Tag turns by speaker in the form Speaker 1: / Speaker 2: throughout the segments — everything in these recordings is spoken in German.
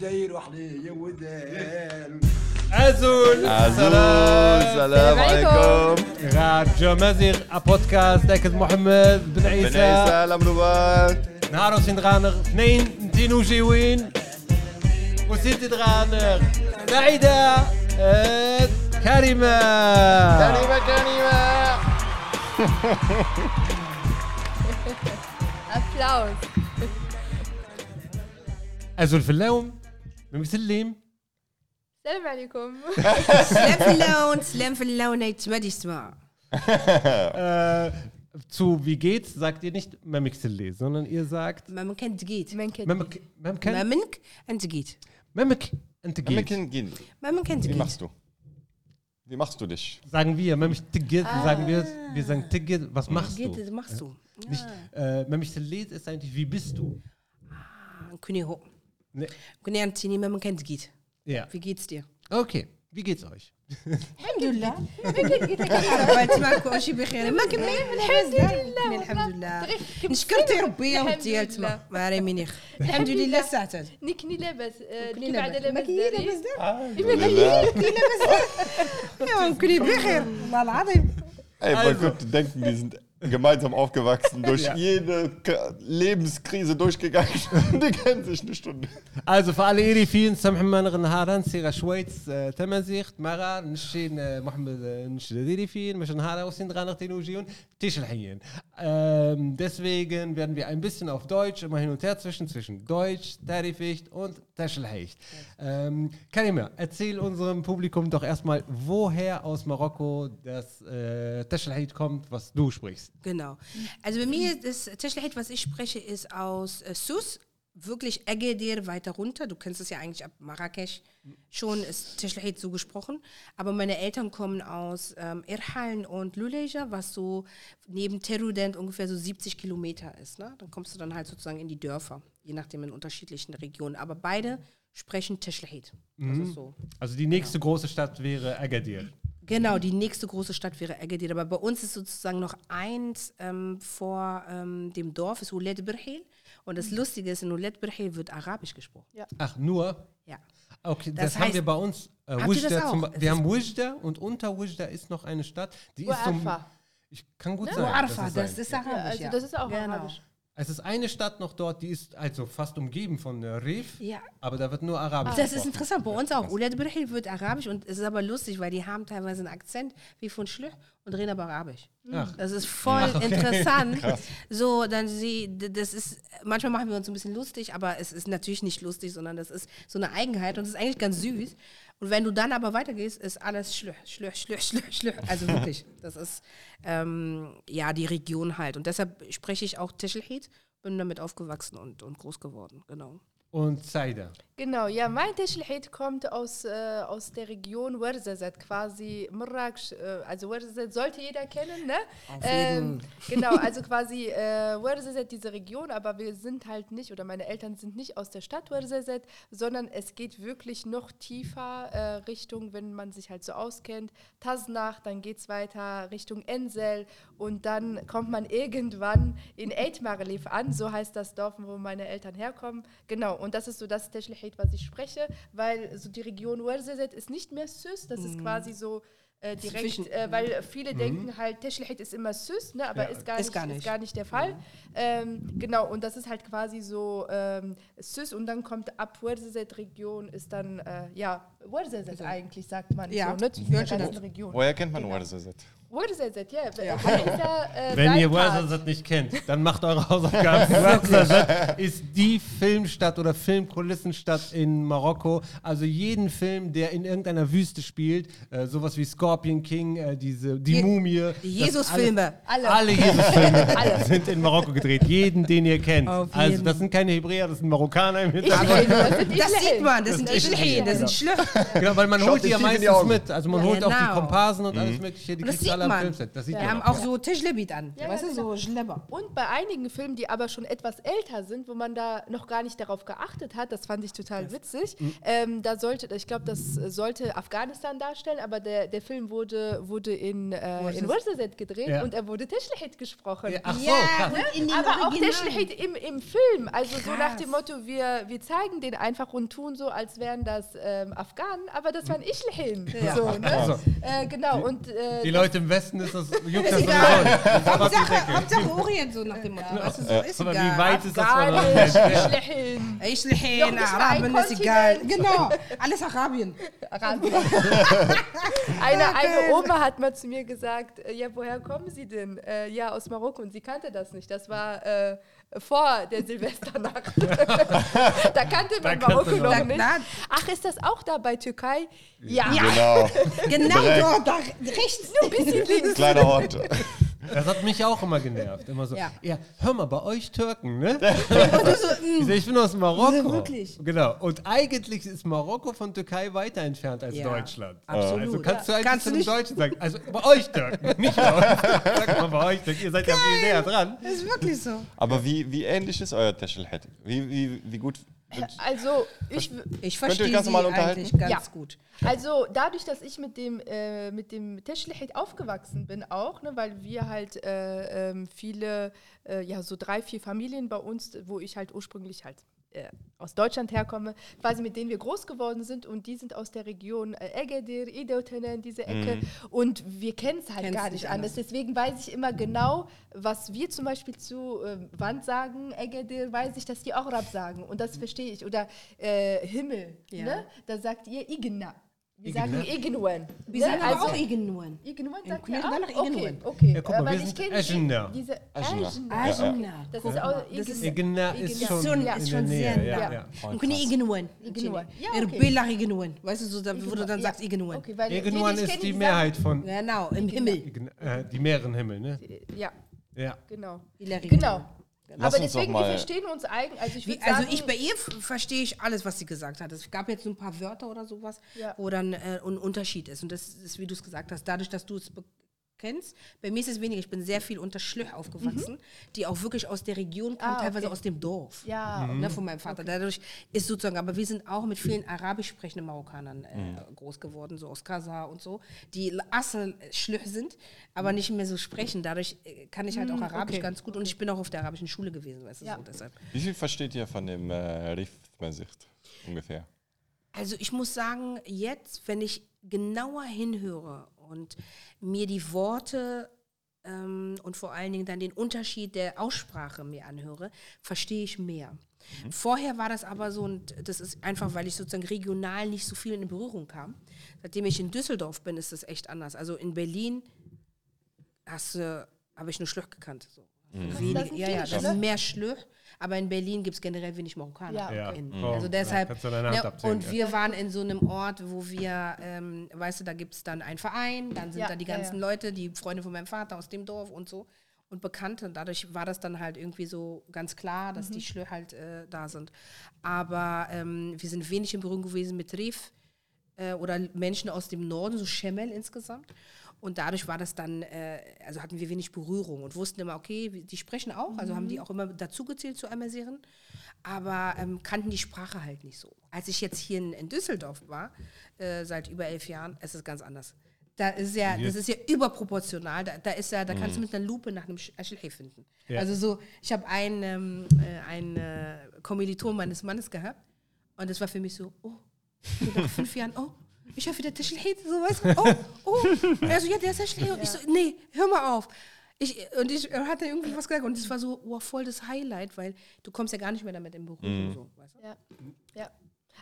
Speaker 1: داير واحد يا ودان
Speaker 2: عزول
Speaker 3: عزول السلام عليكم
Speaker 2: غاد جمازيغ بودكاست اكد محمد بن
Speaker 3: بن
Speaker 2: عيسى
Speaker 3: عيسى الامروبات
Speaker 2: نهار وسين غانغ اثنين نتين وجيوين وسيتي تغانغ سعيدة آه، كريمة
Speaker 3: كلمة كلمة
Speaker 4: ابلاوز
Speaker 2: ازول في اللوم ممسلم
Speaker 4: السلام عليكم
Speaker 5: سلام في اللون سلام في اللون يتما يسمع
Speaker 2: آه، zu wie geht's sagt ihr nicht Memixelli, sondern ihr sagt
Speaker 5: ما من كان تقيت
Speaker 4: من كان
Speaker 2: Memek
Speaker 5: ما
Speaker 2: Memken
Speaker 5: منك انت قيت
Speaker 2: Memek انت geht.
Speaker 3: ممكن gehen.
Speaker 5: ما من كان
Speaker 3: Wie
Speaker 5: تقيت
Speaker 3: machst du? Wie machst du dich?
Speaker 2: sagen wir Memich Ticket sagen wir wir sagen Ticket was machst
Speaker 5: قيت
Speaker 2: du
Speaker 5: إذا ما خصو
Speaker 2: nicht äh, Memixelli ist eigentlich wie bist du
Speaker 5: كوني آه، هو
Speaker 2: Ne.
Speaker 5: كوني انتيني ما من كان تقيت
Speaker 2: ja
Speaker 5: في قيت ستير
Speaker 2: okay wie geht's euch
Speaker 5: الحمد لله تسمع كلشي بخير ما كملين من الحمد لله الحمد لله نشكرت ربي يا
Speaker 4: الحمد
Speaker 5: ودي تما
Speaker 4: لله.
Speaker 5: ما راه مين يخ الحمد لله ساعات
Speaker 4: نكني لاباس آه،
Speaker 5: كوني
Speaker 4: اللي بعد
Speaker 5: لاباس. ما
Speaker 4: لاباس
Speaker 5: كي لاباس
Speaker 4: داري
Speaker 5: دار
Speaker 3: Ey,
Speaker 5: ايوا كوني بخير والله العظيم
Speaker 3: voll gut zu denken, wir sind gemeinsam aufgewachsen, durch
Speaker 2: Ja.
Speaker 3: jede K Lebenskrise durchgegangen. Die kennen sich eine Stunde.
Speaker 2: Also für alle ihr فين سامحنا نهارا صيغه شويت تمازيغ مرة نشي محمد نشي ديري فين مش نهارا وسين غانغ تنوجيون تيش الحين ähm, deswegen werden wir ein bisschen auf Deutsch immer hin und her zwischen zwischen Deutsch, Tarificht und Teschelhecht. Ähm, Karima, erzähl unserem Publikum doch erstmal, woher aus Marokko das äh, Teschelhecht kommt, was du sprichst.
Speaker 5: Genau. Also bei mir ist das Tischlecht, was ich spreche, ist aus äh, Sus, wirklich Agadir weiter runter. Du kennst es ja eigentlich ab Marrakesch schon, ist Tischlecht so gesprochen. Aber meine Eltern kommen aus ähm, Irhalen und Luleja, was so neben Terudent ungefähr so 70 Kilometer ist. Ne? Dann kommst du dann halt sozusagen in die Dörfer, je nachdem in unterschiedlichen Regionen. Aber beide sprechen Tischlecht. Das ist so.
Speaker 2: Also die nächste große Stadt wäre Agadir.
Speaker 5: Genau, die nächste große Stadt wäre Agadir. Aber bei uns ist sozusagen noch eins ähm, vor ähm, dem Dorf, ist Ouled Birhil. Und das Lustige ist, in Ouled Birhil wird Arabisch gesprochen.
Speaker 2: Ach, nur
Speaker 5: Ja.
Speaker 2: Okay, das,
Speaker 5: Das
Speaker 2: haben
Speaker 5: heißt-
Speaker 2: wir bei uns. Äh,
Speaker 5: Habt ihr das
Speaker 2: Wujda zum,
Speaker 5: auch? Es
Speaker 2: wir
Speaker 5: ist-
Speaker 2: haben Wujda und unter Wujda ist noch eine Stadt, die ist so.
Speaker 4: Uarfa.
Speaker 2: Ich kann gut sein. dass
Speaker 5: Ne? Arfa,
Speaker 2: es
Speaker 5: das
Speaker 2: sein-
Speaker 5: ist
Speaker 4: Ja,
Speaker 5: Arabisch.
Speaker 4: also
Speaker 5: Ja,
Speaker 4: das ist auch
Speaker 5: Genau.
Speaker 4: arabisch
Speaker 2: Es ist eine Stadt noch dort, die ist also fast umgeben von äh, Rif,
Speaker 5: Ja.
Speaker 2: aber da wird nur Arabisch.
Speaker 5: Das ist
Speaker 2: gesprochen.
Speaker 5: interessant, bei uns auch. Ouled Birhil wird Arabisch und es ist aber lustig, weil die haben teilweise einen Akzent wie von Schlüch und reden aber Arabisch. Hm.
Speaker 2: Ach,
Speaker 5: Das ist voll interessant. So, dann sie, d- das ist, manchmal machen wir uns ein bisschen lustig, aber es ist natürlich nicht lustig, sondern das ist so eine Eigenheit und es ist eigentlich ganz süß. Und wenn du dann aber weitergehst, ist alles schlür, schlür, schlür, schlür, schlür. Also wirklich, das ist ähm, ja die Region halt. Und deshalb spreche ich auch Tischelhit, bin damit aufgewachsen und, und groß geworden, genau.
Speaker 2: und Zaida.
Speaker 4: Genau, ja, mein Tischelheit kommt aus, äh, aus der Region Ouarzazate, quasi Marrakesch. Äh, also Ouarzazate sollte jeder kennen, ne? Ähm, genau, also quasi äh, Ouarzazate, diese Region, aber wir sind halt nicht, oder meine Eltern sind nicht aus der Stadt Ouarzazate, sondern es geht wirklich noch tiefer äh, Richtung, wenn man sich halt so auskennt, Tasnach, dann geht es weiter Richtung Ensel und dann kommt man irgendwann in Eitmarelief an, so heißt das Dorf, wo meine Eltern herkommen. Genau, und das ist so das Teschlichit, was ich spreche, weil so die Region Ouarzazate ist nicht mehr süß, das ist quasi so äh, direkt,
Speaker 5: Zwischen-
Speaker 4: äh, weil viele denken halt, Teschlichit ist immer süß, ne, aber
Speaker 2: Ja,
Speaker 4: ist, gar
Speaker 5: ist
Speaker 4: nicht,
Speaker 5: gar
Speaker 4: ist
Speaker 5: nicht.
Speaker 4: gar nicht der Fall. Ähm, genau, und das ist halt quasi so ähm, süß und dann kommt ab Ouarzazate-Region ist dann, äh, ja, Ouarzazate eigentlich, sagt man
Speaker 5: Also, Ja,
Speaker 4: so, ne, zu
Speaker 5: ich
Speaker 4: dieser
Speaker 5: hör schon
Speaker 4: ganzen
Speaker 5: das.
Speaker 4: Region.
Speaker 3: Woher kennt man Ouarzazate?
Speaker 4: Ouarzazate, ja. ja. Dieser, äh,
Speaker 2: Wenn
Speaker 4: dein
Speaker 2: ihr
Speaker 4: Part.
Speaker 2: Ouarzazate nicht kennt, dann macht eure Hausaufgaben. Ouarzazate ist die Filmstadt oder Filmkulissenstadt in Marokko. Also jeden Film, der in irgendeiner Wüste spielt, äh, sowas wie Scorpion King, äh, diese, die
Speaker 5: Je-
Speaker 2: Mumie.
Speaker 5: Die
Speaker 2: das alles-
Speaker 5: Jesus-Filme.
Speaker 4: Alle.
Speaker 2: Alle Jesus-Filme sind in Marokko gedreht. Jeden, den ihr kennt.
Speaker 5: Auf
Speaker 2: Also,
Speaker 5: jeden.
Speaker 2: das sind keine Hebräer, das sind Marokkaner im
Speaker 4: Ich
Speaker 2: Hintergrund.
Speaker 4: rede, das sind
Speaker 5: Das
Speaker 4: Israel.
Speaker 5: sieht man, das sind
Speaker 2: Das ist
Speaker 5: Tischelhit, das sind Schlüch.
Speaker 2: Genau, weil man
Speaker 3: Schaut
Speaker 2: holt die Mhm.
Speaker 3: nicht
Speaker 2: ja
Speaker 3: tief in die
Speaker 2: meistens
Speaker 3: Augen.
Speaker 2: mit. Also, man
Speaker 5: Ja,
Speaker 2: holt auch die
Speaker 5: genau.
Speaker 2: Komparsen und alles Mögliche. Die
Speaker 5: Und das
Speaker 2: kriegst du
Speaker 5: sieht
Speaker 2: alle am
Speaker 5: man.
Speaker 2: Filmset. Das sieht
Speaker 5: Wir
Speaker 2: man
Speaker 5: haben
Speaker 2: auch.
Speaker 5: auch so Tischlebit an.
Speaker 4: Ja,
Speaker 5: weißt
Speaker 4: ja,
Speaker 5: du, so Schlepper.
Speaker 4: Und bei einigen Filmen, die aber schon etwas älter sind, wo man da noch gar nicht darauf geachtet hat, das fand ich total witzig.
Speaker 2: Mhm.
Speaker 4: Ähm, da sollte, ich glaube, das äh, sollte Afghanistan darstellen, aber der, der Film wurde, wurde in, äh, in Wurzazet gedreht
Speaker 2: Ja.
Speaker 4: und er wurde Tischlehit gesprochen.
Speaker 2: Ja, Ach so,
Speaker 5: Ja,
Speaker 2: krass.
Speaker 5: und in den
Speaker 4: ne? Aber auch
Speaker 5: Original.
Speaker 4: Tischlehit im, im Film, also so
Speaker 5: Krass.
Speaker 4: nach dem Motto, wir, wir zeigen den einfach und tun so, als wären das ähm, Afghanen, aber das waren Ischlehin. So, ne?
Speaker 2: Also,
Speaker 4: äh, genau, und äh,
Speaker 2: die Leute im Westen ist das, juckt das
Speaker 5: egal.
Speaker 2: sowieso nicht.
Speaker 5: Hauptsache, Hauptsache Orient, so nach dem Motto. Weißt du, so ist
Speaker 2: Aber
Speaker 5: egal.
Speaker 2: wie weit ist das
Speaker 4: Afghanen,
Speaker 2: verloren?
Speaker 4: Ischlehin.
Speaker 5: Ich
Speaker 4: Noch nicht
Speaker 5: lehne,
Speaker 4: mal
Speaker 5: Arabien
Speaker 4: ein
Speaker 5: ist egal.
Speaker 4: Kontinent.
Speaker 5: Genau, alles Arabien.
Speaker 4: Eine, eine Oma hat mal zu mir gesagt, äh, ja, woher kommen Sie denn? Äh, ja, aus Marokko. Und sie kannte das nicht. Das war äh, vor der Silvesternacht. da kannte man
Speaker 2: kannte
Speaker 4: Marokko
Speaker 2: man
Speaker 4: noch
Speaker 5: noch.
Speaker 4: nicht.
Speaker 5: Na, na.
Speaker 4: Ach, ist das auch da bei Türkei? Ja.
Speaker 3: Genau.
Speaker 5: Genau
Speaker 3: Direkt.
Speaker 5: dort, da rechts.
Speaker 4: Ein bisschen links.
Speaker 3: Kleiner Ort.
Speaker 2: Das hat mich auch immer genervt. Immer so, ja,
Speaker 5: Ja.
Speaker 2: hör mal, bei euch Türken, ne?
Speaker 5: Und du so, mm,
Speaker 2: Ich, sag, ich bin aus Marokko.
Speaker 5: Ja, wirklich.
Speaker 2: Genau. Und eigentlich ist Marokko von Türkei weiter entfernt als
Speaker 5: Ja,
Speaker 2: Deutschland.
Speaker 5: absolut.
Speaker 2: Also kannst du
Speaker 5: Ja.
Speaker 2: eigentlich
Speaker 5: Kannst
Speaker 2: zu
Speaker 5: du
Speaker 2: einem
Speaker 5: nicht-
Speaker 2: Deutschen sagen, also bei euch Türken, nicht bei uns. Sag mal bei euch Türken, ihr seid ja viel näher dran.
Speaker 5: das ist wirklich so.
Speaker 3: Aber wie, wie ähnlich ist euer Teschelhead? Wie, wie, wie gut?
Speaker 4: Also, ich, w-
Speaker 5: Ich
Speaker 3: Könnt ihr euch
Speaker 5: verstehe
Speaker 3: ganz
Speaker 5: sie
Speaker 3: normal unterhalten?
Speaker 5: eigentlich ganz
Speaker 4: Ja.
Speaker 5: gut.
Speaker 4: Also dadurch, dass ich mit dem äh, mit dem Teschlichit aufgewachsen bin auch, ne, weil wir halt äh, ähm, viele, äh, ja so drei, vier Familien bei uns, wo ich halt ursprünglich halt äh, aus Deutschland herkomme, quasi mit denen wir groß geworden sind und die sind aus der Region äh, Egedir, Idotenen, diese Ecke und wir kennen es halt
Speaker 5: Kennst
Speaker 4: gar
Speaker 5: nicht
Speaker 4: nicht anders.
Speaker 5: anders.
Speaker 4: Deswegen weiß ich immer genau, was wir zum Beispiel zu ähm, Wand sagen, Egedir, weiß ich, dass die auch Rab sagen und das verstehe ich. Oder äh, Himmel,
Speaker 5: Ja.
Speaker 4: ne? da sagt ihr Igna. Wir
Speaker 2: Igna?
Speaker 4: sagen Ignuen. ne?
Speaker 5: Wir sind aber
Speaker 4: Also-
Speaker 5: auch Igenuen.
Speaker 4: Ignuen
Speaker 5: Im
Speaker 4: sagt
Speaker 5: Kurdistan
Speaker 4: ihr
Speaker 5: war
Speaker 4: auch?
Speaker 5: noch Ignuen.
Speaker 4: Okay, okay.
Speaker 2: Ja, guck mal,
Speaker 4: Aber
Speaker 2: wir
Speaker 4: ich
Speaker 2: sind
Speaker 4: kenn
Speaker 2: Äschender.
Speaker 4: Die, diese
Speaker 3: Äschender.
Speaker 4: Äschender.
Speaker 3: Ja, ja.
Speaker 4: Das
Speaker 5: Ajna. Also, Guck
Speaker 4: ist
Speaker 5: mal.
Speaker 4: auch
Speaker 5: Das ist-
Speaker 2: Egna
Speaker 4: Egna.
Speaker 2: ist schon,
Speaker 5: Sun-
Speaker 2: in der
Speaker 5: ist schon
Speaker 2: Nähe.
Speaker 5: sehr nah.
Speaker 2: ja,
Speaker 4: Ja.
Speaker 2: ja.
Speaker 5: Und können Igenuen.
Speaker 4: Igenuen. Ja, okay.
Speaker 5: Erbela Igenuen. Weißt du, so, da, wo du
Speaker 4: Ignuen,
Speaker 5: dann
Speaker 4: ja.
Speaker 5: sagst Igenuen.
Speaker 4: Okay, weil
Speaker 2: Irgendwann
Speaker 4: ich
Speaker 2: ist
Speaker 4: kenn,
Speaker 2: die
Speaker 4: sagen-
Speaker 2: Mehrheit von
Speaker 5: Genau, im Himmel.
Speaker 2: Ign- äh, die mehreren Himmel, ne?
Speaker 4: Ja,
Speaker 2: Ja.
Speaker 4: genau.
Speaker 5: Ila Igenuen.
Speaker 4: Genau.
Speaker 3: Lass
Speaker 4: Aber
Speaker 3: uns doch
Speaker 4: deswegen, wir
Speaker 3: mal.
Speaker 4: verstehen uns eigen. Also ich,
Speaker 5: Wie,
Speaker 4: würde
Speaker 5: also
Speaker 4: sagen,
Speaker 5: ich bei ihr f- verstehe ich alles, was sie gesagt hat. Es gab jetzt so ein paar Wörter oder sowas,
Speaker 4: Ja.
Speaker 5: wo dann äh, ein Unterschied ist. Und das ist, wie du es gesagt hast, dadurch, dass du es be- kennst. Bei mir ist es weniger. Ich bin sehr viel unter Schlüch aufgewachsen, die auch wirklich aus der Region kommt,
Speaker 4: Mhm. Ah,
Speaker 5: teilweise
Speaker 4: okay.
Speaker 5: aus dem Dorf.
Speaker 4: Ja,
Speaker 5: Ne, von meinem Vater. Dadurch ist sozusagen, aber wir sind auch mit
Speaker 4: Mhm.
Speaker 5: vielen arabisch sprechenden Marokkanern äh, groß geworden, so aus Kaza und so, die Assel schlüch sind, aber nicht mehr so sprechen. Dadurch äh, kann ich halt auch Arabisch
Speaker 4: Mhm. okay.
Speaker 5: ganz gut und ich bin auch auf der arabischen Schule gewesen, weißt du,
Speaker 4: Ja.
Speaker 5: so deshalb.
Speaker 3: Wie viel versteht ihr von dem äh, Riff, man sagt? Ungefähr.
Speaker 5: Also ich muss sagen, jetzt, wenn ich genauer hinhöre und mir die Worte ähm, und vor allen Dingen dann den Unterschied der Aussprache mir anhöre, verstehe ich mehr. Vorher war das aber so, und das ist einfach, weil ich sozusagen regional nicht so viel in Berührung kam. Seitdem ich in Düsseldorf bin, ist das echt anders. Also in Berlin hast du, habe ich nur Schlöch gekannt. So.
Speaker 4: Das
Speaker 5: Wenig,
Speaker 4: sind viele
Speaker 5: ja, ja,
Speaker 4: ne?
Speaker 5: das
Speaker 4: Schlöch.
Speaker 5: ist mehr Schlöch, aber in Berlin gibt es generell wenig
Speaker 4: Ja,
Speaker 5: Marokkaner.
Speaker 4: okay.
Speaker 2: Ja.
Speaker 5: In,
Speaker 2: Oh,
Speaker 5: also
Speaker 2: ja,
Speaker 5: deshalb.
Speaker 2: kannst du deine Hand
Speaker 5: ja,
Speaker 2: abziehen,
Speaker 5: und
Speaker 2: ja.
Speaker 5: wir waren in so einem Ort, wo wir, ähm, weißt du, da gibt es dann einen Verein, dann sind
Speaker 4: Ja,
Speaker 5: da die
Speaker 4: ja,
Speaker 5: ganzen
Speaker 4: ja.
Speaker 5: Leute, die Freunde von meinem Vater aus dem Dorf und so und Bekannte. Und dadurch war das dann halt irgendwie so ganz klar, dass
Speaker 4: Mhm.
Speaker 5: die Schlö halt äh, da sind. Aber ähm, wir sind wenig in Berührung gewesen mit Rif äh, oder Menschen aus dem Norden, so Schemmel insgesamt. Und dadurch war das dann, äh, also hatten wir wenig Berührung und wussten immer, okay, wir- die sprechen auch, also haben die auch immer dazugezählt zu Amazeren, aber ähm, kannten die Sprache halt nicht so. Als ich jetzt hier in, in Düsseldorf war, äh, seit über elf Jahren, es ist ganz anders. Da ist ja, das ist ja überproportional. Da, da ist ja, da kannst du mit einer Lupe nach einem Sch- Schleif finden.
Speaker 2: Ja.
Speaker 5: Also so, ich habe einen, ähm, äh, einen äh, Kommiliton meines Mannes gehabt und das war für mich so, oh, so nach fünf Jahren, oh, ich höre wieder Tischlehit, so weißt du, oh, oh. Und er so, ja, der ist Tischlehit. Und ich so, nee, hör mal auf. Ich, und ich er hat da irgendwie was gesagt und es war so, wow, voll das Highlight, weil du kommst ja gar nicht mehr damit in
Speaker 2: Mhm.
Speaker 5: Berührung. So, weißt du?
Speaker 4: Ja. ja.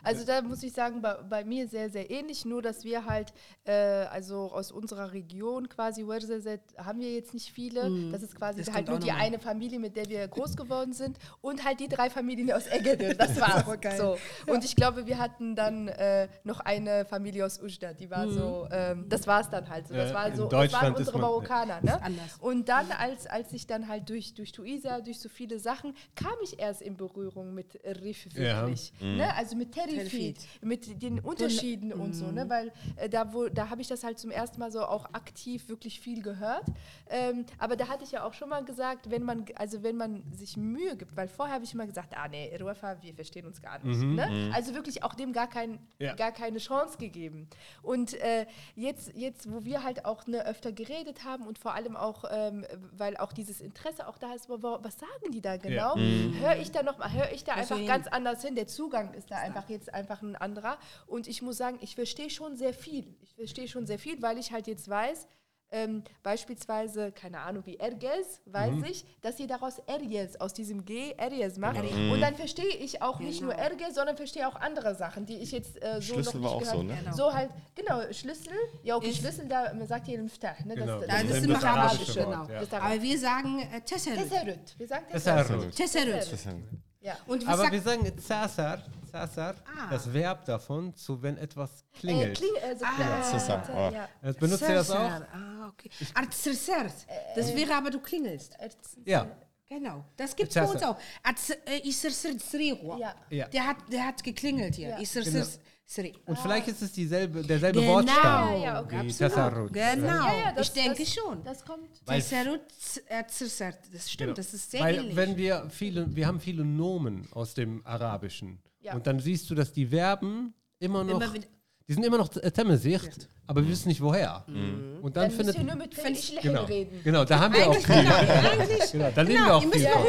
Speaker 4: Also da muss ich sagen, bei, bei mir sehr, sehr ähnlich, nur dass wir halt, äh, also aus unserer Region quasi, Wurzelset, haben wir jetzt nicht viele. Das ist quasi
Speaker 5: Mhm. Das
Speaker 4: halt
Speaker 5: kommt
Speaker 4: nur
Speaker 5: auch
Speaker 4: die
Speaker 5: noch mal.
Speaker 4: eine Familie, mit der wir groß geworden sind und halt die drei Familien aus Eggede. Das war so. Und ich glaube, wir hatten dann äh, noch eine Familie aus Ujda, die war so,
Speaker 5: Mhm.
Speaker 4: ähm, das war es dann halt so. Das,
Speaker 2: Äh,
Speaker 4: war
Speaker 2: in
Speaker 4: so, das
Speaker 2: Deutschland
Speaker 4: waren
Speaker 2: ist
Speaker 4: unsere
Speaker 2: man-
Speaker 4: Marokkaner. Ne?
Speaker 5: anders.
Speaker 4: Und dann, als, als ich dann halt durch, durch Tuisa, durch so viele Sachen, kam ich erst in Berührung mit Rif
Speaker 2: Ja.
Speaker 4: wirklich. Ne? Also mit Terrifit
Speaker 5: Terrifit.
Speaker 4: mit den Unterschieden und so,
Speaker 2: mm.
Speaker 4: ne? Weil äh, da, wo- da habe ich das halt zum ersten Mal so auch aktiv wirklich viel gehört. Ähm, aber da hatte ich ja auch schon mal gesagt, wenn man, also wenn man sich Mühe gibt, weil vorher habe ich immer gesagt, ah nee, Ruafa, wir verstehen uns gar nicht. ne? Also wirklich auch dem gar, kein,
Speaker 2: Mhm, Ja.
Speaker 4: gar keine Chance gegeben. Und äh, jetzt, jetzt, wo wir halt auch ne, öfter geredet haben und vor allem auch, ähm, weil auch dieses Interesse auch da ist, wo- wo- was sagen die da genau?
Speaker 2: Mhm.
Speaker 4: Höre ich da nochmal, höre ich da
Speaker 5: Hörst
Speaker 4: einfach
Speaker 5: du Also hin?
Speaker 4: ganz anders hin. Der Zugang ist da einfach jetzt einfach ein anderer. Und ich muss sagen, ich verstehe schon sehr viel. Ich verstehe schon sehr viel, weil ich halt jetzt weiß, ähm, beispielsweise, keine Ahnung, wie Erges, weiß
Speaker 3: Mhm.
Speaker 4: ich, dass ihr daraus Erges, aus diesem G Erges macht.
Speaker 3: Genau.
Speaker 4: Und dann verstehe ich auch nicht
Speaker 5: Genau.
Speaker 4: nur Erges, sondern verstehe auch andere Sachen, die ich jetzt äh, so
Speaker 3: Schlüssel
Speaker 4: noch nicht
Speaker 3: war auch
Speaker 4: gehört
Speaker 3: so, ne?
Speaker 5: Genau.
Speaker 4: So halt, genau, Schlüssel, ja okay,
Speaker 5: Ist-
Speaker 4: Schlüssel, da man sagt ihr im Ftah, ne?
Speaker 2: Genau,
Speaker 5: Das,
Speaker 2: Das
Speaker 5: ist
Speaker 2: ist
Speaker 5: im
Speaker 2: das
Speaker 5: Arabischen,
Speaker 2: arabische
Speaker 5: genau.
Speaker 2: Wort, ja.
Speaker 4: Das
Speaker 5: Aber wir sagen äh, Tesserut.
Speaker 4: Tesserut. Wir sagen
Speaker 2: Tesserut.
Speaker 5: Tesserut.
Speaker 3: Bisschen.
Speaker 4: Ja.
Speaker 5: Und was
Speaker 2: Aber wir
Speaker 5: sagt
Speaker 2: sagen Zasar, Zasar,
Speaker 5: Ah.
Speaker 2: das Verb davon, zu wenn etwas
Speaker 4: Äh,
Speaker 2: klingelt.
Speaker 4: kling, also, ah,
Speaker 3: Sasa,
Speaker 4: ja,
Speaker 3: ah.
Speaker 4: ja.
Speaker 2: Äh, Benutzt ihr das auch?
Speaker 5: Sersert. Ah, okay. Arzrsert.
Speaker 4: Äh.
Speaker 5: Das wäre aber, du klingelst.
Speaker 4: Erz-
Speaker 2: Ja.
Speaker 5: Genau. Das gibt es bei uns
Speaker 2: Sersert.
Speaker 5: auch. Arz- äh, Issersertsriwa.
Speaker 4: Ja.
Speaker 2: Ja.
Speaker 5: Der hat, der hat geklingelt hier.
Speaker 4: Ja.
Speaker 5: Issersertsri.
Speaker 2: Und vielleicht ist es dieselbe, derselbe
Speaker 5: Genau.
Speaker 2: Wortstamm
Speaker 4: Ja, ja, okay.
Speaker 2: wie
Speaker 5: Absolut.
Speaker 2: Tasarrut.
Speaker 5: Genau.
Speaker 4: Ja, ja, das-
Speaker 5: ich denke
Speaker 4: das-
Speaker 5: schon.
Speaker 4: Das kommt.
Speaker 2: Weil-
Speaker 5: Tesserut, äh, Zersert. Das stimmt.
Speaker 2: Genau.
Speaker 5: Das ist sehr
Speaker 2: Weil
Speaker 5: ähnlich.
Speaker 2: wenn wir viele, wir haben viele Nomen aus dem Arabischen
Speaker 4: Ja.
Speaker 2: und dann siehst du, dass die Verben immer noch,
Speaker 5: Immer wieder-
Speaker 2: die sind immer noch äh, Temesicht, aber wir wissen nicht woher. Und dann,
Speaker 4: Dann müsst
Speaker 2: findet
Speaker 4: ihr nur mit Fenchel
Speaker 2: genau,
Speaker 4: reden.
Speaker 2: genau, da haben wir auch
Speaker 5: Eigentlich,
Speaker 2: viel.
Speaker 5: genau, eigentlich.
Speaker 2: Genau, da nehmen wir
Speaker 5: Genau,
Speaker 2: auch
Speaker 5: ihr müsst
Speaker 2: viel.
Speaker 5: ja
Speaker 2: von.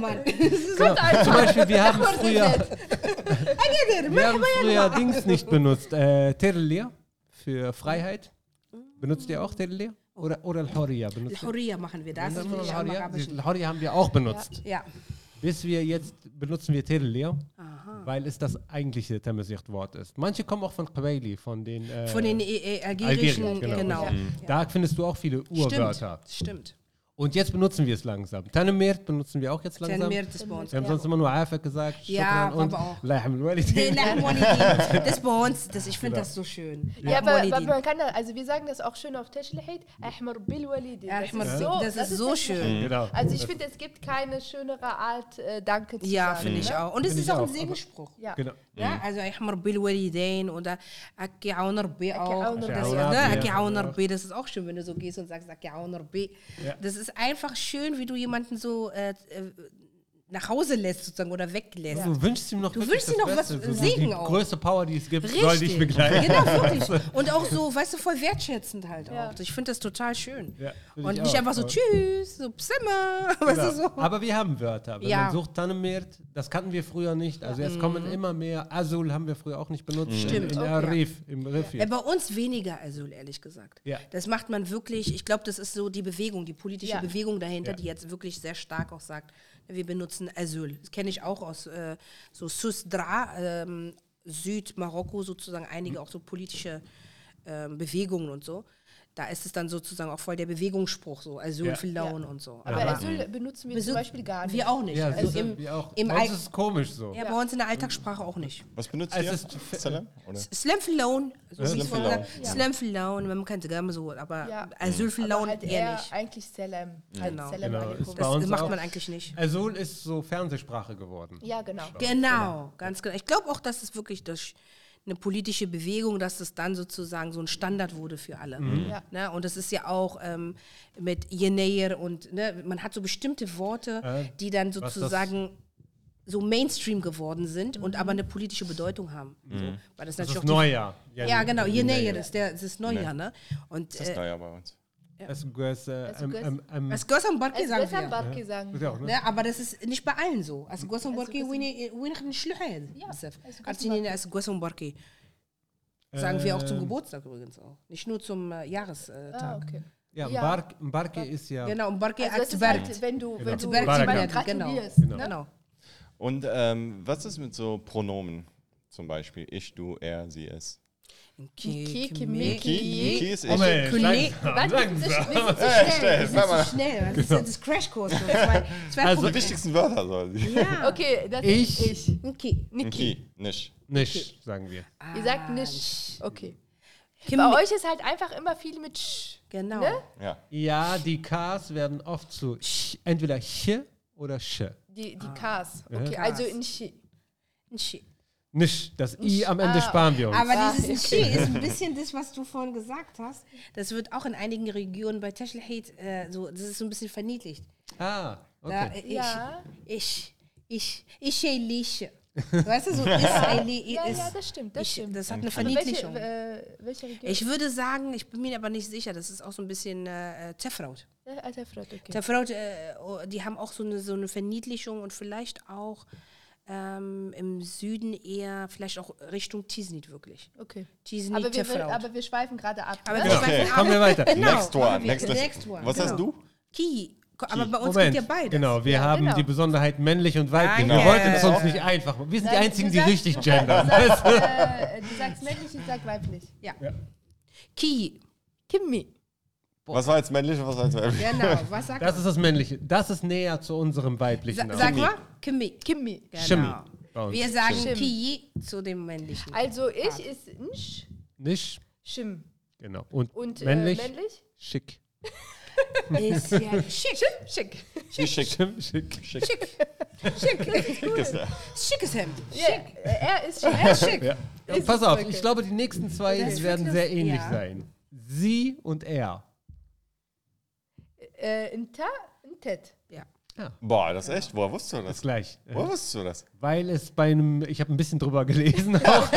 Speaker 5: Mann.
Speaker 2: Genau. Zum Beispiel, wir haben früher, wir haben früher Dings nicht benutzt. Äh, Terlia für Freiheit. Benutzt ihr auch Terlia? Oder, oder Al-Horiya benutzt ihr?
Speaker 5: Horia machen wir das.
Speaker 2: Dann
Speaker 5: das
Speaker 2: haben wir
Speaker 5: will ich
Speaker 2: noch
Speaker 5: auch im
Speaker 2: Al-Horiya.
Speaker 5: Arabischen.
Speaker 2: Al-Horiya haben wir auch benutzt.
Speaker 5: Ja.
Speaker 2: Bis wir jetzt benutzen wir Terlia,
Speaker 5: Ah.
Speaker 2: weil es das eigentliche Temesicht-Wort ist. Manche kommen auch von Qwaili, von den. Äh,
Speaker 5: Von den äh, äh, algerischen,
Speaker 2: Algerien,
Speaker 5: genau.
Speaker 2: genau. Da findest du auch viele Urwörter.
Speaker 5: Stimmt, stimmt.
Speaker 2: Und jetzt benutzen wir es langsam. Tanemirt benutzen wir auch jetzt langsam.
Speaker 5: Dann wird es bei uns.
Speaker 2: Wir haben sonst immer nur Afek gesagt.
Speaker 5: Ja,
Speaker 2: Shukran
Speaker 5: aber auch.
Speaker 2: und Allah yahmil
Speaker 5: Nee,
Speaker 2: walidin.
Speaker 5: nach Monidin. Das bei uns, das, ich
Speaker 2: Genau.
Speaker 5: finde das so schön.
Speaker 4: Ja,
Speaker 5: Nach
Speaker 4: aber, aber
Speaker 5: Monidin.
Speaker 4: man kann da, also wir sagen das auch schön auf Teschlehit, Ahmar Bil Walidi.
Speaker 5: Ahmar Bil- das ist so
Speaker 4: Teschlehit.
Speaker 5: schön.
Speaker 2: Genau.
Speaker 4: Also ich finde, es gibt keine schönere Art, äh, Danke zu
Speaker 5: Ja,
Speaker 4: sagen. ne?
Speaker 5: finde ich auch. Und es
Speaker 2: Finde
Speaker 5: ist
Speaker 2: ich
Speaker 5: auch ein
Speaker 2: auch,
Speaker 5: Segensspruch.
Speaker 4: Ja.
Speaker 2: Genau.
Speaker 5: Ja, also ich Rabbi Walidain oder Aki Aun Rabbi auch.
Speaker 4: Aun
Speaker 5: Das,
Speaker 4: Rabbi.
Speaker 2: Aki
Speaker 5: ist, ne?
Speaker 2: Aun
Speaker 5: Aki Aun
Speaker 2: Rabbi.
Speaker 5: Rabbi, das ist auch schön, wenn du so gehst und sagst Aki Aun Rabbi. Das ist einfach schön, wie du jemanden so äh, äh, nach Hause lässt sozusagen oder weglässt.
Speaker 2: Du Also wünschst ihm noch
Speaker 5: Du
Speaker 2: wirklich
Speaker 5: wünschst ihm
Speaker 2: das
Speaker 5: noch was-
Speaker 2: Beste. So
Speaker 5: Segen
Speaker 2: Die
Speaker 5: auch.
Speaker 2: größte Power, die es gibt,
Speaker 5: Richtig.
Speaker 2: soll dich begleiten.
Speaker 5: Genau, wirklich. Und auch so, weißt du, voll wertschätzend halt
Speaker 4: Ja.
Speaker 5: auch. Ich finde das total schön.
Speaker 2: Ja, find
Speaker 5: und
Speaker 2: ich
Speaker 5: nicht
Speaker 2: auch.
Speaker 5: einfach so,
Speaker 2: Und-
Speaker 5: tschüss, so Psimmer. Weißt du, so.
Speaker 2: Genau. Aber wir haben Wörter. Wenn
Speaker 5: Ja. Mhm.
Speaker 2: man sucht Tanemirt, das kannten wir früher nicht. Also jetzt kommen immer mehr. Azul haben wir früher auch nicht benutzt.
Speaker 5: Stimmt,
Speaker 2: In, in
Speaker 5: okay.
Speaker 2: Arif, im Rifi.
Speaker 5: Ja, bei uns weniger Asyl, ehrlich gesagt.
Speaker 2: Ja.
Speaker 5: Das macht man wirklich, ich glaube, das ist so die Bewegung, die politische
Speaker 4: Ja.
Speaker 5: Bewegung dahinter,
Speaker 2: Ja.
Speaker 5: die jetzt wirklich sehr stark auch sagt, wir benutzen Asyl. Das kenne ich auch aus äh, so Susdra, ähm, Südmarokko sozusagen, einige
Speaker 2: Mhm.
Speaker 5: auch so politische ähm, Bewegungen und so. Da ist es dann sozusagen auch voll der Bewegungsspruch, so Asyl
Speaker 2: Ja.
Speaker 5: für Laun und so.
Speaker 4: Aber Asyl benutzen wir zum Beispiel gar nicht.
Speaker 5: Wir auch nicht.
Speaker 2: Ja,
Speaker 5: also
Speaker 2: siehst du,
Speaker 5: im,
Speaker 2: wir auch.
Speaker 5: Im
Speaker 2: Bei uns
Speaker 5: Al
Speaker 2: ist es komisch so.
Speaker 5: ja, bei uns in der Alltagssprache auch nicht.
Speaker 3: Was benutzt
Speaker 2: Also Es
Speaker 3: ihr?
Speaker 2: ist-
Speaker 3: Salam? Oder?
Speaker 5: Slam für Laun. So
Speaker 3: Slam
Speaker 5: wie es
Speaker 3: für
Speaker 5: von-
Speaker 3: Laun.
Speaker 5: Ja. Slam für Laun, man kann sogar so, aber
Speaker 4: Ja.
Speaker 5: Asyl für
Speaker 4: Aber
Speaker 5: Laun
Speaker 4: halt
Speaker 5: eher
Speaker 4: eher
Speaker 5: nicht.
Speaker 4: eigentlich Salam. Halt
Speaker 5: Genau.
Speaker 4: Salam
Speaker 2: Genau,
Speaker 4: alaikum.
Speaker 2: ist bei
Speaker 5: Das
Speaker 2: uns
Speaker 5: macht
Speaker 2: auch.
Speaker 5: man eigentlich nicht.
Speaker 2: Azul ist so Fernsehsprache geworden.
Speaker 4: Ja, genau.
Speaker 5: Genau, ganz genau. Ich glaube auch, dass es wirklich durch eine politische Bewegung, dass es dann sozusagen so ein Standard wurde für alle.
Speaker 4: Ja.
Speaker 5: Ne? Und das ist ja auch ähm, mit Yeneir und ne? man hat so bestimmte Worte,
Speaker 2: Äh,
Speaker 5: die dann
Speaker 2: was das-
Speaker 5: sozusagen so Mainstream geworden sind
Speaker 4: Mhm.
Speaker 5: und aber eine politische Bedeutung haben. So, weil das,
Speaker 2: Das
Speaker 5: natürlich
Speaker 2: ist
Speaker 5: auch die-
Speaker 2: Neujahr.
Speaker 5: Ja, genau. Yeneir
Speaker 2: ist.
Speaker 5: ist der, das ist Neujahr, ne? Und
Speaker 3: Das ist
Speaker 5: äh,
Speaker 3: neuer bei uns.
Speaker 2: Es ist äh, ähm, ähm, ähm,
Speaker 5: das Gossam Barke
Speaker 4: Es
Speaker 5: sagen
Speaker 4: wird am
Speaker 5: wir.
Speaker 4: Barki sagen.
Speaker 2: ja, auch, ne?
Speaker 5: Ne, aber das ist nicht bei allen so. Als Gossam Barke,
Speaker 4: Gossam-
Speaker 5: wen ich nicht schlühe.
Speaker 4: Gossam
Speaker 5: Artinien als Gossam Barke. Sagen wir auch zum
Speaker 4: Ähm.
Speaker 5: Geburtstag übrigens auch. Nicht nur zum äh,
Speaker 4: Ah,
Speaker 5: Jahrestag.
Speaker 4: okay.
Speaker 2: ja,
Speaker 4: Ja.
Speaker 2: Bark, Barke ist ja.
Speaker 5: Genau, und Barke
Speaker 4: Also
Speaker 5: als
Speaker 4: es ist
Speaker 5: Berg.
Speaker 4: halt, wenn du, wenn
Speaker 2: Genau.
Speaker 4: du
Speaker 5: Berg-
Speaker 4: jemandem
Speaker 5: Berg- genau.
Speaker 4: gratulierst.
Speaker 2: Genau.
Speaker 4: Ne?
Speaker 5: Genau.
Speaker 3: Und ähm, was ist mit so Pronomen? Zum Beispiel ich, du, er, sie, es.
Speaker 4: Ki- ki-
Speaker 5: mi-
Speaker 3: Ki,
Speaker 4: ki- Ki-
Speaker 3: Ki ist ich.
Speaker 2: Moment,
Speaker 5: Kune-
Speaker 2: Äh, langsam,
Speaker 4: Warte, wir sind zu
Speaker 2: langsam.
Speaker 4: sch- wir sind zu
Speaker 3: Äh,
Speaker 4: schnell.
Speaker 3: schnell, sag mal.
Speaker 5: Schnell, das ist ja das Crashkurs. so zwei- zwei
Speaker 2: Also-
Speaker 3: Die
Speaker 5: Punkte.
Speaker 3: wichtigsten Wörter soll sie.
Speaker 5: Ja.
Speaker 4: Okay, das
Speaker 2: Ich-
Speaker 4: ist ich.
Speaker 5: Okay.
Speaker 3: Ki, nicht.
Speaker 2: Nicht, sagen wir.
Speaker 4: Ihr sagt nicht. Okay.
Speaker 5: Kim-
Speaker 4: Bei euch ist halt einfach immer viel mit Sch.
Speaker 5: Genau.
Speaker 4: Ne?
Speaker 3: Ja.
Speaker 2: Ja, die Ks werden oft zu sch, entweder Ch oder Sch.
Speaker 4: Die, die Ks.
Speaker 2: Ja.
Speaker 4: Okay, also in Sch.
Speaker 5: Nchi.
Speaker 2: Nicht, das I am Ende sparen wir uns.
Speaker 5: Aber
Speaker 4: Ah,
Speaker 5: dieses Chi ist ein bisschen das, was du vorhin gesagt hast. Das wird auch in einigen Regionen bei Teschlehit äh, so, das ist so ein bisschen verniedlicht.
Speaker 2: ah,
Speaker 5: Da, äh,
Speaker 2: okay.
Speaker 5: ich,
Speaker 4: Ja.
Speaker 5: ich, ich, ich, ich, Weißt du, so Israeli
Speaker 4: Ja,
Speaker 5: ist.
Speaker 4: ja, das stimmt, das
Speaker 5: ich,
Speaker 4: stimmt.
Speaker 5: Das hat eine
Speaker 4: Also welche,
Speaker 5: Verniedlichung.
Speaker 4: äh, welche Region?
Speaker 5: ich würde sagen, ich bin mir aber nicht sicher, das ist auch so ein bisschen äh, äh, Zerfraut.
Speaker 4: Ja, Alter Fred, okay.
Speaker 5: Zerfraut, äh, oh, die haben auch so eine, so eine Verniedlichung und vielleicht auch ähm, im Süden eher, vielleicht auch Richtung Tisnit wirklich.
Speaker 4: okay.
Speaker 5: Tisnit,
Speaker 4: Aber, wir, will-
Speaker 5: Zerfraut.
Speaker 4: aber wir schweifen gerade ab.
Speaker 5: Aber
Speaker 4: ne?
Speaker 5: das
Speaker 3: Okay.
Speaker 5: weiß ich
Speaker 2: Kommen wir
Speaker 5: auch.
Speaker 2: weiter.
Speaker 5: Genau.
Speaker 3: Next one.
Speaker 5: Wie-
Speaker 3: Next,
Speaker 5: next one.
Speaker 3: Was hast
Speaker 5: Genau.
Speaker 3: du?
Speaker 5: Ki. Ko- Aber
Speaker 3: Ki.
Speaker 5: bei uns
Speaker 2: Moment,
Speaker 5: gibt ja beide.
Speaker 2: genau, wir
Speaker 4: Ja,
Speaker 2: haben
Speaker 4: genau.
Speaker 2: die Besonderheit männlich und weiblich. Wir
Speaker 5: Danke.
Speaker 2: wollten es
Speaker 5: Genau.
Speaker 2: uns nicht einfach machen. Wir sind die
Speaker 4: Nein,
Speaker 2: Einzigen,
Speaker 4: du
Speaker 2: die
Speaker 4: sagst-
Speaker 2: richtig
Speaker 4: Du
Speaker 2: gendern.
Speaker 4: sagst, äh, du sagst männlich, ich sag weiblich.
Speaker 5: Ja.
Speaker 2: Ja.
Speaker 5: Ki.
Speaker 4: Kimmi.
Speaker 3: Was war jetzt männlich und was war jetzt weiblich?
Speaker 5: Genau. Was sagt
Speaker 2: Das ist
Speaker 5: man?
Speaker 2: das Männliche. Das ist näher zu unserem weiblichen.
Speaker 5: Sa
Speaker 2: Namen.
Speaker 5: sag mal, Kimi.
Speaker 4: Kimmi.
Speaker 5: Genau.
Speaker 2: Shimmy. Bei uns.
Speaker 5: Wir sagen
Speaker 4: Shimmy.
Speaker 5: Ki zu dem männlichen.
Speaker 4: Also ich ist nsch,
Speaker 2: Nicht?
Speaker 4: schim.
Speaker 2: Genau. Und,
Speaker 4: Und
Speaker 2: männlich?
Speaker 4: Äh, männlich?
Speaker 2: Schick.
Speaker 5: Ist ja schick.
Speaker 4: Schim, schick.
Speaker 3: Wie schick.
Speaker 2: Schim- Schick.
Speaker 3: schick ist der?
Speaker 5: Schickes Hemd.
Speaker 4: Ja, äh, er ist schick. Er ist schick.
Speaker 2: Ja.
Speaker 4: Ist
Speaker 2: Pass
Speaker 4: es
Speaker 2: auf,
Speaker 4: wirklich?
Speaker 2: ich glaube, die nächsten zwei
Speaker 5: Das
Speaker 2: werden
Speaker 5: wird
Speaker 2: sehr
Speaker 5: das-
Speaker 2: ähnlich
Speaker 5: ja.
Speaker 2: sein. Sie und er.
Speaker 4: Äh, in Ta, in Tet.
Speaker 5: Ja.
Speaker 3: Boah, das ist echt. Woher wusstest du
Speaker 2: Das
Speaker 3: das?
Speaker 2: gleich. Äh,
Speaker 3: Woher wusstest du das?
Speaker 2: Weil es bei einem, ich habe ein bisschen drüber gelesen auch.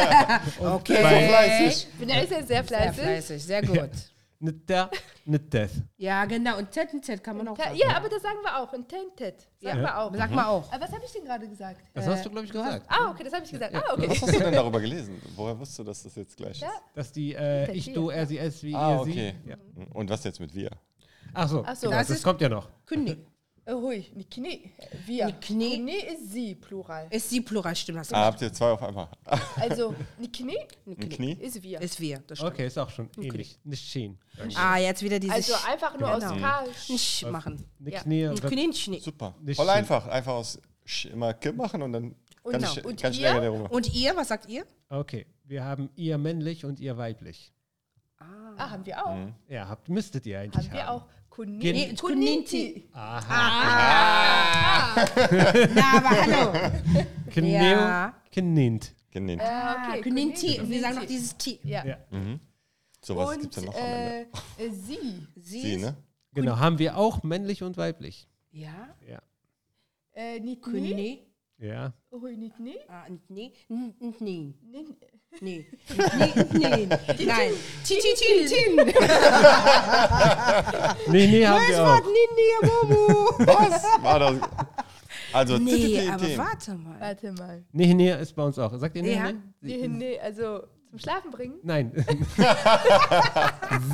Speaker 2: okay. Bei
Speaker 3: Fleißig.
Speaker 4: Bin er ist ja sehr
Speaker 5: Sehr
Speaker 4: fleißig.
Speaker 5: fleißig, sehr gut.
Speaker 2: nicht der, nicht das.
Speaker 5: Ja, genau. Und Ted und Ted kann man auch
Speaker 4: Ta,
Speaker 5: sagen.
Speaker 4: ja, aber das sagen wir auch. In Tet, in Tet. Sagen
Speaker 5: Ja.
Speaker 4: wir auch.
Speaker 5: Sag mal
Speaker 3: Mhm.
Speaker 5: auch.
Speaker 4: Aber was habe ich denn gerade gesagt? Äh,
Speaker 2: Das hast du, glaube ich, gesagt.
Speaker 4: Ah, okay, das habe ich gesagt. Ah, okay.
Speaker 3: Was hast du denn darüber gelesen? Woher wusstest du, dass das jetzt gleich
Speaker 4: Ja.
Speaker 3: ist?
Speaker 2: Dass die äh,
Speaker 4: Der
Speaker 2: ich,
Speaker 4: Tier.
Speaker 2: du, er, sie, es, wie,
Speaker 3: Ah,
Speaker 2: ihr, sie.
Speaker 3: okay.
Speaker 2: Ja.
Speaker 3: Hm, Und was jetzt mit wir?
Speaker 2: Ach so,
Speaker 4: Ach so.
Speaker 2: genau,
Speaker 4: Das
Speaker 2: das,
Speaker 5: ist-
Speaker 2: kommt ja noch.
Speaker 5: Kündig.
Speaker 4: Äh, Hui, ni Knie. Wir.
Speaker 5: Ni Knie.
Speaker 4: Knie ist sie, Plural.
Speaker 5: Ist die Plural, stimmt. Hast du
Speaker 3: Ah, habt ihr zwei auf einmal?
Speaker 4: Also, ni Knie
Speaker 3: Ein Knie?
Speaker 4: ist wir.
Speaker 5: Ist wir, das stimmt.
Speaker 2: Okay, ist auch schon ähnlich. Nicht Schien.
Speaker 5: Ah, jetzt wieder dieses
Speaker 4: Also einfach nur aus K.
Speaker 5: Sch machen.
Speaker 2: Eine
Speaker 4: Ja.
Speaker 2: Knie.
Speaker 5: Ein Knie.
Speaker 3: Super.
Speaker 2: Nicht
Speaker 3: Voll
Speaker 2: schön.
Speaker 3: einfach. Einfach aus Sch immer Kim machen und dann
Speaker 4: Und
Speaker 3: ganz,
Speaker 4: genau.
Speaker 3: sch
Speaker 4: Und
Speaker 3: ganz
Speaker 4: ihr?
Speaker 3: schnell wieder rüber.
Speaker 5: Und ihr, was sagt ihr?
Speaker 2: Okay, wir haben ihr männlich und ihr weiblich.
Speaker 4: Ah, haben wir auch.
Speaker 3: Mhm.
Speaker 2: Ja, habt, müsstet ihr eigentlich
Speaker 4: Haben
Speaker 2: haben.
Speaker 4: wir auch. Kuni.
Speaker 2: Gen-
Speaker 5: Nee,
Speaker 4: Kuninti.
Speaker 5: Na, aber hallo.
Speaker 2: Kneo,
Speaker 5: Ja.
Speaker 2: Knint.
Speaker 3: Genannt.
Speaker 4: Ah, okay.
Speaker 5: Kuninti. Und wir sagen noch
Speaker 4: Kuninti.
Speaker 5: dieses T.
Speaker 4: Ja.
Speaker 2: Ja.
Speaker 3: So was
Speaker 4: Und
Speaker 3: gibt's ja noch am Ende.
Speaker 4: äh, äh, sie.
Speaker 5: Sie,
Speaker 3: Sie,
Speaker 5: ist-
Speaker 3: ne?
Speaker 2: Genau, haben wir auch männlich und weiblich.
Speaker 5: Ja.
Speaker 2: Ja.
Speaker 4: Äh, ni Knie.
Speaker 5: Kuni.
Speaker 2: Ja.
Speaker 4: Hui, ni Knie.
Speaker 5: Ah, und nee. N- und nee.
Speaker 4: Ni-
Speaker 5: Nee. Nee, und nee. Nein. Tin, tin, tin, tin.
Speaker 2: Nee, nee, haben wir auch.
Speaker 3: Was? War das? Also,
Speaker 5: Nee,
Speaker 3: TTT
Speaker 5: aber
Speaker 3: Team.
Speaker 5: warte mal.
Speaker 4: Warte mal.
Speaker 2: Nee, nee ist bei uns auch. Sagt ihr nee,
Speaker 5: Ja.
Speaker 2: nee?
Speaker 4: Die Hinde, also zum Schlafen bringen.
Speaker 2: Nein.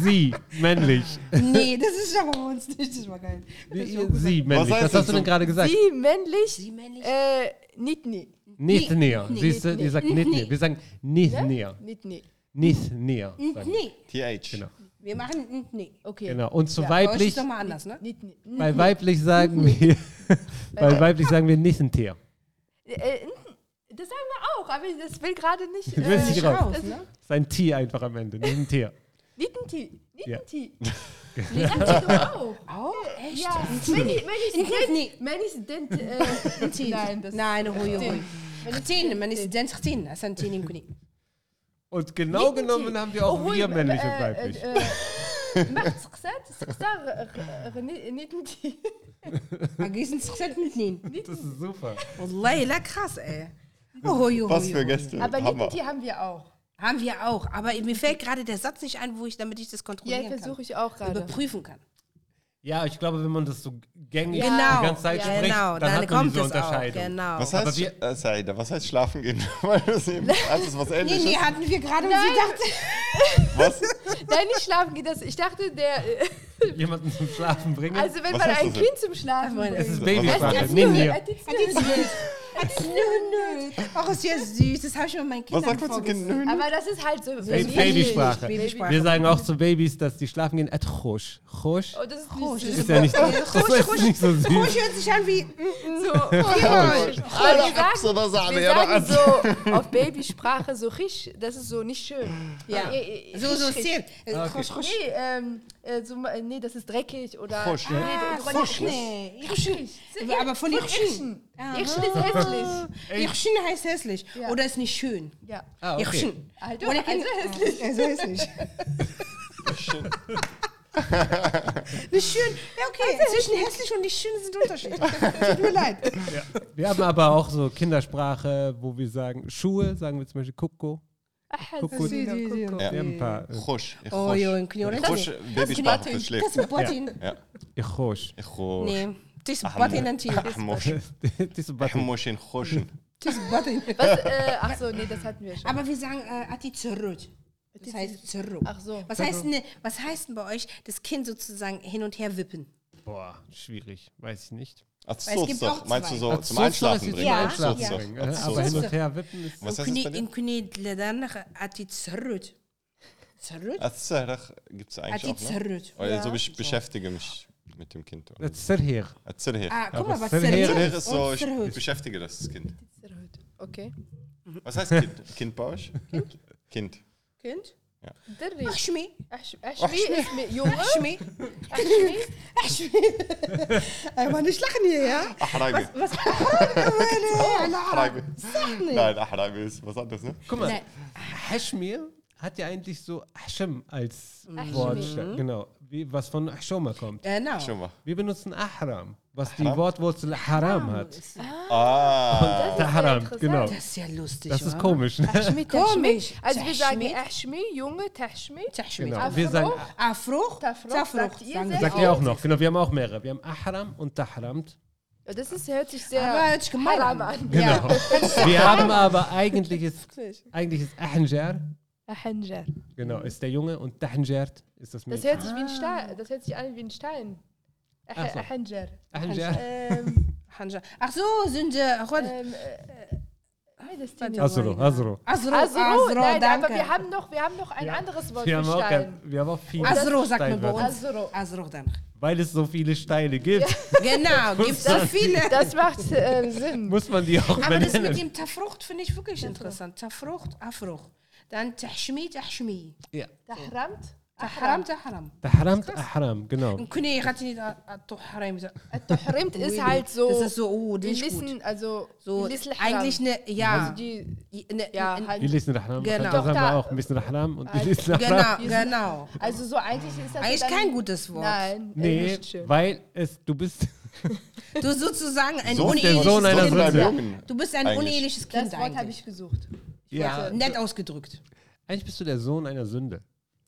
Speaker 2: sie, männlich.
Speaker 5: Nee, das ist aber bei uns nicht. Das war geil.
Speaker 2: Nee, Sie, männlich.
Speaker 3: heißt
Speaker 2: Was,
Speaker 3: das
Speaker 2: hast du denn
Speaker 3: so?
Speaker 2: gerade gesagt?
Speaker 4: Sie männlich.
Speaker 5: Sie männlich.
Speaker 4: Äh, nicht nie.
Speaker 2: Nicht
Speaker 5: Nee,
Speaker 2: näher.
Speaker 5: nee,
Speaker 2: Siehst du,
Speaker 5: nee,
Speaker 2: ihr sagt nicht
Speaker 5: nee.
Speaker 2: näher. Wir sagen nicht näher.
Speaker 4: Nicht nie.
Speaker 2: Nicht näher.
Speaker 5: Und
Speaker 2: sagen wir.
Speaker 5: nee.
Speaker 3: TH.
Speaker 2: Genau.
Speaker 5: Wir machen und nee.
Speaker 4: Okay.
Speaker 2: Genau. Und zu
Speaker 4: Ja,
Speaker 5: Bei euch ist es
Speaker 2: weiblich,
Speaker 5: nochmal anders, ne?
Speaker 4: Nicht nie.
Speaker 2: bei weiblich sagen wir, bei weiblich sagen wir nicht ein Tier.
Speaker 4: Äh, das sagen wir auch, aber das will gerade nicht. äh,
Speaker 2: Du willst nicht raus.
Speaker 5: Raus, ne?
Speaker 2: Ist ein Tier einfach am Ende, nicht ein Tier.
Speaker 4: Nittenti.
Speaker 2: Ja.
Speaker 4: Nittenti. Nittenti doch auch.
Speaker 5: Auch? Echt?
Speaker 4: Ja, wenn ich- wenn ich- Wenn ich den. äh, Nein, das
Speaker 5: Nein, ruhig, ruhig.
Speaker 4: Wenn ich-
Speaker 5: Teen, man ist den Teen, das ist ein Teen im Knie.
Speaker 2: Und genau
Speaker 4: Nittenti.
Speaker 2: genommen haben wir auch
Speaker 4: Obwohl,
Speaker 2: wir männlich
Speaker 4: äh,
Speaker 2: und weiblich.
Speaker 4: äh, äh, Macht Sixat, Sixat, Nittenti.
Speaker 2: Hm,
Speaker 5: Vergessen es nicht mit Teen.
Speaker 2: das ist super.
Speaker 5: Wallahi, la krass, ey. Ruhig, ruhig.
Speaker 3: Was für
Speaker 5: ruhig.
Speaker 3: Gäste.
Speaker 4: Oh, Aber
Speaker 3: Hammer.
Speaker 4: Nittenti haben wir auch.
Speaker 5: Haben wir auch, aber mir fällt gerade der Satz nicht ein, wo ich, damit ich das
Speaker 4: Ja,
Speaker 5: kontrollieren
Speaker 4: versuche
Speaker 5: kann.
Speaker 4: ich auch gerade.
Speaker 5: Überprüfen kann.
Speaker 2: Ja, ich glaube, wenn man das so gängig
Speaker 5: Genau,
Speaker 2: die ganze Zeit
Speaker 5: ja,
Speaker 2: spricht,
Speaker 5: genau,
Speaker 2: dann, hat man diese
Speaker 5: es
Speaker 2: Unterscheidung.
Speaker 5: Auch, genau.
Speaker 3: Was
Speaker 2: Aber
Speaker 3: heißt,
Speaker 2: wir-
Speaker 3: äh, sorry, was heißt schlafen gehen? Weil das eben alles was
Speaker 5: Nee,
Speaker 3: ähnliches.
Speaker 5: nee, hatten wir gerade und sie dachte,
Speaker 3: Was?
Speaker 4: Nein, nicht schlafen geht das. Ich dachte, der. äh,
Speaker 2: Jemanden zum Schlafen bringen.
Speaker 4: Also, wenn
Speaker 3: Was
Speaker 4: man
Speaker 3: heißt
Speaker 4: ein
Speaker 3: das denn?
Speaker 4: Kind zum Schlafen bringt.
Speaker 2: das ist
Speaker 3: Was- was-
Speaker 2: Babysprache.
Speaker 3: was-
Speaker 2: Nee,
Speaker 4: Äh,
Speaker 2: nee.
Speaker 4: die-
Speaker 5: hat die süß. Hat die nö, nö. Ach, ist ja süß, das habe ich mit meinen
Speaker 3: Was
Speaker 5: Kindern
Speaker 3: sagt man zu
Speaker 5: vorgesagt.
Speaker 3: Kindern?
Speaker 4: Aber das ist halt so.
Speaker 2: Ba-
Speaker 4: so
Speaker 2: Babysprache.
Speaker 5: Babysprache.
Speaker 2: Wir sagen auch zu Babys, dass die schlafen gehen. Et chosch. Chosch
Speaker 4: Oh, das ist nicht süß.
Speaker 2: ist ja nicht, das ist nicht so süß.
Speaker 5: Ruhig hört sich an wie, mm,
Speaker 4: So, aber wir
Speaker 3: Apps
Speaker 4: sagen,
Speaker 3: oder Sahne,
Speaker 4: wir
Speaker 3: ja, doch also
Speaker 4: sagen so auf Babysprache so risch, das ist so nicht schön.
Speaker 5: ja,
Speaker 4: Äh, äh,
Speaker 5: so, so,
Speaker 4: risch, risch.
Speaker 5: zählt. Äh,
Speaker 2: Okay.
Speaker 5: rusch, rusch.
Speaker 4: Nee, ähm, äh, so, äh, nee, das ist dreckig oder.
Speaker 3: Husch.
Speaker 4: Nee,
Speaker 5: Ah,
Speaker 4: du- du-
Speaker 5: nee.
Speaker 4: Huschig.
Speaker 5: Aber von Irschen.
Speaker 4: Irschen ist hässlich.
Speaker 5: Irschen heißt hässlich.
Speaker 4: Ja.
Speaker 5: Oder ist nicht schön.
Speaker 4: Ja.
Speaker 2: Ah, okay.
Speaker 5: Irschen.
Speaker 4: Also,
Speaker 5: Oder
Speaker 4: also hässlich.
Speaker 5: Also hässlich. Nicht schön. Ja, okay. Zwischen hässlich und nicht schön sind Unterschiede. Tut mir leid.
Speaker 2: Wir haben aber auch so Kindersprache, wo wir sagen Schuhe, sagen wir zum Beispiel Kucko. Kuckuck.
Speaker 5: Sie, sie, sie.
Speaker 3: Ja.
Speaker 2: Wir haben ein paar. äh,
Speaker 3: Husch. Ich
Speaker 5: Oh,
Speaker 3: husch.
Speaker 5: Jürgen, können wir
Speaker 3: Ich
Speaker 5: das
Speaker 3: husch, Babysprache
Speaker 5: Bottin.
Speaker 3: für
Speaker 5: Das
Speaker 3: Schläft.
Speaker 5: ist Bottin.
Speaker 3: Ja.
Speaker 2: Ich husch.
Speaker 3: Ich husch.
Speaker 5: Nee. Das ist
Speaker 3: Ach,
Speaker 5: Bottin
Speaker 3: Mo-
Speaker 5: und Tier.
Speaker 3: Ach, Mosch.
Speaker 2: Diese
Speaker 3: Ich
Speaker 2: Button.
Speaker 3: muss ihn huschen.
Speaker 5: Das ist Bottin.
Speaker 4: Was, äh, ach so, nee, das hatten wir schon.
Speaker 5: Aber wir sagen äh, Ati zerrüt. Das heißt zerrüt.
Speaker 4: Ach so.
Speaker 5: Was heißt, denn, was heißt denn bei euch das Kind sozusagen hin und her wippen?
Speaker 2: Boah, schwierig. Weiß ich nicht.
Speaker 3: Ach,
Speaker 5: Weil es gibt
Speaker 3: Zuzog.
Speaker 5: auch
Speaker 3: Meinst du so
Speaker 2: Ach,
Speaker 3: zum
Speaker 2: so, so
Speaker 3: Einschlafen
Speaker 2: ist es
Speaker 3: bringen?
Speaker 5: Ja.
Speaker 2: zum Einschlafen
Speaker 5: Ja.
Speaker 2: bringen.
Speaker 3: Ach,
Speaker 2: äh,
Speaker 3: so,
Speaker 2: Aber hin
Speaker 3: so.
Speaker 2: und her wippen ist.
Speaker 3: Was heißt das bei dir?
Speaker 5: Im König Ledanach Ati zerrüt. Zerrüt?
Speaker 3: Azerach gibt es eigentlich
Speaker 5: Ati
Speaker 3: auch, ne?
Speaker 5: zerrüt.
Speaker 3: Also ich beschäftige mich mit dem Kind.
Speaker 2: Das ist hier.
Speaker 3: Erzähl her.
Speaker 2: آه،
Speaker 5: Ah, guck mal, was
Speaker 2: Zerrüt
Speaker 5: zerrüt
Speaker 3: Zerrüt ist
Speaker 5: ist.
Speaker 3: so,
Speaker 5: und
Speaker 3: ich ich
Speaker 5: Zerrüt.
Speaker 3: beschäftige das Kind.
Speaker 4: Okay.
Speaker 3: Was heißt Kind? Kind bei euch? Kind.
Speaker 5: Kind?
Speaker 4: Dirri.
Speaker 5: Ach, Schmi.
Speaker 4: Asch- Aschmi ist mir Junge.
Speaker 5: Ach, Schmi.
Speaker 4: Aschmi.
Speaker 5: Ach, Schmi. Einfach nicht lachen hier, ja?
Speaker 3: Achrabi.
Speaker 5: Was? Meine
Speaker 3: Achrabi.
Speaker 5: Sag nicht.
Speaker 3: Nein, Achrabi ist was anderes, ne?
Speaker 2: Guck mal,
Speaker 5: Nein.
Speaker 2: Hashmir hat ja eigentlich so Hashem als
Speaker 4: Hashmi.
Speaker 2: Wort. statt- Genau. Wie, was von Ashoma kommt.
Speaker 3: Schon
Speaker 5: Genau.
Speaker 3: mal.
Speaker 2: Wir benutzen Ahram, was die
Speaker 3: Ahram?
Speaker 2: Wortwurzel Haram hat.
Speaker 3: Ah.
Speaker 4: Das ist ja
Speaker 2: Haram,
Speaker 4: interessant.
Speaker 2: genau.
Speaker 5: Das ist ja lustig.
Speaker 2: Das ist
Speaker 5: wa?
Speaker 2: komisch. ne?
Speaker 4: Aschmi,
Speaker 5: Komisch.
Speaker 4: Tashmi. Also wir
Speaker 5: Tashmi.
Speaker 4: sagen Aschmi, Junge, Tashmi.
Speaker 5: Tashmi.
Speaker 2: Genau. Wir sagen,
Speaker 5: Afro,
Speaker 4: Tafruch,
Speaker 5: Tafruch,
Speaker 4: sagt ihr
Speaker 5: sagen
Speaker 4: selbst?
Speaker 5: wir.
Speaker 2: sagt ihr auch noch. Genau, wir haben auch mehrere. Wir haben Ahram und Tahramt.
Speaker 4: Ja, Das ist, hört sich sehr
Speaker 5: Aber hört sich gemein
Speaker 4: haram
Speaker 5: an.
Speaker 4: an.
Speaker 2: Genau.
Speaker 5: Ja.
Speaker 2: Wir haben aber eigentlich ist, eigentlich ist Ahnjar,
Speaker 4: Ahanjar.
Speaker 2: genau, ist der Junge und Tahnjart ist das
Speaker 4: Das
Speaker 2: Mädchen.
Speaker 4: hört sich wie ein Stein. Das hört sich an wie ein Stein.
Speaker 2: Ach so.
Speaker 4: Ahanjar.
Speaker 2: Ahnjar.
Speaker 4: Ähm,
Speaker 5: Hanja. Ach so, sind äh, Rod-
Speaker 4: ähm, äh, äh, nein, das ist die nicht.
Speaker 2: Azro, Azro.
Speaker 5: Azro,
Speaker 4: Also,
Speaker 5: Azro,
Speaker 4: nein,
Speaker 5: danke.
Speaker 4: aber wir haben noch, wir haben noch ein
Speaker 2: Ja.
Speaker 4: anderes Wort
Speaker 2: Wir
Speaker 4: für
Speaker 2: haben, auch
Speaker 4: Stein.
Speaker 2: kein, wir haben auch viele
Speaker 5: Azro, sagt man bei
Speaker 2: Steinwörter.
Speaker 5: uns.
Speaker 4: Azro.
Speaker 5: Azro, danke.
Speaker 2: Weil es so viele Steine gibt,
Speaker 5: Genau, gibt so viele.
Speaker 4: Das macht äh, Sinn.
Speaker 2: muss man die auch
Speaker 5: Aber das mit
Speaker 2: benennen.
Speaker 5: dem Tafrucht finde ich wirklich interessant. Tafrucht, Afruch. Dann Tashmi, Tashmi.
Speaker 2: Ja.
Speaker 4: Tahramt?
Speaker 5: Tahram, Tahram.
Speaker 2: Tahramt, Ahram, genau.
Speaker 5: Und Kuni, ich hatte nicht Tahram.
Speaker 4: Äh, Tahramt ist halt so.
Speaker 5: Das ist so, oh, das
Speaker 4: die
Speaker 5: ist gut.
Speaker 4: Lissen, also
Speaker 5: So,
Speaker 4: die Lissen
Speaker 5: eigentlich eine, ja.
Speaker 4: also die,
Speaker 5: ne-
Speaker 4: ja,
Speaker 5: ne-
Speaker 4: halt,
Speaker 2: Ilis Ahram.
Speaker 5: Genau.
Speaker 2: Das haben wir
Speaker 4: Doch,
Speaker 2: auch. Ein bisschen Ahram und
Speaker 4: Also-
Speaker 2: Ilis Ahram.
Speaker 5: Genau, genau.
Speaker 4: also so eigentlich ist das
Speaker 5: Eigentlich
Speaker 4: dann-
Speaker 5: kein gutes Wort.
Speaker 4: Nein, äh,
Speaker 2: Nee,
Speaker 4: nicht schön.
Speaker 2: weil es, du bist.
Speaker 5: Du sozusagen ein
Speaker 3: Sohn der
Speaker 5: uneheliches
Speaker 2: Sohn einer
Speaker 5: Kind.
Speaker 2: Sohn.
Speaker 3: Jungen.
Speaker 5: Du bist ein
Speaker 3: Eigentlich.
Speaker 5: uneheliches Kind
Speaker 4: Das Wort habe
Speaker 5: eigentlich. Also
Speaker 4: ich gesucht. Ich
Speaker 2: Ja.
Speaker 4: wollte-
Speaker 5: Nett ausgedrückt.
Speaker 2: Eigentlich bist du der Sohn einer Sünde.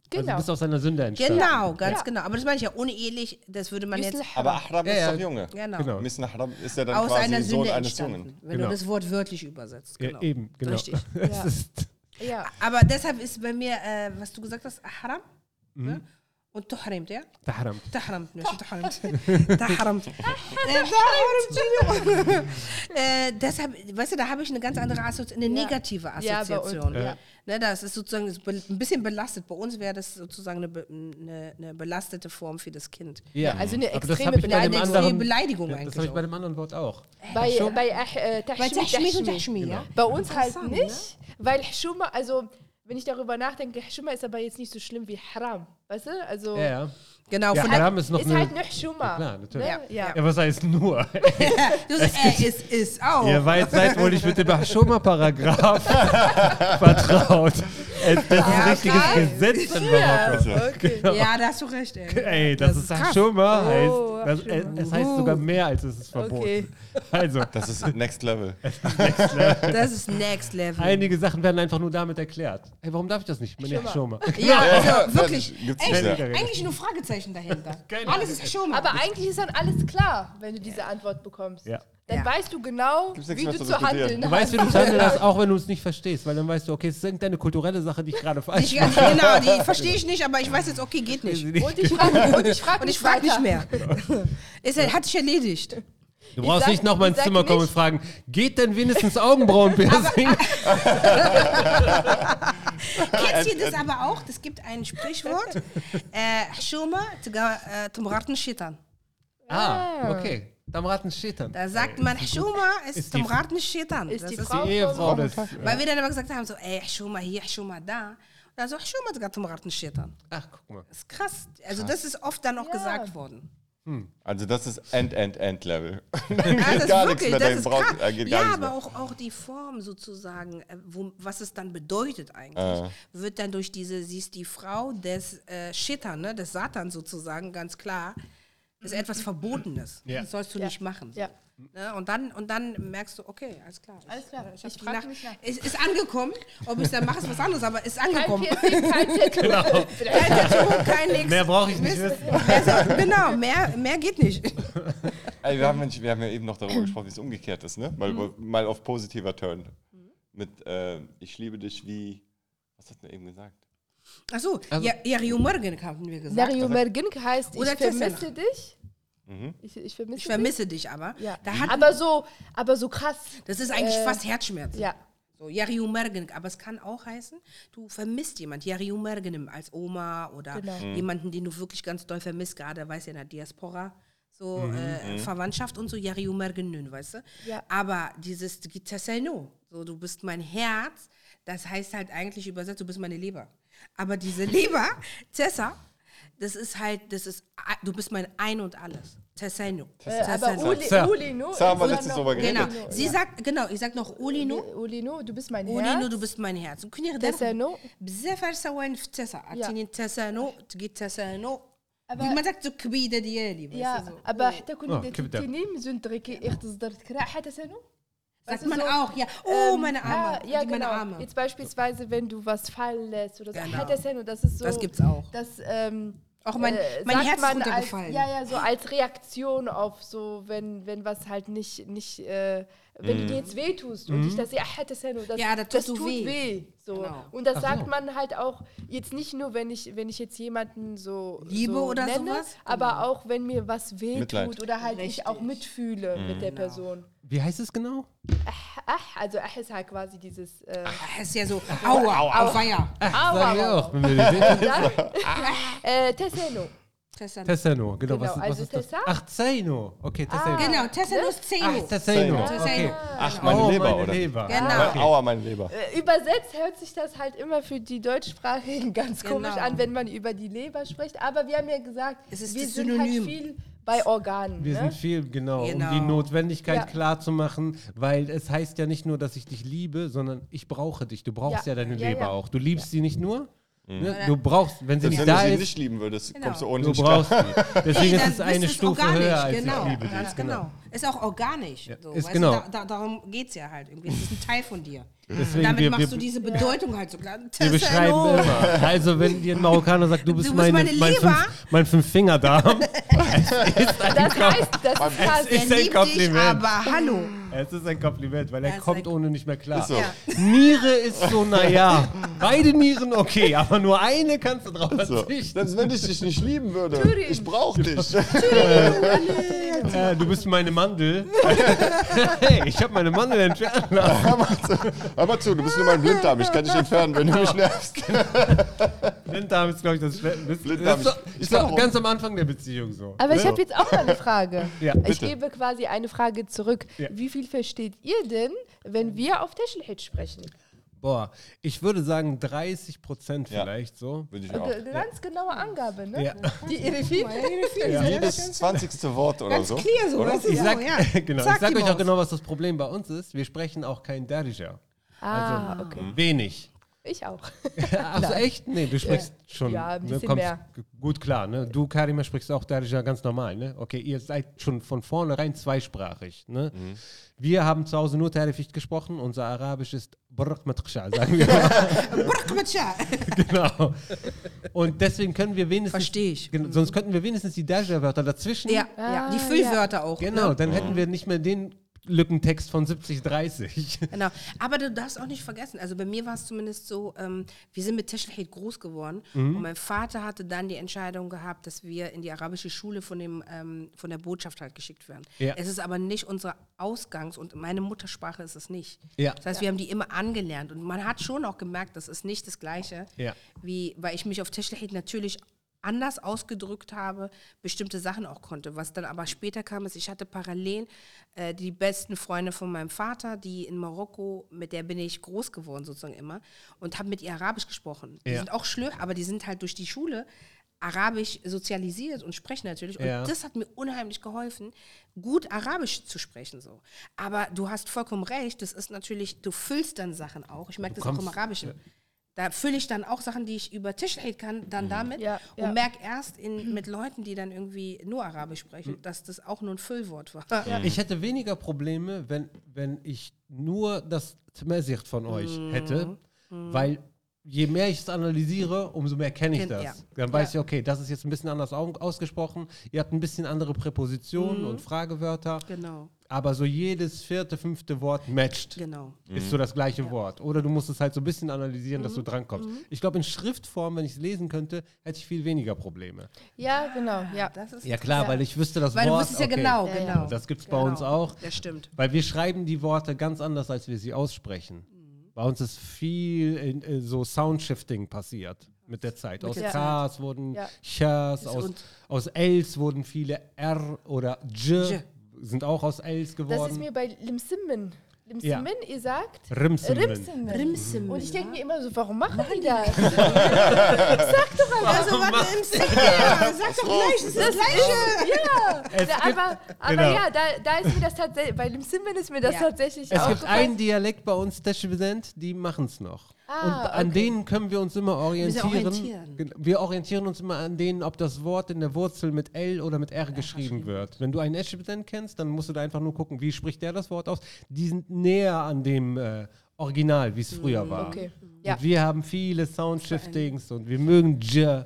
Speaker 2: Also du
Speaker 4: Genau.
Speaker 2: bist aus einer Sünde entstanden.
Speaker 5: Genau, ganz
Speaker 4: Ja.
Speaker 5: genau. Aber das meine ich ja unehelich, das würde man jetzt.
Speaker 3: Aber Achram
Speaker 2: Ja,
Speaker 3: ist
Speaker 2: ja.
Speaker 3: doch Junge.
Speaker 5: Genau.
Speaker 2: Genau.
Speaker 3: Missen Achram ist ja dann
Speaker 5: Aus
Speaker 3: quasi
Speaker 5: einer
Speaker 3: Sohn
Speaker 5: Sünde
Speaker 3: eines
Speaker 5: entstanden.
Speaker 3: Jungen.
Speaker 5: Wenn
Speaker 2: Genau.
Speaker 5: du das Wort wörtlich übersetzt. Genau.
Speaker 2: Ja, eben, genau.
Speaker 5: Richtig.
Speaker 2: Es
Speaker 4: Ja.
Speaker 2: ist
Speaker 4: Ja.
Speaker 5: Aber deshalb ist bei mir, äh, was du gesagt hast, Haram ne? und Tuhrimt, ja?
Speaker 2: Tahramt.
Speaker 5: Tahramt, nicht Tahramt. Tahramt. Äh, Tahramt, Entschuldigung. Äh, Deshalb, weißt du, da habe ich eine ganz andere Assoziation, eine
Speaker 4: Ja.
Speaker 5: negative
Speaker 4: Ja, bei uns,
Speaker 5: Assoziation.
Speaker 4: ja.
Speaker 5: Ne, das ist sozusagen ist be- ein bisschen belastet. Bei uns wäre das sozusagen eine, be- eine, eine belastete Form für das Kind.
Speaker 2: Ja,
Speaker 4: also eine
Speaker 2: aber das
Speaker 4: extreme
Speaker 2: hab ich bei dem
Speaker 5: Beleidigung.
Speaker 2: anderen-
Speaker 5: Eine Beleidigung
Speaker 2: Ja, Das
Speaker 5: eigentlich
Speaker 2: habe ich bei
Speaker 5: auch.
Speaker 2: dem anderen Wort auch.
Speaker 4: Bei, bei äh, Tashmi,
Speaker 5: Weil Tashmi und
Speaker 4: Tashmi.
Speaker 5: Tashmi,
Speaker 2: Genau.
Speaker 5: ja?
Speaker 4: Bei uns halt
Speaker 5: Interessant, ne?
Speaker 4: nicht, weil Hshuma, also wenn ich darüber nachdenke, Hshuma ist aber jetzt nicht so schlimm wie Haram. Weißt du? Also
Speaker 2: Ja, ja.
Speaker 5: Genau,
Speaker 2: ja
Speaker 5: von der,
Speaker 2: Haram ist noch
Speaker 4: ist
Speaker 2: eine.
Speaker 4: halt nur Hshuma.
Speaker 2: klar, natürlich.
Speaker 4: Ne? Ja.
Speaker 2: ja, was heißt nur?
Speaker 5: Du sagst, äh, es ist
Speaker 4: Oh.
Speaker 5: auch.
Speaker 2: Ihr weit seid wohl nicht mit dem Hashoma-Paragraph vertraut. Ey, Das ist ein richtiges
Speaker 5: krass.
Speaker 2: Gesetz in Marokko.
Speaker 3: Also,
Speaker 4: Ja, okay.
Speaker 5: Ja, da hast du recht, ey.
Speaker 2: Ey, das, ist Hashoma.
Speaker 4: Oh,
Speaker 2: heißt, das,
Speaker 4: Hashoma.
Speaker 2: Es heißt sogar mehr, als es ist verboten.
Speaker 4: Okay.
Speaker 2: Also,
Speaker 3: Das ist Next Level.
Speaker 5: Das ist next level.
Speaker 2: einige Sachen werden einfach nur damit erklärt. Ey, warum darf ich das nicht? Ich bin Hashoma.
Speaker 5: ja, also wirklich.
Speaker 3: Das Gibt's
Speaker 5: Echt,
Speaker 3: nicht mehr.
Speaker 5: eigentlich nur Fragezeichen dahinter.
Speaker 2: Keine
Speaker 5: Alles ist schon mal.
Speaker 4: Aber eigentlich ist dann alles klar, wenn du diese Antwort bekommst.
Speaker 2: Ja.
Speaker 4: Dann
Speaker 5: Ja.
Speaker 4: weißt du genau,
Speaker 3: Gibt's nichts
Speaker 4: wie
Speaker 3: mehr
Speaker 4: du
Speaker 3: zu
Speaker 4: zu handeln
Speaker 2: Du
Speaker 4: hast.
Speaker 2: weißt, wie du handeln hast, auch wenn du es nicht verstehst, weil dann weißt du, okay, es ist irgendeine kulturelle Sache, die ich gerade falsch
Speaker 5: ich, genau, die verstehe ich nicht, aber ich weiß jetzt, okay, geht nicht.
Speaker 2: mache.
Speaker 4: Und ich frage und ich frag
Speaker 5: Und ich
Speaker 4: nicht
Speaker 5: frage nicht
Speaker 4: weiter.
Speaker 5: mehr. Ist, halt- hat sich erledigt.
Speaker 2: Du brauchst
Speaker 4: sag-
Speaker 2: nicht nochmal
Speaker 4: ich
Speaker 2: ins
Speaker 4: sag
Speaker 2: Zimmer kommen und
Speaker 4: nicht-
Speaker 2: fragen, geht denn wenigstens Augenbrauenpiercing?
Speaker 5: Kennst ihr das aber auch? Es gibt ein Sprichwort. Äh, Schoma, sogar, äh, zum Ratten schittern.
Speaker 2: ah, okay. Damraten steht dann.
Speaker 5: Da sagt man, Schoma ist
Speaker 2: Ist
Speaker 5: zum
Speaker 2: die-
Speaker 5: Ratten schittern.
Speaker 4: Ist
Speaker 5: Das
Speaker 4: die
Speaker 5: ist-
Speaker 4: Frau
Speaker 2: Die Ehefrau
Speaker 4: von-
Speaker 2: des.
Speaker 5: Weil wir dann aber gesagt haben, so, ey, Schoma hier, Schoma da. Also, ich schon mal gerade zum Ratten schittern.
Speaker 2: Ach, guck mal.
Speaker 5: Das ist krass. Also, das ist oft dann auch
Speaker 4: Ja.
Speaker 5: gesagt worden.
Speaker 3: Also das ist End-End-End-Level.
Speaker 5: Ja, das
Speaker 3: gar
Speaker 5: ist
Speaker 3: nichts
Speaker 5: wirklich,
Speaker 3: mehr,
Speaker 5: das
Speaker 3: dann
Speaker 5: ist
Speaker 3: braucht-
Speaker 5: krass.
Speaker 3: da geht gar
Speaker 5: ja,
Speaker 3: nichts
Speaker 5: aber
Speaker 3: mehr.
Speaker 5: auch, auch die Form sozusagen, äh, wo, was es dann bedeutet eigentlich,
Speaker 3: Ah.
Speaker 5: wird dann durch diese, sie ist die Frau des äh, Schittern, ne, des Satan sozusagen, ganz klar, ist etwas Verbotenes.
Speaker 2: Ja.
Speaker 5: Das sollst du
Speaker 4: Mhm. Ja.
Speaker 5: nicht machen.
Speaker 4: Ja.
Speaker 5: Ne? Und, dann, und dann merkst du, okay, alles klar.
Speaker 4: Alles klar, ich,
Speaker 5: Ich
Speaker 4: frag
Speaker 5: nach,
Speaker 4: mich nach.
Speaker 5: es ist angekommen, ob ich dann mache, ist was anderes, aber ist
Speaker 4: Kein
Speaker 5: angekommen.
Speaker 4: Piercing, kein Tattoo.
Speaker 5: Kein Tattoo, kein nix.
Speaker 2: Mehr brauche ich nicht
Speaker 5: Wisst-
Speaker 2: wissen.
Speaker 5: Also, genau, mehr, mehr geht nicht.
Speaker 3: Ey, wir, haben, nicht- wir haben ja eben noch darüber
Speaker 5: Mhm.
Speaker 3: gesprochen, wie es umgekehrt ist, ne? Mal, mal auf positiver Turn. Mit äh, ich liebe dich wie. Was hat man eben gesagt?
Speaker 5: Achso,
Speaker 2: Also-
Speaker 5: ja, ja, Rio Morgan haben wir gesagt.
Speaker 4: Dario Mergink heißt, ich
Speaker 5: Oder
Speaker 4: vermisse dich. Ich, ich vermisse
Speaker 5: Ich vermisse dich aber.
Speaker 4: dich. Ja.
Speaker 5: Da hat,
Speaker 4: aber, so, aber so krass.
Speaker 5: das ist eigentlich
Speaker 4: äh,
Speaker 5: fast Herzschmerz.
Speaker 4: Ja.
Speaker 5: So, Yariu Mergen, aber es kann auch heißen, du vermisst jemand, Yariu Mergenim als Oma oder
Speaker 4: Genau.
Speaker 5: jemanden, den du wirklich ganz doll vermisst, gerade, weiß ja, in der Diaspora, so äh, Verwandtschaft und so, Yariu Mergenün, weißt du?
Speaker 4: Ja.
Speaker 5: Aber dieses Gitaseno, so, du bist mein Herz, das heißt halt eigentlich übersetzt, du bist meine Leber. Aber diese Leber, Tessa, das ist halt, das ist, a- du bist mein Ein und Alles. Tesseno.
Speaker 4: Äh, aber Uli,
Speaker 2: Sir.
Speaker 4: Uli, no.
Speaker 3: Das haben wir
Speaker 4: ist
Speaker 3: letztens
Speaker 4: noch-
Speaker 3: drüber
Speaker 5: Genau.
Speaker 3: geredet.
Speaker 5: Sie sagt, genau, ich sag noch Olino.
Speaker 4: Uli, no, du bist mein Herz.
Speaker 5: Olino, du bist mein Herz. وكون يغدر
Speaker 4: Tessano.
Speaker 5: بزاف على سواين في التسع عرفتيني تسانو تقي تسانو
Speaker 4: أبا-
Speaker 5: كيما ذاك الكبيده ديالي
Speaker 4: Ja,
Speaker 5: بس-
Speaker 4: aber hätte
Speaker 2: Oh,
Speaker 4: kunni
Speaker 2: kibda.
Speaker 4: tenim, so ein Drecke, ich das dort kra- hätte es ja nur.
Speaker 5: sagt
Speaker 4: Also
Speaker 5: man
Speaker 4: so,
Speaker 5: auch ja oh
Speaker 4: Ähm,
Speaker 5: meine Arme
Speaker 4: Ah, ja,
Speaker 5: Die meine
Speaker 4: genau.
Speaker 5: Arme
Speaker 4: Jetzt beispielsweise, wenn du was fallen lässt oder so.
Speaker 5: Genau.
Speaker 4: Hätte es ja nur, das ist so.
Speaker 5: das gibt's auch
Speaker 4: Das, ähm,
Speaker 5: auch mein,
Speaker 4: äh,
Speaker 5: mein
Speaker 4: sagt
Speaker 5: Herz ist
Speaker 4: man als,
Speaker 5: runtergefallen
Speaker 4: ja, ja, so als Reaktion auf so, wenn, wenn was halt nicht, nicht äh, wenn du dir jetzt wehtust und ich das, ja, hätte es ja nur, das,
Speaker 5: Ja, da tut
Speaker 4: das
Speaker 5: du
Speaker 4: tut
Speaker 5: weh.
Speaker 4: weh. so.
Speaker 5: Genau.
Speaker 4: Und das
Speaker 2: Ach
Speaker 4: sagt
Speaker 2: so.
Speaker 4: man halt auch jetzt nicht nur, wenn ich, wenn ich jetzt jemanden so
Speaker 5: Liebe
Speaker 4: so
Speaker 5: oder
Speaker 4: nenne,
Speaker 5: sowas? Genau.
Speaker 4: aber auch, wenn mir was
Speaker 3: Mitleid.
Speaker 4: wehtut oder halt ich auch
Speaker 5: Richtig. Genau.
Speaker 4: mitfühle mit der Person.
Speaker 2: Wie heißt es genau?
Speaker 4: Ach, also ach ist halt quasi dieses... Äh,
Speaker 5: Ach, Ah, ist ja so aua aua feier
Speaker 2: Sag ich
Speaker 4: Aua.
Speaker 2: auch. Wenn wir die sehen.
Speaker 4: Dann, äh, Tesseno.
Speaker 5: Tessano
Speaker 2: Tesseno, genau.
Speaker 4: Genau,
Speaker 2: was, was
Speaker 4: also
Speaker 2: ist das?
Speaker 4: Tessa? Ah.
Speaker 2: Ach, Zeno. Okay, Tesseno.
Speaker 5: genau Tessano ist
Speaker 2: Ach,
Speaker 5: Zeno
Speaker 4: Genau.
Speaker 2: Tesseno.
Speaker 3: Zeno.
Speaker 2: Okay.
Speaker 3: Ach, meine
Speaker 2: oh,
Speaker 3: Leber,
Speaker 2: meine
Speaker 3: oder?
Speaker 2: Leber.
Speaker 5: Genau.
Speaker 3: Mein,
Speaker 2: Okay.
Speaker 3: Aua, meine Leber.
Speaker 4: Äh, Übersetzt hört sich das halt immer für die Deutschsprachigen ganz
Speaker 5: Genau.
Speaker 4: komisch an, wenn man über die Leber spricht. Aber wir haben ja gesagt,
Speaker 5: Es ist
Speaker 4: wir
Speaker 5: das
Speaker 4: sind
Speaker 5: Synonym.
Speaker 4: halt viel bei Organen.
Speaker 2: Wir
Speaker 4: ne?
Speaker 2: sind viel, genau,
Speaker 5: Genau.
Speaker 2: um die Notwendigkeit
Speaker 4: Ja.
Speaker 2: klar zu machen, weil es heißt ja nicht nur, dass ich dich liebe, sondern ich brauche dich. Du brauchst ja,
Speaker 4: Ja.
Speaker 2: deine
Speaker 4: Ja,
Speaker 2: Leber
Speaker 4: ja.
Speaker 2: auch. Du liebst sie nicht nur, ne? du brauchst,
Speaker 5: äh,
Speaker 2: wenn sie
Speaker 3: Selbst wenn
Speaker 2: nicht da
Speaker 3: du Mhm. sie
Speaker 2: ist,
Speaker 3: nicht lieben würdest,
Speaker 5: Genau.
Speaker 3: kommst du
Speaker 2: du
Speaker 3: ohne
Speaker 2: brauchst sie. Deswegen
Speaker 5: Nee,
Speaker 2: ist
Speaker 5: dann
Speaker 2: es eine
Speaker 5: ist es
Speaker 2: Stufe
Speaker 5: organisch,
Speaker 2: höher als
Speaker 5: genau,
Speaker 2: ich liebe
Speaker 5: ganz
Speaker 2: dich. Genau.
Speaker 5: genau. Ist auch organisch. so,
Speaker 2: ist
Speaker 5: weißt
Speaker 2: genau.
Speaker 5: Du, da, da, darum geht es ja halt irgendwie. Es ist ein Teil von dir.
Speaker 2: Deswegen
Speaker 5: Und damit
Speaker 2: wir-
Speaker 5: machst
Speaker 2: wir-
Speaker 5: du diese Bedeutung halt so klar.
Speaker 2: Wir beschreiben
Speaker 5: Tessano.
Speaker 2: immer. Also wenn dir ein Marokkaner sagt, du bist,
Speaker 5: bist
Speaker 2: meine,
Speaker 5: meine
Speaker 2: mein,
Speaker 5: Leber.
Speaker 2: fünf, mein Fünffingerdarm,
Speaker 4: das heißt, das ist krass.
Speaker 2: ist
Speaker 5: Er
Speaker 2: ein
Speaker 5: liebt
Speaker 2: Kompliment.
Speaker 5: dich, aber hallo.
Speaker 2: es ist ein Kompliment, weil er
Speaker 5: ist
Speaker 2: kommt
Speaker 5: ein-
Speaker 2: ohne nicht mehr klar.
Speaker 3: Ist so.
Speaker 5: Ja.
Speaker 2: Niere ist so, naja, beide Nieren okay, aber nur eine kannst du drauf
Speaker 3: So.
Speaker 2: verzichten.
Speaker 3: Selbst wenn ich dich nicht lieben würde, ich brauche dich.
Speaker 2: Äh, du bist meine Mandel. hey, ich habe meine Mandel entfernt. lassen.
Speaker 3: Hör mal zu, du bist nur mein Blinddarm, ich kann dich entfernen, wenn du mich nervst.
Speaker 2: Blinddarm ist, glaube ich, das Schlimmste.
Speaker 3: Blinddarm
Speaker 2: Das ist
Speaker 3: ist-
Speaker 2: doch-
Speaker 3: ist
Speaker 2: ist
Speaker 3: doch
Speaker 2: doch
Speaker 3: auch-
Speaker 2: ganz am Anfang der Beziehung so.
Speaker 4: Aber ich
Speaker 2: Ne?
Speaker 4: habe jetzt auch mal eine Frage.
Speaker 2: Ja,
Speaker 4: ich
Speaker 2: bitte.
Speaker 4: gebe quasi eine Frage zurück.
Speaker 2: Ja.
Speaker 4: Wie viel versteht ihr denn, wenn wir auf Teschelhit sprechen?
Speaker 2: Boah, ich würde sagen 30 Prozent
Speaker 3: Ja.
Speaker 2: vielleicht so.
Speaker 3: Würde ich
Speaker 4: Eine
Speaker 3: auch.
Speaker 4: ganz genaue Angabe, ne?
Speaker 2: Ja.
Speaker 4: Die Erefin?
Speaker 3: Jedes 20. Wort oder so.
Speaker 5: Clear so, weißt
Speaker 2: Also?
Speaker 5: du?
Speaker 2: Oh, Ich
Speaker 5: so,
Speaker 2: sag,
Speaker 5: oh ja.
Speaker 2: genau, ich
Speaker 5: Zack,
Speaker 2: sag
Speaker 5: die
Speaker 2: euch auch
Speaker 5: Maus.
Speaker 2: genau, was das Problem bei uns ist. Wir sprechen auch kein Darija.
Speaker 4: Ah,
Speaker 2: Also,
Speaker 4: okay.
Speaker 3: Mhm.
Speaker 2: Wenig.
Speaker 4: Ich auch.
Speaker 2: Also echt? Nee, du sprichst schon. ne,
Speaker 4: Ja, ein bisschen mehr.
Speaker 2: g- Gut klar, ne? Du, Karima, sprichst auch Darija ganz normal, ne? Okay, ihr seid schon von vornherein zweisprachig, ne? Wir haben zu Hause nur Tarificht gesprochen. Unser Arabisch ist Brrkmatksha, sagen wir.
Speaker 5: Brrkmatscha.
Speaker 2: genau. Und deswegen können wir wenigstens...
Speaker 5: Versteh ich.
Speaker 2: Gen- Sonst könnten wir wenigstens die Darija-Wörter dazwischen...
Speaker 5: Ja, ja, die Füllwörter auch.
Speaker 2: Genau,
Speaker 5: Ne?
Speaker 2: dann hätten wir nicht mehr den Lückentext von 70, 30.
Speaker 5: Genau. Aber du darfst auch nicht vergessen, also bei mir war es zumindest so, ähm, wir sind mit Teschelheit groß geworden
Speaker 2: Mhm.
Speaker 5: und mein Vater hatte dann die Entscheidung gehabt, dass wir in die arabische Schule von, dem, ähm, von der Botschaft halt geschickt werden.
Speaker 2: Ja.
Speaker 5: Es ist aber nicht unsere Ausgangs- und meine Muttersprache ist es nicht.
Speaker 2: Ja.
Speaker 5: Das heißt, wir haben die immer angelernt und man hat schon auch gemerkt, das ist nicht das Gleiche,
Speaker 2: Ja.
Speaker 5: wie, weil ich mich auf Teschelheit natürlich anders ausgedrückt habe, bestimmte Sachen auch konnte. Was dann aber später kam, ist, ich hatte parallel äh, die besten Freunde von meinem Vater, die in Marokko, mit der bin ich groß geworden sozusagen immer, und habe mit ihr Arabisch gesprochen. Die
Speaker 2: Ja.
Speaker 5: sind auch Schlür, aber die sind halt durch die Schule Arabisch sozialisiert und sprechen natürlich. Und
Speaker 2: Ja.
Speaker 5: das hat mir unheimlich geholfen, gut Arabisch zu sprechen. So. Aber du hast vollkommen recht, das ist natürlich, du füllst dann Sachen auch. Ich merke das auch im
Speaker 2: kommst- äh,
Speaker 5: Arabischen. Da fülle ich dann auch Sachen, die ich über Tischheit kann,
Speaker 2: Mhm.
Speaker 5: dann damit
Speaker 4: Ja,
Speaker 5: und
Speaker 4: ja. Mhm.
Speaker 5: merke erst in, mit Leuten, die dann irgendwie nur Arabisch
Speaker 2: Mhm.
Speaker 5: sprechen, dass das auch nur ein Füllwort war.
Speaker 2: Ich hätte weniger Probleme, wenn, wenn ich nur das Tmersicht von euch
Speaker 5: Mhm.
Speaker 2: hätte, weil je mehr ich es analysiere, umso mehr kenne ich
Speaker 5: Kennt-
Speaker 2: das.
Speaker 5: ja.
Speaker 2: Dann weiß ich, okay, das ist jetzt ein bisschen anders au- ausgesprochen. Ihr habt ein bisschen andere Präpositionen
Speaker 5: Mhm.
Speaker 2: und Fragewörter,
Speaker 5: Genau,
Speaker 2: aber so jedes vierte, fünfte Wort matcht.
Speaker 5: genau.
Speaker 2: Ist so das gleiche Wort. Oder du musst es halt so ein bisschen analysieren, dass du
Speaker 5: Mhm.
Speaker 2: drankommst. Ich glaube, in Schriftform, wenn ich es lesen könnte, hätte ich viel weniger Probleme.
Speaker 4: Ja, genau, ja.
Speaker 5: Das ist
Speaker 2: Ja, klar,
Speaker 4: Ja.
Speaker 2: weil ich wüsste das
Speaker 5: Weil du
Speaker 2: Wort.
Speaker 5: wusstest ja
Speaker 2: okay.
Speaker 5: genau,
Speaker 4: Ja, ja.
Speaker 5: genau.
Speaker 2: Das gibt's
Speaker 5: Genau.
Speaker 2: bei uns auch.
Speaker 5: Das stimmt.
Speaker 2: Weil wir schreiben die Worte ganz anders, als wir sie aussprechen. Bei uns ist viel in, äh, so Soundshifting passiert mit der Zeit. Aus
Speaker 4: der
Speaker 2: Ks wurden
Speaker 4: Ja.
Speaker 2: Chs,
Speaker 5: Ist
Speaker 2: aus,
Speaker 5: und-
Speaker 2: aus Ls wurden viele R oder J,
Speaker 5: J.
Speaker 2: sind auch aus Ls
Speaker 4: Das ist
Speaker 2: geworden.
Speaker 4: mir bei Limsimmen. Limsimmen, ihr sagt
Speaker 2: Rimsimmen.
Speaker 4: Rimsimmen.
Speaker 5: Rimsim.
Speaker 2: Mhm.
Speaker 4: Und ich denke mir immer so, warum machen die das?
Speaker 5: Also, warte, im Sektor, sag doch gleich, das ist das Gleiche.
Speaker 4: ja,
Speaker 2: Es
Speaker 4: Na,
Speaker 2: gibt-
Speaker 4: aber, aber
Speaker 2: genau.
Speaker 4: ja, da, da ist mir das tatsächlich, bei Limsimmen ist mir das
Speaker 5: Ja.
Speaker 4: tatsächlich
Speaker 2: Es gibt
Speaker 4: aufgefallen.
Speaker 2: einen Dialekt bei uns, Teschbesent, die machen es noch.
Speaker 4: Ah,
Speaker 2: und an denen können wir uns immer
Speaker 5: müssen
Speaker 2: orientieren.
Speaker 5: orientieren.
Speaker 2: Gen- Wir orientieren uns immer an denen, ob das Wort in der Wurzel mit L oder mit R geschrieben wird. Wenn du einen Eschbesent kennst, dann musst du da einfach nur gucken, wie spricht der das Wort aus. Die sind näher an dem äh, Original, wie es früher war.
Speaker 4: okay. Ja.
Speaker 2: Und wir haben viele Soundshiftings und wir mögen J,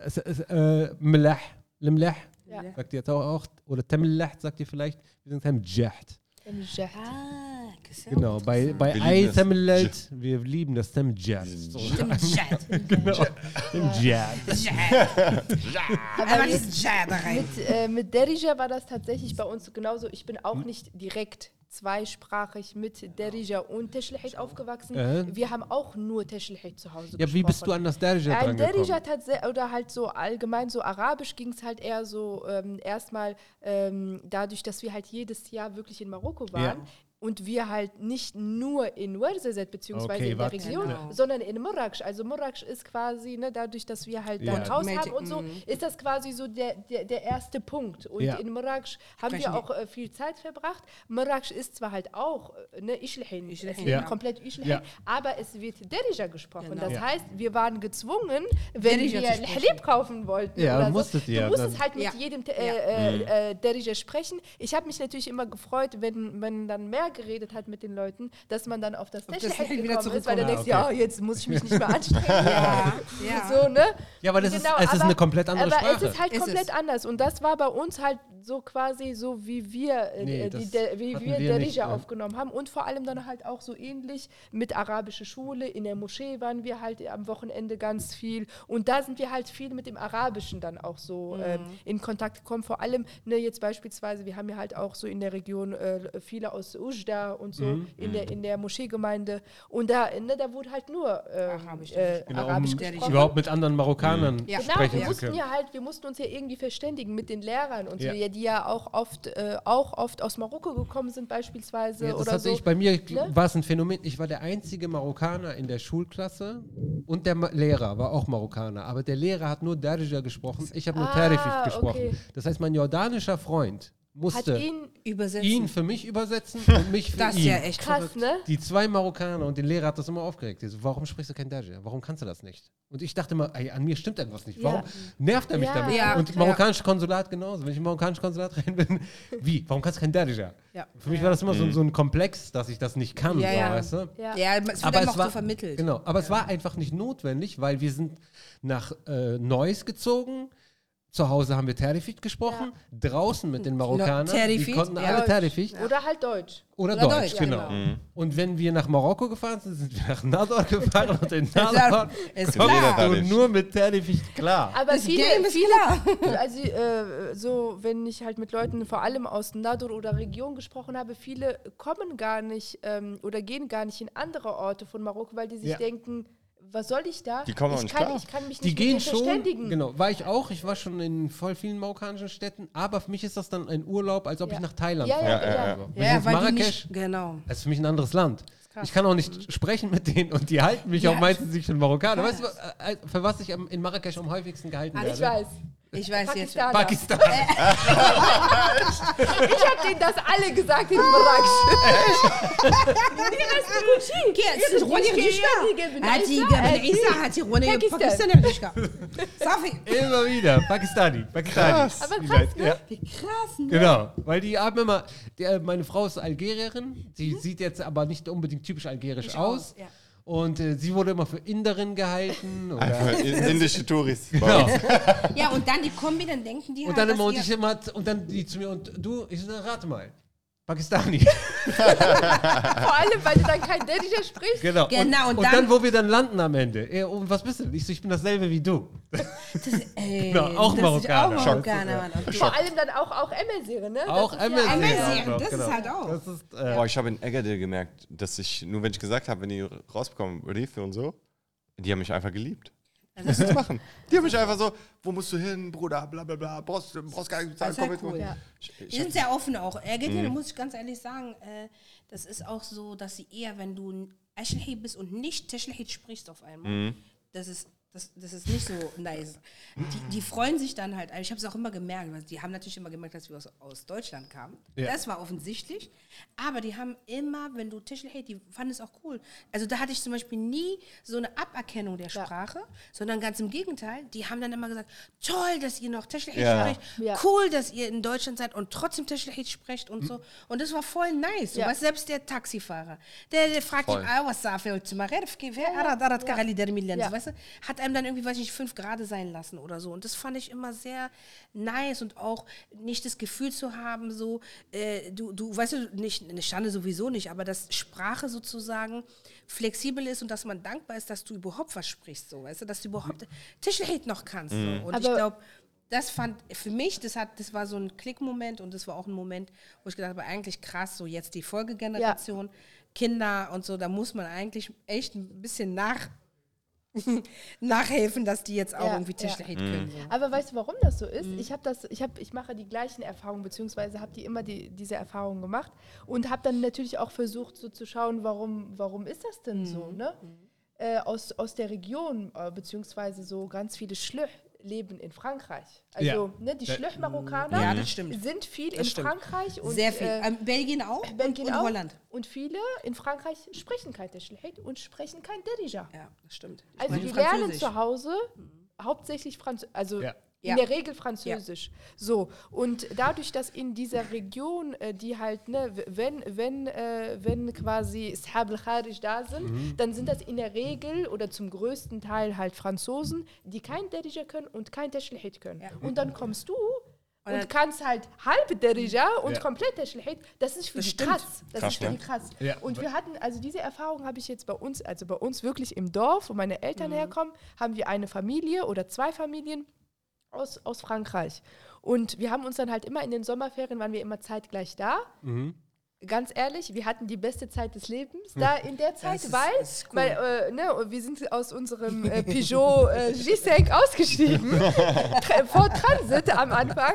Speaker 2: es- es- äh, Mleh, Limleh,
Speaker 4: Ja.
Speaker 2: sagt ihr jetzt auch, oder Temleh, sagt ihr vielleicht. Wir sind Tem Jaht.
Speaker 4: Im Jacht.
Speaker 5: Ah, gesehen.
Speaker 2: Genau, bei, bei
Speaker 3: Wir
Speaker 2: Ei
Speaker 3: lieben das.
Speaker 2: Semmelelt, wir lieben das Sam Jazz.
Speaker 3: Diesen
Speaker 2: So,
Speaker 5: Stimmt, Chat.
Speaker 2: Sam Jazz.
Speaker 5: Chat. Aber dieses Chat da rein.
Speaker 4: Mit, äh, mit Derija war das tatsächlich bei uns genauso. Ich bin
Speaker 2: Hm?
Speaker 4: auch nicht direkt zweisprachig mit Derija und Teschlehit aufgewachsen.
Speaker 2: Äh.
Speaker 4: Wir haben auch nur Teschlehit zu Hause
Speaker 2: Ja, wie bist du
Speaker 4: gesprochen.
Speaker 2: an das Derija
Speaker 4: Ein
Speaker 2: dran
Speaker 4: Derija
Speaker 2: gekommen?
Speaker 4: tatsächlich, oder halt so allgemein, so arabisch ging es halt eher so ähm, erstmal ähm, dadurch, dass wir halt jedes Jahr wirklich in Marokko waren.
Speaker 2: Ja.
Speaker 4: Und wir halt nicht nur in Ouarzazate beziehungsweise
Speaker 2: Okay,
Speaker 4: in der
Speaker 2: warte.
Speaker 4: Region,
Speaker 5: Genau.
Speaker 4: sondern in Marrakesch. Also Marrakesch ist quasi, ne, dadurch, dass wir halt
Speaker 2: Ja.
Speaker 4: da ein Haus
Speaker 5: Magic,
Speaker 4: haben und so,
Speaker 5: mhm.
Speaker 4: ist das quasi so der, der, der erste Punkt. Und
Speaker 2: Ja.
Speaker 4: in Marrakesch haben wir
Speaker 5: Sprechen die-
Speaker 4: auch äh, viel Zeit verbracht. Marrakesch ist zwar halt auch, äh, ne, Ischlehin, es
Speaker 5: Ischlehin,
Speaker 4: ist
Speaker 2: ja.
Speaker 4: komplett Ischlehin,
Speaker 2: Ja.
Speaker 4: aber es wird Derija gesprochen.
Speaker 5: Genau.
Speaker 4: Das
Speaker 2: Ja.
Speaker 4: heißt, wir waren gezwungen, wenn
Speaker 5: Derija
Speaker 4: wir
Speaker 5: zu sprechen.
Speaker 4: Halib kaufen wollten.
Speaker 2: Ja,
Speaker 4: oder
Speaker 2: musstet
Speaker 4: so.
Speaker 2: ihr,
Speaker 4: Du musstest
Speaker 2: dann- Mhm.
Speaker 4: halt mit
Speaker 5: Ja.
Speaker 4: jedem äh, äh, äh, Derija sprechen. Ich habe mich natürlich immer gefreut, wenn man dann mehr geredet hat mit den Leuten, dass man dann auf das
Speaker 5: das
Speaker 4: Derija
Speaker 5: Derija wieder
Speaker 4: gekommen ist, weil dann
Speaker 2: zurückkommt.
Speaker 4: denkst du, ja, jetzt muss ich mich nicht mehr anstrengen. ja.
Speaker 5: Ja.
Speaker 4: So, ne?
Speaker 2: Ja, aber das ist- es ist
Speaker 4: aber-
Speaker 2: eine komplett andere
Speaker 4: aber
Speaker 2: Sprache.
Speaker 4: es ist halt
Speaker 5: Ist
Speaker 4: komplett
Speaker 5: es.
Speaker 4: anders. Und das war bei uns halt so quasi so, wie wir, äh,
Speaker 2: Nee,
Speaker 4: die,
Speaker 2: das
Speaker 4: der, wie
Speaker 2: hatten
Speaker 4: wir
Speaker 2: wir nicht,
Speaker 4: Derija
Speaker 2: ja.
Speaker 4: aufgenommen haben. Und vor allem dann halt auch so ähnlich mit arabischer Schule. In der Moschee waren wir halt am Wochenende ganz viel. Und da sind wir halt viel mit dem Arabischen dann auch so
Speaker 5: Mhm.
Speaker 4: ähm, in Kontakt gekommen. Vor allem, ne, jetzt beispielsweise, wir haben ja halt auch so in der Region äh, viele aus Ujda und so
Speaker 2: Mhm.
Speaker 4: in, der, in der Moscheegemeinde. Und da, ne, da wurde halt nur ähm,
Speaker 5: Arabisch.
Speaker 4: äh,
Speaker 2: Genau,
Speaker 4: Arabisch
Speaker 2: um
Speaker 4: gesprochen.
Speaker 2: überhaupt mit anderen Marokkanern
Speaker 5: Ja.
Speaker 4: Genau,
Speaker 2: sprechen
Speaker 4: wir
Speaker 2: zu
Speaker 4: mussten
Speaker 2: können.
Speaker 4: ja halt, wir mussten uns ja irgendwie verständigen mit den Lehrern und
Speaker 2: Ja.
Speaker 4: so, ja, die ja auch oft, äh, auch oft aus Marokko gekommen sind beispielsweise
Speaker 2: Ja, das
Speaker 4: also, oder
Speaker 2: hatte
Speaker 4: so.
Speaker 2: ich bei mir,
Speaker 4: Ne?
Speaker 2: war es ein Phänomen. Ich war der einzige Marokkaner in der Schulklasse und der Ma Lehrer war auch Marokkaner. Aber der Lehrer hat nur Derija gesprochen, ich habe nur
Speaker 4: Ah,
Speaker 2: Tarifif gesprochen.
Speaker 4: okay.
Speaker 2: Das heißt, mein jordanischer Freund
Speaker 4: Hat
Speaker 2: musste ihn,
Speaker 4: ihn
Speaker 5: Übersetzen.
Speaker 2: für mich übersetzen und mich für
Speaker 5: das
Speaker 2: ihn.
Speaker 5: ist ja echt
Speaker 4: krass,
Speaker 5: verrückt.
Speaker 4: ne?
Speaker 2: Die zwei Marokkaner und den Lehrer hat das immer aufgeregt. Die So, warum sprichst du kein Daja? Warum kannst du das nicht? Und ich dachte immer, ey, an mir stimmt irgendwas nicht. Warum
Speaker 4: Ja.
Speaker 2: nervt er mich
Speaker 4: Ja.
Speaker 2: damit?
Speaker 5: Ja.
Speaker 2: und
Speaker 5: Ja.
Speaker 2: marokkanisches Konsulat genauso. Wenn ich im marokkanischen Konsulat rein bin, wie? Warum kannst du kein Daja?
Speaker 5: Ja.
Speaker 2: Für mich war das immer so, so ein Komplex, dass ich das nicht kann.
Speaker 5: Ja,
Speaker 2: so,
Speaker 5: ja.
Speaker 2: Weißt du?
Speaker 4: Ja.
Speaker 5: Ja, es wird
Speaker 2: Aber
Speaker 5: einem
Speaker 2: es
Speaker 5: auch
Speaker 2: war,
Speaker 5: so vermittelt.
Speaker 2: Genau, aber es war einfach nicht notwendig, weil wir sind nach äh, Neuss gezogen. Zu Hause haben wir Terrifit gesprochen, draußen mit den Marokkanern. Die
Speaker 5: Terrifit,
Speaker 2: konnten
Speaker 5: ja.
Speaker 2: alle
Speaker 4: Deutsch.
Speaker 2: Terrifit.
Speaker 4: Oder halt Deutsch.
Speaker 2: Oder,
Speaker 5: Oder
Speaker 2: Deutsch,
Speaker 5: Deutsch,
Speaker 2: genau. Und wenn wir nach Marokko gefahren sind, sind wir nach Nador gefahren und in Nador
Speaker 5: Ist
Speaker 2: kommst
Speaker 3: klar.
Speaker 2: du nur mit Terrificht klar.
Speaker 4: Aber
Speaker 5: Das
Speaker 4: viele,
Speaker 5: Game ist
Speaker 4: viele
Speaker 5: klar.
Speaker 4: also äh, so, wenn ich halt mit Leuten vor allem aus Nadur oder Region gesprochen habe, viele kommen gar nicht ähm, oder gehen gar nicht in andere Orte von Marokko, weil die sich
Speaker 2: Ja.
Speaker 4: denken, was soll ich da?
Speaker 3: Die kommen auch
Speaker 4: ich
Speaker 3: nicht
Speaker 4: kann,
Speaker 3: klar.
Speaker 4: Also Ich kann mich
Speaker 2: Die
Speaker 4: nicht
Speaker 2: gehen
Speaker 4: mit denen
Speaker 2: schon,
Speaker 4: verständigen.
Speaker 2: genau, war ich auch, ich war schon in voll vielen marokkanischen Städten, aber für mich ist das dann ein Urlaub, als ob
Speaker 4: Ja.
Speaker 2: ich nach Thailand
Speaker 4: Ja,
Speaker 2: fahre.
Speaker 4: ja,
Speaker 3: Ja, ja,
Speaker 4: ja.
Speaker 3: ja.
Speaker 4: ja.
Speaker 2: Wenn ich jetzt
Speaker 5: die
Speaker 2: Marrakesch,
Speaker 5: Genau.
Speaker 2: das ist für mich ein anderes Land.
Speaker 5: krass.
Speaker 2: Ich kann auch nicht sprechen mit denen und die halten mich
Speaker 5: Ja,
Speaker 2: auch meistens nicht für einen Marokkaner. Weißt du, äh, für was ich am- in Marrakesch am häufigsten gehalten
Speaker 4: Ah,
Speaker 2: werde?
Speaker 4: Ich weiß.
Speaker 5: Ich weiß jetzt.
Speaker 2: Pakistan.
Speaker 4: Pakistaner. Ich hab denen das alle gesagt in Marrakesch.
Speaker 5: Yes, Rune
Speaker 4: Rune
Speaker 5: Rishka.
Speaker 4: Rishka bin
Speaker 5: Hati
Speaker 4: Isa.
Speaker 5: bin Isa, Hati Rune
Speaker 4: Pakistan.
Speaker 5: Pakistani Rishka. Safi.
Speaker 2: Immer wieder. Pakistani. Pakistani.
Speaker 3: Krass.
Speaker 4: Aber
Speaker 2: Die
Speaker 4: krass,
Speaker 2: Leute,
Speaker 4: ne?
Speaker 2: ja.
Speaker 5: Wie krass, ne?
Speaker 2: Genau, weil die haben immer, die, äh, meine Frau ist Algerierin, die sieht jetzt aber nicht unbedingt typisch algerisch aus.
Speaker 5: Mhm. aus, ja.
Speaker 2: Und äh, sie wurde immer für Inderin gehalten. Oder,
Speaker 3: Einfach in- indische Touris.
Speaker 2: genau.
Speaker 5: Ja, und dann die Kombi, dann denken die halt,
Speaker 2: Und dann
Speaker 5: dass
Speaker 2: immer, und
Speaker 5: ihr-
Speaker 2: ich immer, und dann die zu mir, und du, ich so, na, rate mal. Pakistani.
Speaker 4: Vor allem, weil du dann kein Dänischer sprichst.
Speaker 2: genau.
Speaker 5: Genau,
Speaker 2: und,
Speaker 5: und
Speaker 2: und dann,
Speaker 5: dann-
Speaker 2: wo wir dann landen am Ende. Ja, und was bist du? Ich so, ich bin dasselbe wie du.
Speaker 5: Das, ey,
Speaker 2: Genau, auch
Speaker 5: das ist
Speaker 2: Marokkaner.
Speaker 5: Auch Marokkaner, Mann. Okay.
Speaker 4: Vor allem dann auch, auch Emmelseere, ne? Das
Speaker 2: Auch
Speaker 4: ist
Speaker 2: Amazon.
Speaker 5: Amazon, das ist halt auch.
Speaker 2: Das ist, äh,
Speaker 3: Boah, ich habe in Eggerdale gemerkt, dass ich, nur wenn ich gesagt habe, wenn die rausbekommen, Reef und so, die haben mich einfach geliebt. Was willst du machen? Die haben mich einfach so, wo musst du hin, Bruder, bla bla bla, brauchst, brauchst gar nicht bezahlen,
Speaker 5: Das ist
Speaker 3: komm
Speaker 5: halt
Speaker 3: mit.
Speaker 5: cool.
Speaker 3: Ja.
Speaker 4: Ja.
Speaker 3: Ich,
Speaker 5: Die
Speaker 3: ich Mhm. hab,
Speaker 5: sind sehr offen auch. Ägypten, muss ich ganz ehrlich sagen, äh, das ist auch so, dass sie eher, wenn du ein Eschelhi bist und nicht Teschelhi sprichst auf einmal,
Speaker 3: Mhm.
Speaker 5: das ist. Das, das ist nicht so nice. Die, die freuen sich dann halt. Ich habe es auch immer gemerkt. Weil die haben natürlich immer gemerkt, dass wir aus, aus Deutschland kamen.
Speaker 2: Ja.
Speaker 5: Das war offensichtlich. Aber die haben immer, wenn du Tischlehit, die fanden es auch cool. Also da hatte ich zum Beispiel nie so eine Aberkennung der Sprache, sondern ganz im Gegenteil. Die haben dann immer gesagt, toll, dass ihr noch Tischlehit
Speaker 3: Ja.
Speaker 5: spricht
Speaker 4: Ja.
Speaker 5: cool, dass ihr in Deutschland seid und trotzdem Teschlechit sprecht und so. Und das war voll nice.
Speaker 4: Ja.
Speaker 5: Ja. selbst der Taxifahrer, der, der fragt ihn,
Speaker 3: Voll.
Speaker 5: ah, was darf er heute mal? Ref, geh, wer arad, arad, karali, der Milan.
Speaker 4: Ja.
Speaker 5: Weißt du, hat einem dann irgendwie, weiß ich nicht, fünf Grade sein lassen oder so. Und das fand ich immer sehr nice und auch nicht das Gefühl zu haben, so, äh, du, du, weißt du, nicht, eine Schande sowieso nicht, aber dass Sprache sozusagen flexibel ist und dass man dankbar ist, dass du überhaupt was sprichst, so, weißt du, dass du überhaupt Tischlechit noch kannst. So. Und ich
Speaker 4: Aber-
Speaker 5: glaube, das fand für mich, das hat, das war so ein Klickmoment und das war auch ein Moment, wo ich gedacht habe, eigentlich krass, so jetzt die Folgegeneration, Kinder und so, da muss man eigentlich echt ein bisschen nach, nachhelfen, dass die jetzt auch
Speaker 4: Ja,
Speaker 5: irgendwie
Speaker 4: ja.
Speaker 5: Tischlehit können. So.
Speaker 4: Aber weißt du, warum das so
Speaker 5: Mhm.
Speaker 4: ist? Ich habe das, ich habe, ich mache die gleichen Erfahrungen beziehungsweise habe die immer die, diese Erfahrungen gemacht und habe dann natürlich auch versucht, so zu schauen, warum, warum ist das denn so,
Speaker 5: Mhm.
Speaker 4: ne? Äh, aus, aus der Region äh, beziehungsweise so ganz viele Schlöch leben in Frankreich. Also
Speaker 2: Ja.
Speaker 4: ne, die
Speaker 2: Ja.
Speaker 4: Schlöch-Marokkaner
Speaker 5: Ja, das stimmt.
Speaker 4: sind viel in
Speaker 5: Das stimmt.
Speaker 4: Frankreich und
Speaker 5: Sehr viel.
Speaker 4: äh,
Speaker 5: Ähm, Belgien auch
Speaker 4: Belgien
Speaker 5: und, und
Speaker 4: auch.
Speaker 5: Holland.
Speaker 4: Und viele in Frankreich sprechen kein Teschlehit und sprechen kein Derija.
Speaker 5: Ja, das stimmt. Ich
Speaker 4: Also
Speaker 5: meine
Speaker 4: die lernen
Speaker 5: Französisch.
Speaker 4: zu Hause hauptsächlich Französisch, also
Speaker 2: Ja.
Speaker 4: in
Speaker 5: Ja.
Speaker 4: der Regel Französisch. So, und dadurch, dass in dieser Region, äh, die halt, ne, w- wenn, wenn, äh, wenn quasi Ishab al-Kharij da sind, dann sind das in der Regel oder zum größten Teil halt Franzosen, die kein Derija können und kein Teschlehit können.
Speaker 5: Ja.
Speaker 4: Und dann kommst du und,
Speaker 5: dann-
Speaker 4: kannst halt halb Derija und
Speaker 2: Ja.
Speaker 4: komplett Teschlehit, das ist für
Speaker 5: Das
Speaker 4: die
Speaker 5: stimmt.
Speaker 4: krass. Das
Speaker 3: Krass,
Speaker 4: ist für
Speaker 3: ne?
Speaker 4: die krass.
Speaker 2: Ja.
Speaker 4: Und wir hatten, also diese Erfahrung habe ich jetzt bei uns, also bei uns wirklich im Dorf, wo meine Eltern
Speaker 5: Mhm.
Speaker 4: herkommen, haben wir eine Familie oder zwei Familien aus, aus Frankreich. Und wir haben uns dann halt immer in den Sommerferien, waren wir immer zeitgleich da. Ganz ehrlich, wir hatten die beste Zeit des Lebens da in der Zeit,
Speaker 5: ist-
Speaker 4: weil,
Speaker 5: das ist cool.
Speaker 4: weil äh, ne, wir sind aus unserem äh, Peugeot äh, G-Sank ausgestiegen, tra- vor Transit am Anfang.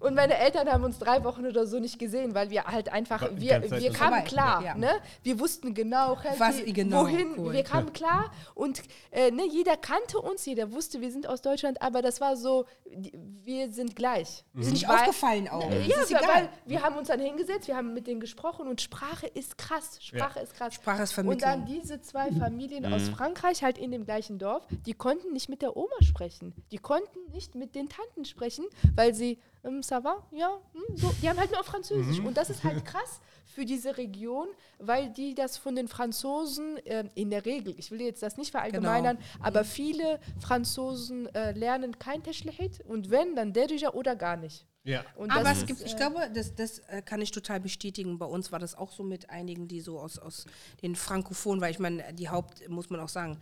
Speaker 4: Und meine Eltern haben uns drei Wochen oder so nicht gesehen, weil wir halt einfach,
Speaker 2: War die
Speaker 4: wir,
Speaker 2: ganze Zeit
Speaker 4: wir
Speaker 2: so.
Speaker 4: kamen
Speaker 5: Vorbei.
Speaker 4: klar,
Speaker 5: Ja.
Speaker 4: ne? Wir wussten genau,
Speaker 5: Was-
Speaker 4: wie-
Speaker 5: genau,
Speaker 4: wohin,
Speaker 5: cool.
Speaker 4: wir kamen klar und äh, ne, jeder kannte uns, jeder wusste, wir sind aus Deutschland, aber das war so, die, wir sind gleich.
Speaker 2: Mhm.
Speaker 5: Ist nicht
Speaker 4: Weil-
Speaker 5: aufgefallen auch.
Speaker 4: Ja,
Speaker 5: Oh, Das ist
Speaker 4: weil-
Speaker 5: egal.
Speaker 4: weil wir haben uns dann hingesetzt, wir haben mit denen gesprochen und Sprache ist krass. Sprache ist krass.
Speaker 5: Sprache ist
Speaker 4: und
Speaker 5: Vermittlung.
Speaker 4: dann diese zwei
Speaker 5: Mhm.
Speaker 4: Familien aus Frankreich, halt in dem gleichen Dorf, die konnten nicht mit der Oma sprechen. Die konnten nicht mit den Tanten sprechen, weil sie, ähm, ça va, ja, hm, so. Die haben halt nur auf
Speaker 5: Mhm.
Speaker 4: Französisch. Und das ist halt krass für diese Region, weil die das von den Franzosen ähm, in der Regel, ich will jetzt das nicht verallgemeinern,
Speaker 5: Genau.
Speaker 4: aber viele Franzosen äh, lernen kein Teschlehit und wenn, dann Derija oder gar nicht.
Speaker 2: ja.
Speaker 4: Und
Speaker 5: Aber
Speaker 4: das
Speaker 5: es
Speaker 4: ist,
Speaker 5: gibt, ich glaube, das, das äh, kann ich total bestätigen. Bei uns war das auch so mit einigen, die so aus, aus den Frankophonen, weil ich meine, die Haupt, muss man auch sagen,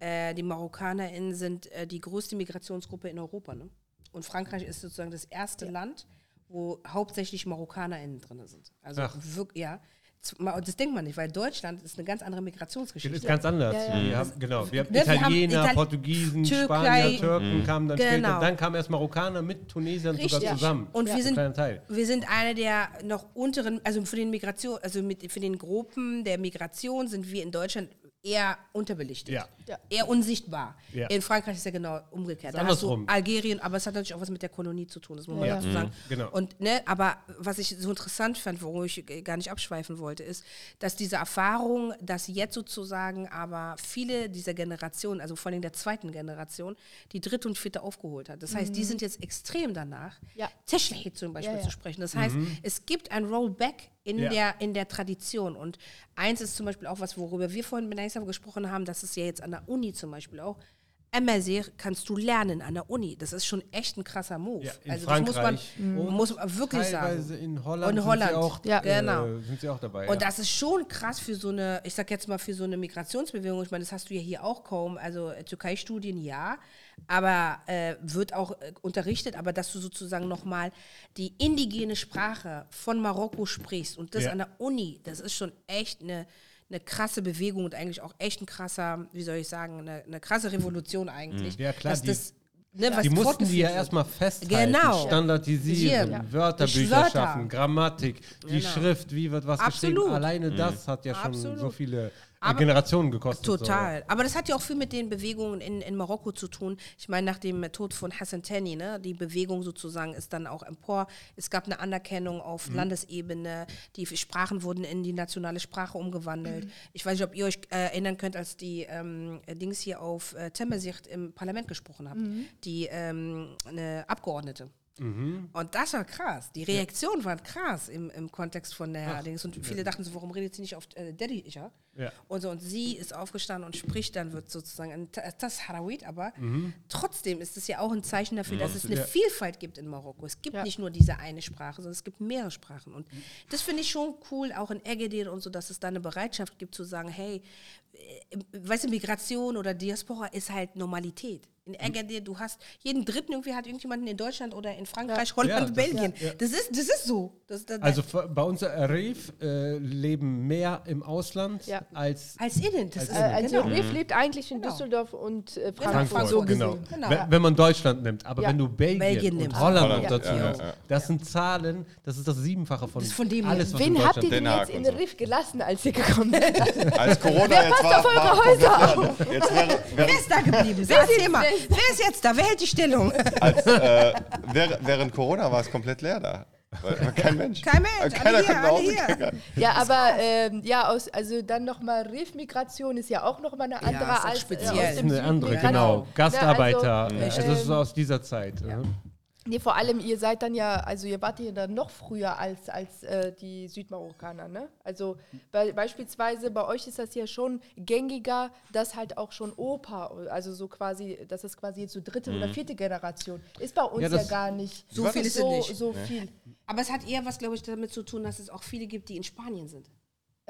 Speaker 5: äh, die MarokkanerInnen sind äh, die größte Migrationsgruppe in Europa. Ne? Und Frankreich ist sozusagen das erste Land, wo hauptsächlich MarokkanerInnen drin sind. Also
Speaker 2: Ach.
Speaker 5: wirklich, ja. Z- ma- Das denkt man nicht, weil Deutschland ist eine ganz andere
Speaker 2: Das ist
Speaker 5: Migrationsgeschichte.
Speaker 2: ganz anders.
Speaker 4: Ja, ja.
Speaker 2: Wir haben, genau, wir haben
Speaker 5: Ne, Wir haben
Speaker 2: Italiener,
Speaker 5: Itali-
Speaker 2: Portugiesen,
Speaker 5: Türkei.
Speaker 2: Spanier, Türken kamen dann später.
Speaker 5: Genau.
Speaker 2: Dann kamen erst Marokkaner mit Tunesiern sogar
Speaker 5: Richtig.
Speaker 2: zusammen.
Speaker 5: Und wir
Speaker 2: Ein
Speaker 5: sind
Speaker 2: kleiner Teil.
Speaker 5: wir sind eine der noch unteren, also für den Migration, also mit für den Gruppen der Migration sind wir in Deutschland eher unterbelichtet.
Speaker 2: Ja.
Speaker 4: Ja.
Speaker 5: Eher unsichtbar.
Speaker 2: Ja.
Speaker 5: In Frankreich ist ja genau umgekehrt.
Speaker 2: Ist
Speaker 5: Da hast du
Speaker 2: andersrum.
Speaker 5: Algerien, aber es hat natürlich auch was mit der Kolonie zu tun, das muss man
Speaker 4: Ja.
Speaker 5: dazu sagen.
Speaker 2: genau.
Speaker 5: Und ne, aber was ich so interessant fand, worüber ich äh, gar nicht abschweifen wollte, ist, dass diese Erfahrung, dass jetzt sozusagen aber viele dieser Generation, also vor allem der zweiten Generation, die dritte und vierte aufgeholt hat. Das heißt, die sind jetzt extrem danach,
Speaker 4: Mhm. Ja.
Speaker 5: Technik zum Beispiel
Speaker 4: Ja, ja.
Speaker 5: zu sprechen. Das heißt, es gibt ein Rollback in,
Speaker 2: Ja.
Speaker 5: der, in der Tradition. Und eins ist zum Beispiel auch was, worüber wir vorhin mit Naisa gesprochen haben, das ist ja jetzt an der Uni zum Beispiel auch. MSR E kannst du lernen an der Uni. Das ist schon echt ein krasser Move.
Speaker 2: Ja, in
Speaker 5: also
Speaker 2: Frankreich.
Speaker 5: das muss man, muss man wirklich
Speaker 2: Teilweise
Speaker 5: sagen.
Speaker 2: in Holland,
Speaker 5: Und Holland.
Speaker 2: Sind, sie auch,
Speaker 4: Ja.
Speaker 2: äh,
Speaker 5: Genau.
Speaker 2: sind sie auch dabei.
Speaker 5: Und
Speaker 2: ja.
Speaker 5: das ist schon krass für so eine, ich sag jetzt mal, für so eine Migrationsbewegung. Ich meine, das hast du ja hier auch kaum. Also äh, Türkei-Studien ja, aber äh, wird auch äh, unterrichtet, aber dass du sozusagen nochmal die indigene Sprache von Marokko sprichst und das
Speaker 2: Ja.
Speaker 5: an der Uni, das ist schon echt eine, eine krasse Bewegung und eigentlich auch echt ein krasser, wie soll ich sagen, eine, eine krasse Revolution eigentlich.
Speaker 2: Mhm. Ja, klar,
Speaker 5: Dass
Speaker 2: die-
Speaker 5: das, ne, was
Speaker 2: die mussten die ja
Speaker 5: fortgeführt wird.
Speaker 2: erstmal festhalten,
Speaker 5: Genau.
Speaker 2: standardisieren,
Speaker 5: Ja.
Speaker 2: Wörterbücher
Speaker 5: Wörter.
Speaker 2: schaffen, Grammatik, die
Speaker 5: Genau.
Speaker 2: Schrift, wie wird was geschrieben.
Speaker 5: Absolut.
Speaker 2: Alleine das hat ja schon
Speaker 5: Absolut.
Speaker 2: so viele äh,
Speaker 5: Aber-
Speaker 2: Generationen gekostet.
Speaker 5: Total. Aber das hat ja auch viel mit den Bewegungen in, in Marokko zu tun. Ich meine, nach dem Tod von Hassan Tani, ne, die Bewegung sozusagen ist dann auch empor. Es gab eine Anerkennung auf Landesebene. Die Sprachen wurden in die nationale Sprache umgewandelt. Ich weiß nicht, ob ihr euch äh, erinnern könnt, als die ähm, Dings hier auf äh, Temesicht im Parlament gesprochen habt. Die ähm, eine Abgeordnete.
Speaker 2: Mhm.
Speaker 5: Und das war krass. Die Reaktionen waren krass im, im Kontext von der Dings. Und viele dachten so, warum redet sie nicht auf äh, Daddy? Ja?
Speaker 2: Ja.
Speaker 5: Und, so, und sie ist aufgestanden und spricht dann, wird sozusagen ein Ta- Tasharawit, aber trotzdem ist es ja auch ein Zeichen dafür, dass es eine
Speaker 2: Mhm. Ja.
Speaker 5: Vielfalt gibt in Marokko. Es gibt
Speaker 4: Ja.
Speaker 5: nicht nur diese eine Sprache, sondern es gibt mehrere Sprachen. Und
Speaker 2: Mhm.
Speaker 5: das finde ich schon cool, auch in Egedir und so, dass es da eine Bereitschaft gibt zu sagen, hey, äh, weißt du, Migration oder Diaspora ist halt Normalität. In
Speaker 2: Hm.
Speaker 5: Egedir, du hast jeden Dritten irgendwie hat irgendjemanden in Deutschland oder in Frankreich,
Speaker 2: Ja,
Speaker 5: Holland,
Speaker 2: das ist-
Speaker 5: Belgien.
Speaker 2: ja.
Speaker 5: Das ist, das ist so. Das, das,
Speaker 2: Also f- bei uns äh, Arif äh, leben mehr im Ausland
Speaker 4: Ja.
Speaker 2: als
Speaker 5: als innen.
Speaker 2: Als
Speaker 5: Das ist
Speaker 2: innen.
Speaker 4: Also
Speaker 5: genau.
Speaker 2: Mhm.
Speaker 4: Riff lebt eigentlich in
Speaker 5: Genau.
Speaker 4: Düsseldorf und äh, Frankfurt,
Speaker 2: Frankfurt,
Speaker 4: so
Speaker 2: genau.
Speaker 4: gesehen.
Speaker 5: Genau.
Speaker 2: Wenn, wenn man Deutschland nimmt, aber
Speaker 4: Ja.
Speaker 2: wenn du Belgien,
Speaker 5: Belgien
Speaker 2: und
Speaker 5: nimmst.
Speaker 2: Holland
Speaker 3: Holland,
Speaker 2: noch dazu
Speaker 3: ja,
Speaker 2: nimmst,
Speaker 3: ja, ja.
Speaker 2: das sind Zahlen, das ist das Siebenfache von,
Speaker 5: Das ist von dem
Speaker 2: alles,
Speaker 5: hier.
Speaker 2: was in
Speaker 4: Wen habt ihr
Speaker 2: Deutschland
Speaker 3: Den
Speaker 4: denn jetzt
Speaker 3: Haag
Speaker 4: in
Speaker 3: und so.
Speaker 4: Riff gelassen, als ihr gekommen seid?
Speaker 3: Als Corona jetzt war,
Speaker 4: auf eure
Speaker 3: war
Speaker 4: Häuser
Speaker 3: komplett leer. jetzt wäre, wäre
Speaker 5: Wer ist da geblieben? Wer, Erzähl mal. Wer ist jetzt da? Wer hält die Stellung?
Speaker 3: als, äh, wäre, während Corona war es komplett leer da. Weil, war kein Mensch.
Speaker 5: Kein Mensch,
Speaker 3: Keiner kann
Speaker 5: alle hier,
Speaker 3: nach
Speaker 5: alle
Speaker 3: Hause
Speaker 5: hier.
Speaker 3: gegangen.
Speaker 4: ja, aber ähm, ja, aus, also dann nochmal Riff-Migration ist ja auch nochmal eine andere
Speaker 5: ist auch
Speaker 4: als
Speaker 5: speziell.
Speaker 4: Äh, aus
Speaker 2: Das ist
Speaker 4: dem
Speaker 2: eine andere,
Speaker 4: Süden.
Speaker 2: genau.
Speaker 4: Ne,
Speaker 2: Gastarbeiter,
Speaker 4: also,
Speaker 2: äh, also das ist aus dieser Zeit. mhm.
Speaker 4: Nee, vor allem, ihr seid dann ja, also ihr wart ja dann noch früher als, als äh, die Südmarokkaner, ne? Also bei, beispielsweise bei euch ist das ja schon gängiger, dass halt auch schon Opa, also so quasi, dass das quasi jetzt so dritte oder vierte Generation ist bei uns
Speaker 2: Ja,
Speaker 4: ja,
Speaker 2: das-
Speaker 4: gar nicht.
Speaker 5: So viel ist es
Speaker 4: so,
Speaker 5: nicht.
Speaker 4: So viel.
Speaker 5: Aber es hat eher was, glaube ich, damit zu tun, dass es auch viele gibt, die in Spanien sind.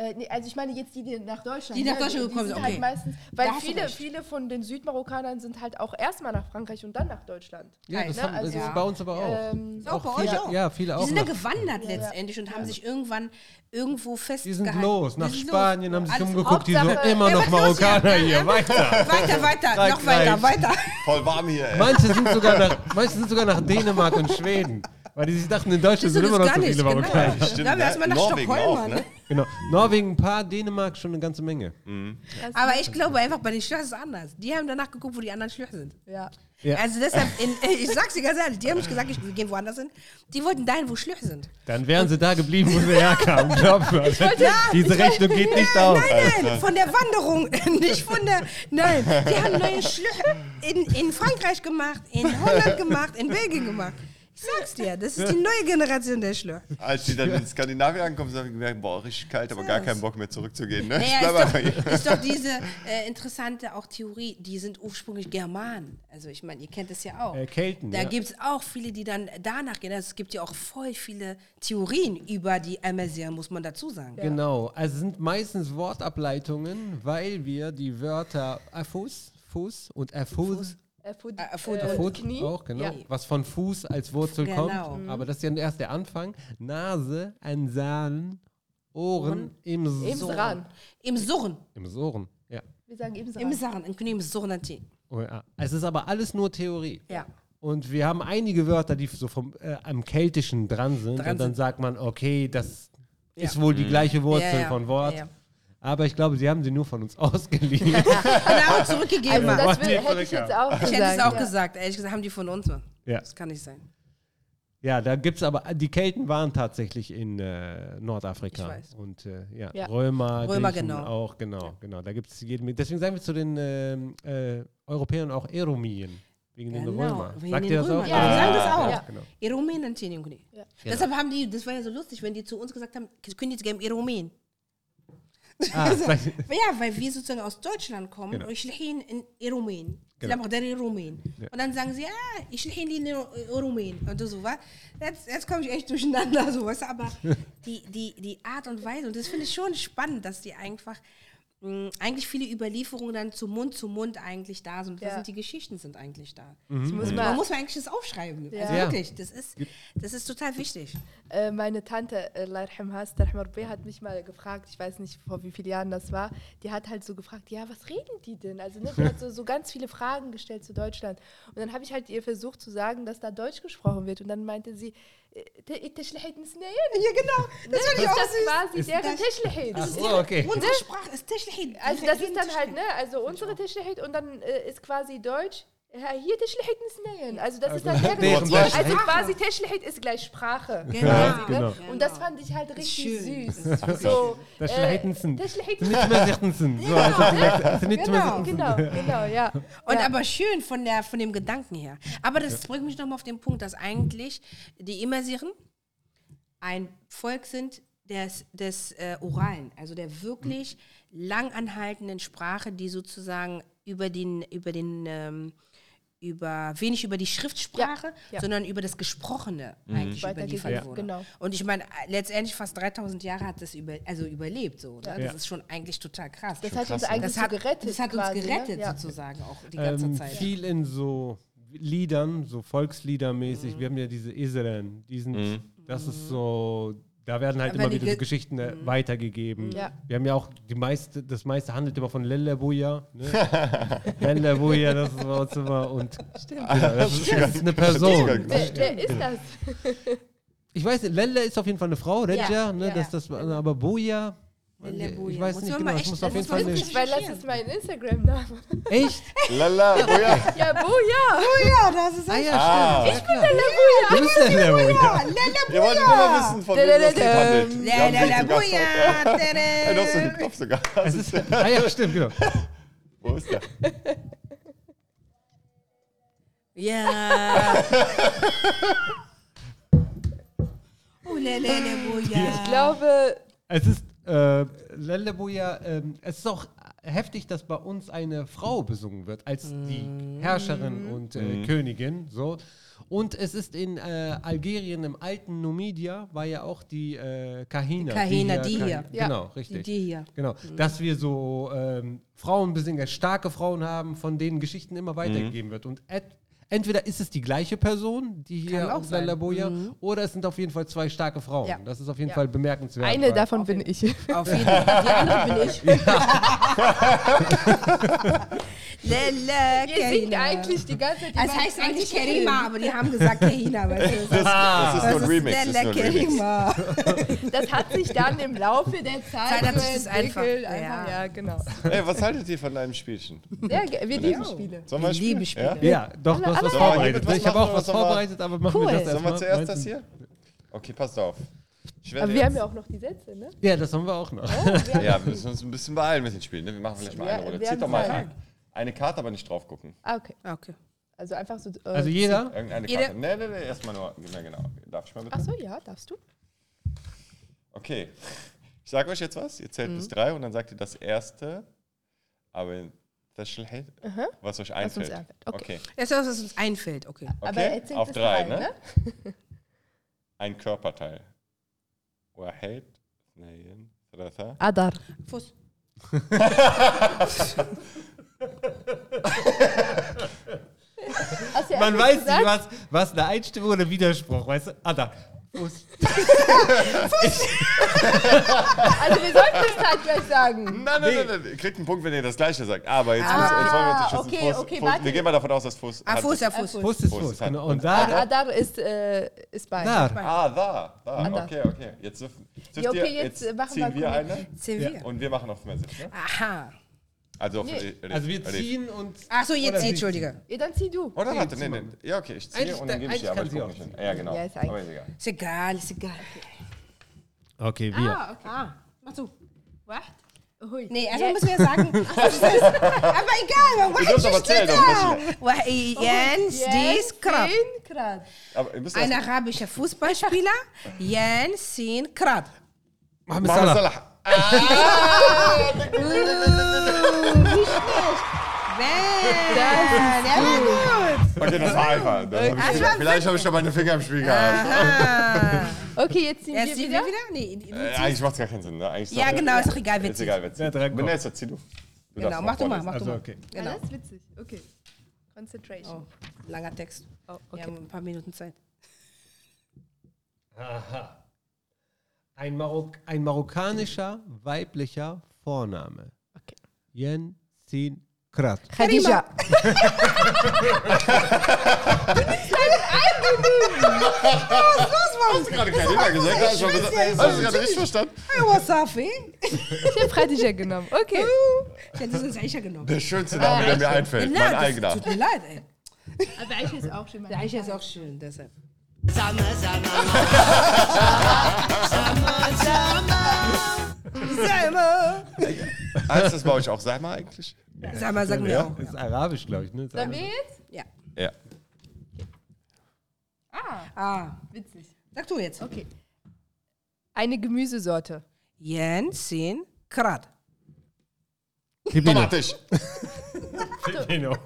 Speaker 4: Äh, nee, also ich meine jetzt die, die nach Deutschland.
Speaker 5: Die nach Deutschland
Speaker 4: die, die
Speaker 5: gekommen
Speaker 4: sind
Speaker 5: sind,
Speaker 4: halt
Speaker 5: okay.
Speaker 4: meistens, weil
Speaker 5: Da hast du
Speaker 4: viele,
Speaker 5: recht.
Speaker 4: viele von den Südmarokkanern sind halt auch erstmal nach Frankreich und dann nach Deutschland.
Speaker 2: Ja, das,
Speaker 4: Ne,
Speaker 2: haben, das
Speaker 4: also-
Speaker 2: ist bei uns aber auch.
Speaker 4: Ähm,
Speaker 5: Ist auch bei
Speaker 2: viele,
Speaker 5: euch auch.
Speaker 2: Ja, viele
Speaker 5: die
Speaker 2: auch.
Speaker 5: sind
Speaker 2: Nach,
Speaker 5: da gewandert letztendlich und haben sich irgendwann irgendwo
Speaker 2: die
Speaker 5: festgehalten.
Speaker 2: sind los, nach
Speaker 5: Die sind
Speaker 2: Spanien haben sich
Speaker 5: Alles-
Speaker 2: umgeguckt, die sind
Speaker 4: Hauptsache-
Speaker 2: immer
Speaker 5: Ja,
Speaker 2: noch
Speaker 5: was los hier?
Speaker 2: Marokkaner
Speaker 5: Ja,
Speaker 2: hier,
Speaker 5: ja,
Speaker 2: weiter.
Speaker 5: Weiter, weiter,
Speaker 2: Zeig,
Speaker 5: noch weiter,
Speaker 2: zeig.
Speaker 5: weiter.
Speaker 3: Voll warm hier, ey.
Speaker 2: Manche sind sogar nach, manche sind sogar nach Dänemark und Schweden, weil die sich dachten, in Deutschland sind immer noch so viele Marokkaner.
Speaker 5: genau. Da haben wir erstmal nach
Speaker 3: ne? Norwegen
Speaker 5: Stockholm.
Speaker 3: auch,
Speaker 5: Mann.
Speaker 3: ne?
Speaker 2: Genau. Norwegen ein paar, Dänemark schon eine ganze Menge.
Speaker 4: das-
Speaker 5: Aber ich glaube einfach, bei den Schlössern ist es anders. Die haben danach geguckt, wo die anderen Schlösser sind.
Speaker 4: ja.
Speaker 2: Ja.
Speaker 5: Also deshalb, in, ich sag's dir ganz ehrlich, die haben nicht gesagt, ich, wir gehen woanders hin. Die wollten dahin, wo Schlösser sind.
Speaker 2: Dann wären sie da geblieben, wo sie herkamen. Glaub mir. Diese Rechnung geht nicht
Speaker 5: Nein,
Speaker 2: auf.
Speaker 5: nein, nein, von der Wanderung, nicht von der. Nein, die haben neue Schlösser in, in Frankreich gemacht, in Holland gemacht, in Belgien gemacht. Ich sag's dir, das ist die neue Generation der Schlösser.
Speaker 3: Als die dann in Skandinavien ankommen, haben wir gemerkt, boah, richtig kalt, aber gar
Speaker 5: Yes.
Speaker 3: keinen Bock mehr zurückzugehen. Ne? Ich bleib
Speaker 5: Naja,
Speaker 3: einfach
Speaker 5: ist,
Speaker 3: hier.
Speaker 5: doch, ist doch diese äh, interessante auch Theorie, die sind ursprünglich Germanen. Also ich meine, ihr kennt das ja auch.
Speaker 2: Äh, Kelten,
Speaker 5: Da
Speaker 2: ja.
Speaker 5: gibt's auch viele, die dann danach gehen. Also es gibt ja auch voll viele Theorien über die Amazir, muss man dazu sagen.
Speaker 2: Genau, also es sind meistens Wortableitungen, weil wir die Wörter äh, Fuß, Fuß und Fuß,
Speaker 4: Äh, Food,
Speaker 5: Äh, Food-
Speaker 4: äh,
Speaker 2: Fuß
Speaker 4: Knie.
Speaker 2: auch, genau,
Speaker 4: Ja. Mhm.
Speaker 2: was von Fuß als Wurzel
Speaker 5: Genau.
Speaker 2: kommt, aber das ist ja erst der Anfang. Nase, ein Sahn Ohren im
Speaker 4: Im
Speaker 2: Sohren.
Speaker 4: Sran.
Speaker 5: Im Surren.
Speaker 2: Im Sohren, ja.
Speaker 4: Wir sagen im
Speaker 5: Im
Speaker 4: Sran.
Speaker 5: Surren. Im Knie, im Surren. natürlich.
Speaker 2: Oh, ja. Es ist aber alles nur Theorie.
Speaker 5: Ja.
Speaker 2: Und wir haben einige Wörter, die so vom, äh, am Keltischen dran sind.
Speaker 5: Dran
Speaker 2: und dann
Speaker 5: sind.
Speaker 2: sagt man, okay, das
Speaker 5: Ja.
Speaker 2: ist wohl die gleiche Wurzel
Speaker 5: Ja, ja.
Speaker 2: von Wort.
Speaker 5: Ja, ja.
Speaker 2: Aber ich glaube, sie haben sie nur von uns ausgeliehen.
Speaker 5: Genau, zurückgegeben.
Speaker 4: Also das
Speaker 2: Warte,
Speaker 4: will, hätte ich
Speaker 2: Volker.
Speaker 4: jetzt auch gesagt.
Speaker 5: ich hätte es auch
Speaker 4: ja.
Speaker 5: gesagt. Ehrlich gesagt, haben die von uns. Mann.
Speaker 2: Ja.
Speaker 5: Das kann nicht sein.
Speaker 2: ja, da gibt es aber, die Kelten waren tatsächlich in äh, Nordafrika.
Speaker 5: Ich weiß.
Speaker 2: Und äh, ja,
Speaker 4: Ja.
Speaker 2: Römer,
Speaker 5: Römer,
Speaker 2: Griechen
Speaker 5: genau.
Speaker 2: auch, genau, genau. Da gibt es jeden. Deswegen sagen wir zu den ähm, äh, Europäern auch Eromien. Wegen den
Speaker 5: Genau,
Speaker 2: Römern.
Speaker 5: wegen
Speaker 2: Sagt
Speaker 5: den
Speaker 2: ihr das
Speaker 5: Römern.
Speaker 2: auch?
Speaker 5: Ja, wir sagen das auch.
Speaker 2: Ja, genau.
Speaker 5: Eromen und Tinium Knie.
Speaker 4: Ja.
Speaker 5: Deshalb haben die, das war ja so lustig, wenn die zu uns gesagt haben, können jetzt geben Eromen.
Speaker 2: Ah, sag-
Speaker 5: Ja, weil wir sozusagen aus Deutschland kommen
Speaker 2: Genau.
Speaker 5: und ich lehne in Eromen.
Speaker 2: Genau.
Speaker 5: Genau. Eromen.
Speaker 2: Ja.
Speaker 5: Und dann sagen sie, ja, ich lehne in Eromen. Und so, was? Jetzt, jetzt komme ich echt durcheinander, sowas. Aber die, die, die Art und Weise, und das finde ich schon spannend, dass die einfach, mh, eigentlich viele Überlieferungen dann zu Mund zu Mund eigentlich da sind. Was
Speaker 4: Ja.
Speaker 5: sind die Geschichten sind eigentlich da.
Speaker 4: Ich muss
Speaker 5: Mhm. Man
Speaker 4: mal,
Speaker 5: muss eigentlich das aufschreiben.
Speaker 4: Ja.
Speaker 5: Also
Speaker 2: Mhm. Ja.
Speaker 5: wirklich, das ist, das ist total wichtig.
Speaker 4: äh, meine Tante, äh, Allah yarhamha, Sister Ahmar B., hat mich mal gefragt, ich weiß nicht, vor wie vielen Jahren das war, die hat halt so gefragt, ja, was reden die denn? Also ne, die hat so, so ganz viele Fragen gestellt zu Deutschland. Und dann habe ich halt ihr versucht zu sagen, dass da Deutsch gesprochen wird. Und dann meinte sie, äh, der Tischlehit ist näher. Ja, genau.
Speaker 5: Ne? Das fand ich auch
Speaker 4: das
Speaker 5: süß.
Speaker 4: quasi
Speaker 5: Ist
Speaker 4: deren
Speaker 5: das-
Speaker 4: Tischlehit.
Speaker 2: Ach so, Oh, okay.
Speaker 5: Unsere Sprache ist Tischlehid.
Speaker 4: Also das ist dann halt, ne, also unsere Tischlehit und dann äh, ist quasi Deutsch, ja, hier Tischlehit ist näher. Also das ist dann
Speaker 2: deren
Speaker 4: deren
Speaker 2: Tischlehit.
Speaker 4: Also quasi Tischlehit ist gleich Sprache.
Speaker 5: Genau.
Speaker 2: Ja,
Speaker 5: genau.
Speaker 2: genau.
Speaker 4: ne? Und das fand ich halt richtig
Speaker 5: schön.
Speaker 4: süß.
Speaker 5: Das ist
Speaker 4: so,
Speaker 2: Das
Speaker 4: äh,
Speaker 2: Schlechtensen.
Speaker 4: das Schlechtensen.
Speaker 2: Nicht mehr Sichtensen. So, also vielleicht- also nicht mehr
Speaker 5: Genau.
Speaker 2: Sichtensen.
Speaker 4: Genau, genau, ja.
Speaker 5: Und
Speaker 4: ja.
Speaker 5: aber schön von, der, von dem Gedanken her. Aber das bringt mich nochmal auf den Punkt, dass eigentlich die Immersieren ein Volk sind des, des äh, Oralen, also der wirklich langanhaltenden Sprache, die sozusagen über den, über den ähm, über wenig über die Schriftsprache,
Speaker 4: ja.
Speaker 5: sondern über das Gesprochene eigentlich überliefert
Speaker 4: Weitergegeben,
Speaker 5: wurde.
Speaker 4: genau.
Speaker 5: Und ich meine, äh, letztendlich fast 3000 Jahre hat das über, also überlebt. So, ne?
Speaker 4: Ja.
Speaker 5: Das
Speaker 2: Ja.
Speaker 5: ist schon eigentlich total krass.
Speaker 4: Das hat uns eigentlich
Speaker 5: Das
Speaker 4: so
Speaker 5: hat,
Speaker 4: gerettet.
Speaker 5: das hat uns
Speaker 4: quasi, ne?
Speaker 5: gerettet
Speaker 4: Ja.
Speaker 5: sozusagen auch die ganze
Speaker 2: Ähm,
Speaker 5: Zeit.
Speaker 2: viel in so Liedern, so Volksliedermäßig. Wir haben ja diese Iseren. Die sind, Das ist so. Da werden halt
Speaker 5: Aber
Speaker 2: immer
Speaker 5: die
Speaker 2: wieder so
Speaker 5: Ge- Mhm.
Speaker 2: Geschichten äh, weitergegeben.
Speaker 4: Ja.
Speaker 2: Wir haben ja auch die meiste, das meiste handelt immer von Lellebuja. Ne? Lellebuja, das ist bei uns immer. Und Genau, das, ist, das ist eine Person.
Speaker 4: Wer, wer ist das?
Speaker 2: Ich weiß, nicht, Lelle ist auf jeden Fall eine Frau, Regia,
Speaker 5: Ja,
Speaker 2: ne?
Speaker 4: ja,
Speaker 2: das, das, aber Boja. Ich
Speaker 5: Lellebuja.
Speaker 2: weiß
Speaker 5: Muss
Speaker 2: nicht
Speaker 5: man
Speaker 2: genau,
Speaker 5: mal
Speaker 2: das
Speaker 5: echt-
Speaker 2: muss
Speaker 5: das
Speaker 2: auf jeden
Speaker 5: muss
Speaker 2: Fall
Speaker 5: man
Speaker 2: eine.
Speaker 5: wirklich-
Speaker 4: Witzig, weil das ist mein Instagram-Name.
Speaker 2: Echt?
Speaker 3: Lala, Boja.
Speaker 4: Ja, Boja.
Speaker 5: Ja, das ist
Speaker 2: Ah ja,
Speaker 3: Ah.
Speaker 2: stimmt. Ich bin Lellebuja. Du bist Lellebuja.
Speaker 3: Wir wollten nur mal wissen, von wem das Lied
Speaker 4: Da, da, da,
Speaker 3: handelt. Wir haben sie zum Gast heute. Ey, Du hast so den
Speaker 5: Lellebuja.
Speaker 3: Knopf sogar.
Speaker 2: Das ist, ah ja, stimmt, genau.
Speaker 3: Wo ist der?
Speaker 5: Ja. Oh, Lellebuja.
Speaker 4: Ich glaube,
Speaker 2: Es ist äh, Lellebuja, ähm, es ist auch heftig, dass bei uns eine Frau besungen wird als
Speaker 5: Mhm.
Speaker 2: die Herrscherin und äh, Königin. So. Und es ist in äh, Algerien, im alten Numidia, war ja auch die äh, Kahina.
Speaker 5: Kahina, die hier.
Speaker 2: Kahin-
Speaker 4: Ja.
Speaker 2: Genau, richtig.
Speaker 5: Die Mhm. hier.
Speaker 2: Genau, dass wir so ähm, Frauenbesinger, starke Frauen haben, von denen Geschichten immer weitergegeben wird. Und et, entweder ist es die gleiche Person, die hier
Speaker 5: Kann auch
Speaker 2: auf
Speaker 5: sein. Mhm.
Speaker 2: Lalaboya, oder es sind auf jeden Fall zwei starke Frauen.
Speaker 4: Ja.
Speaker 2: Das ist auf jeden
Speaker 4: Ja.
Speaker 2: Fall bemerkenswert.
Speaker 4: eine
Speaker 2: weil-
Speaker 4: davon bin ich.
Speaker 5: Auf jeden Fall. Die andere bin ich. Lelle,
Speaker 4: Ihr singt eigentlich die ganze Zeit. die
Speaker 5: Es
Speaker 4: beiden
Speaker 5: heißt
Speaker 4: gleichen
Speaker 5: eigentlich
Speaker 4: Themen.
Speaker 5: Kerima, aber die haben gesagt Kerina. Weißt du? Das
Speaker 2: Ah.
Speaker 3: Das ist nur ein
Speaker 5: ist
Speaker 3: Remix. Das ist
Speaker 5: Lelle
Speaker 3: nur ein Remix.
Speaker 5: Kerima.
Speaker 4: Das hat sich dann im Laufe der Zeit
Speaker 5: Zeit hat sich das einfach-
Speaker 4: entwickelt.
Speaker 5: ja.
Speaker 4: ja, genau.
Speaker 3: Ey, was haltet ihr von deinem Spielchen?
Speaker 4: Ja, ge- wir lieben Spiele.
Speaker 3: Sollen wir
Speaker 5: Ich liebe Spiele.
Speaker 3: Ja?
Speaker 2: Ja, doch, du hast
Speaker 3: Sollen
Speaker 2: was
Speaker 3: wir
Speaker 2: vorbereitet.
Speaker 3: was
Speaker 2: ich habe auch
Speaker 3: machen?
Speaker 2: was
Speaker 3: Sollen wir-
Speaker 2: vorbereitet, aber machen
Speaker 4: Cool.
Speaker 2: wir das
Speaker 3: Sollen
Speaker 2: erstmal.
Speaker 3: wir zuerst das
Speaker 2: Meinst du-
Speaker 3: hier? Okay, passt auf. Ich werde
Speaker 4: Aber wir haben
Speaker 3: jetzt-
Speaker 4: ja auch noch die Sätze, ne?
Speaker 2: Ja, das haben wir auch noch.
Speaker 3: ja, wir müssen uns ein bisschen beeilen mit den Spielen. Ne? Wir machen vielleicht mal
Speaker 4: Ja,
Speaker 3: eine Runde.
Speaker 4: wir
Speaker 3: Zieht
Speaker 4: haben
Speaker 3: doch mal
Speaker 4: Zeit.
Speaker 3: rein. Eine Karte, aber nicht drauf gucken.
Speaker 4: Ah, okay.
Speaker 5: Okay.
Speaker 4: Also einfach so. Äh,
Speaker 2: Also jeder?
Speaker 3: Irgendeine
Speaker 5: Jede-
Speaker 3: Karte. Nee, nee, nee, erstmal nur. Na genau. Darf ich mal bitte?
Speaker 4: Achso, ja, darfst du?
Speaker 3: Okay. Ich sage euch jetzt was. Ihr
Speaker 4: Mhm.
Speaker 3: zählt bis drei und dann sagt ihr das erste. Aber das Schle- was euch
Speaker 4: uns
Speaker 3: einfällt.
Speaker 4: einfällt. Okay.
Speaker 5: Das ist das, was uns einfällt. Okay.
Speaker 4: Aber
Speaker 3: Okay,
Speaker 4: er zählt
Speaker 3: auf
Speaker 4: bis
Speaker 3: drei,
Speaker 4: drei,
Speaker 3: ne?
Speaker 4: ne?
Speaker 3: Ein Körperteil. Wahid, Nein, Thalatha.
Speaker 4: Adar.
Speaker 5: Fuß.
Speaker 4: Hast du ja
Speaker 2: Man
Speaker 4: erst
Speaker 2: weiß nicht,
Speaker 4: gesagt?
Speaker 2: was, was eine Einstimmung oder Widerspruch, weißt du? Ah, da.
Speaker 4: Also wir sollten das zeitgleich sagen.
Speaker 3: Nein, nein, nein, nein. Ihr kriegt einen Punkt, wenn ihr das Gleiche sagt. Aber jetzt, muss, jetzt wollen wir uns nicht schützen.
Speaker 4: Ah, okay,
Speaker 3: Fuß,
Speaker 4: okay,
Speaker 3: Fuß,
Speaker 4: warte.
Speaker 3: Wir gehen mal davon aus, dass Fuß.
Speaker 5: Ah,
Speaker 3: hat-
Speaker 5: Fuß, ja, Fuß.
Speaker 2: Fuß ist
Speaker 3: Fuß
Speaker 2: Fuß.
Speaker 3: ist halt-
Speaker 2: Genau. Und da,
Speaker 4: Radar ist, äh, ist bei.
Speaker 2: da.
Speaker 3: Ah, da. da.
Speaker 4: da.
Speaker 3: Okay, okay. Jetzt, dürfen, dürft
Speaker 4: Ja, okay,
Speaker 3: ihr,
Speaker 4: jetzt, äh, machen
Speaker 3: ziehen
Speaker 4: wir
Speaker 3: wir
Speaker 4: Kunde.
Speaker 3: eine
Speaker 5: Sehen wir.
Speaker 3: und wir machen auf Message. Ne?
Speaker 5: Aha.
Speaker 3: Also, auf
Speaker 4: Nee.
Speaker 3: Re- Re-
Speaker 2: Also wir
Speaker 3: Re-
Speaker 2: ziehen und.
Speaker 5: Ach so, jetzt,
Speaker 2: Oder sie-
Speaker 5: entschuldige.
Speaker 4: Ja, dann zieh du.
Speaker 3: Oder warte, nee, nee.
Speaker 2: zieh mal.
Speaker 3: Ja, okay, ich ziehe
Speaker 2: Eigentlich-
Speaker 3: und dann gebe ich
Speaker 2: eigentlich
Speaker 3: dir, aber
Speaker 2: kann
Speaker 3: ich
Speaker 2: sie
Speaker 3: gucke
Speaker 2: auch
Speaker 3: nicht hin. Ja, genau.
Speaker 4: Ja, ist
Speaker 3: aber
Speaker 4: eigentlich-
Speaker 3: ist egal.
Speaker 5: Ist egal, ist egal.
Speaker 2: Okay, wir.
Speaker 5: Ah, okay. Ah, mach zu.
Speaker 4: What? Hui.
Speaker 5: Nee, erstmal müssen wir sagen. was ist das? aber egal,
Speaker 3: Ihr dürft aber zählen, aber ein
Speaker 5: Wah- Jens, dies Krab.
Speaker 4: Zehn Grad.
Speaker 3: Aber ihr müsst
Speaker 5: Ein
Speaker 3: erst-
Speaker 5: arabischer Fußballspieler, Jens Sin Krab.
Speaker 2: Mohamed
Speaker 3: Mohamed
Speaker 2: Salah.
Speaker 3: Salah. Ah,
Speaker 5: Bäh, Der war gut.
Speaker 3: Okay, das war einfach.
Speaker 4: Äh,
Speaker 3: Das hab ich,
Speaker 5: war
Speaker 3: vielleicht habe ich schon meine Finger im Spiel gehabt.
Speaker 4: Ah.
Speaker 5: Aha.
Speaker 4: Okay, jetzt ziehen wir
Speaker 5: Jetzt Ah. sind
Speaker 4: wieder.
Speaker 5: wir wieder? Nee,
Speaker 3: Äh,
Speaker 5: du ziehst-
Speaker 3: eigentlich macht es gar keinen Sinn. Ne? Eigentlich
Speaker 5: Ja,
Speaker 3: sagt-
Speaker 5: genau, ist doch egal, wer
Speaker 3: Ist egal, wer
Speaker 2: Ja,
Speaker 3: zieht.
Speaker 2: dran kommt.
Speaker 3: Vanessa, zieh du. du.
Speaker 5: Genau,
Speaker 3: darfst
Speaker 5: mach du mal,
Speaker 3: vorlesen.
Speaker 5: mach du
Speaker 2: Also,
Speaker 5: mal.
Speaker 2: okay.
Speaker 5: Genau.
Speaker 4: Alles witzig. Okay. Concentration.
Speaker 5: Oh, langer Text.
Speaker 4: Oh,
Speaker 5: Wir haben ein paar Minuten Zeit.
Speaker 2: Aha. Ein, Marok ein marokkanischer weiblicher Vorname.
Speaker 4: Okay.
Speaker 2: Jensin Krat.
Speaker 4: Khadija.
Speaker 3: Ah, Hast du gerade keinen Fehler gesagt? Hast du schon gesagt- hast du gerade richtig verstanden?
Speaker 5: Hey, what's up, eh?
Speaker 4: Ich habe Khadija genommen. Okay.
Speaker 5: Ich hätte es uns Aisha genommen.
Speaker 3: Der schönste Name, der mir einfällt. Mein
Speaker 5: das
Speaker 3: eigener.
Speaker 5: Tut mir leid, ey.
Speaker 4: Aber Aisha ist auch schön.
Speaker 5: Der Aisha ist auch schön, deshalb. Sama,
Speaker 3: Heißt das bei euch auch Salma eigentlich?
Speaker 5: sama. Sama, sagen wir auch.
Speaker 2: Ist arabisch, glaube ich. Ne?
Speaker 4: Sollen wir jetzt?
Speaker 5: Ja.
Speaker 3: Ja.
Speaker 5: Ah,
Speaker 4: Witzig.
Speaker 5: sag du jetzt.
Speaker 4: Okay. Eine Gemüsesorte.
Speaker 5: Jensin Krat.
Speaker 2: Pipino.
Speaker 3: Tomatisch.
Speaker 2: Pipino.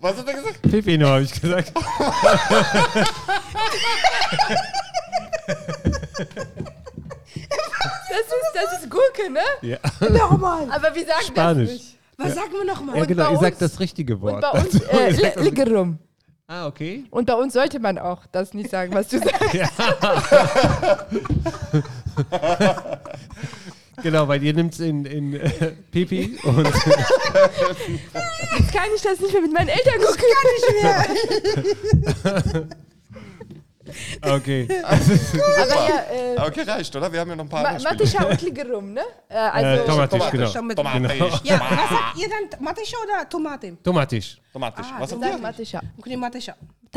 Speaker 3: Was hat er gesagt?
Speaker 2: Pipino habe ich gesagt.
Speaker 4: Das ist, das ist Gurke, ne?
Speaker 2: Ja,
Speaker 5: Nochmal.
Speaker 4: Aber wir sagen
Speaker 2: Spanisch.
Speaker 4: das nicht.
Speaker 5: Was sagen wir nochmal?
Speaker 2: ja genau.
Speaker 4: bei
Speaker 2: Ihr sagt
Speaker 4: uns-
Speaker 2: das richtige
Speaker 4: Und
Speaker 2: Wort.
Speaker 4: bei uns, äh, Li- Liggerum.
Speaker 2: ah, okay.
Speaker 4: Und bei uns sollte man auch das nicht sagen, was du sagst.
Speaker 2: Genau, weil ihr nimmt es in, in äh, Pipi und
Speaker 4: Jetzt kann ich das nicht mehr mit meinen Eltern gucken. kann ich mehr.
Speaker 2: ah, okay.
Speaker 4: Aber ja, äh,
Speaker 3: Okay, reicht, oder? Wir haben ja noch ein paar
Speaker 4: Ma
Speaker 3: andere Spiele.
Speaker 4: Matisha und Liggerum, ne? Äh,
Speaker 2: Äh,
Speaker 4: also,
Speaker 2: Tomatisch,
Speaker 3: Tomatisch.
Speaker 2: genau.
Speaker 5: Schon mit
Speaker 3: Tomatisch.
Speaker 5: Ja, was sagt ihr dann? Matisha oder Tomate?
Speaker 2: Tomatisch.
Speaker 3: Tomatisch.
Speaker 5: Ah,
Speaker 3: Was
Speaker 4: wir
Speaker 3: sagt
Speaker 4: sagen
Speaker 3: ihr?
Speaker 4: Matisha.
Speaker 5: Okay, Matisha.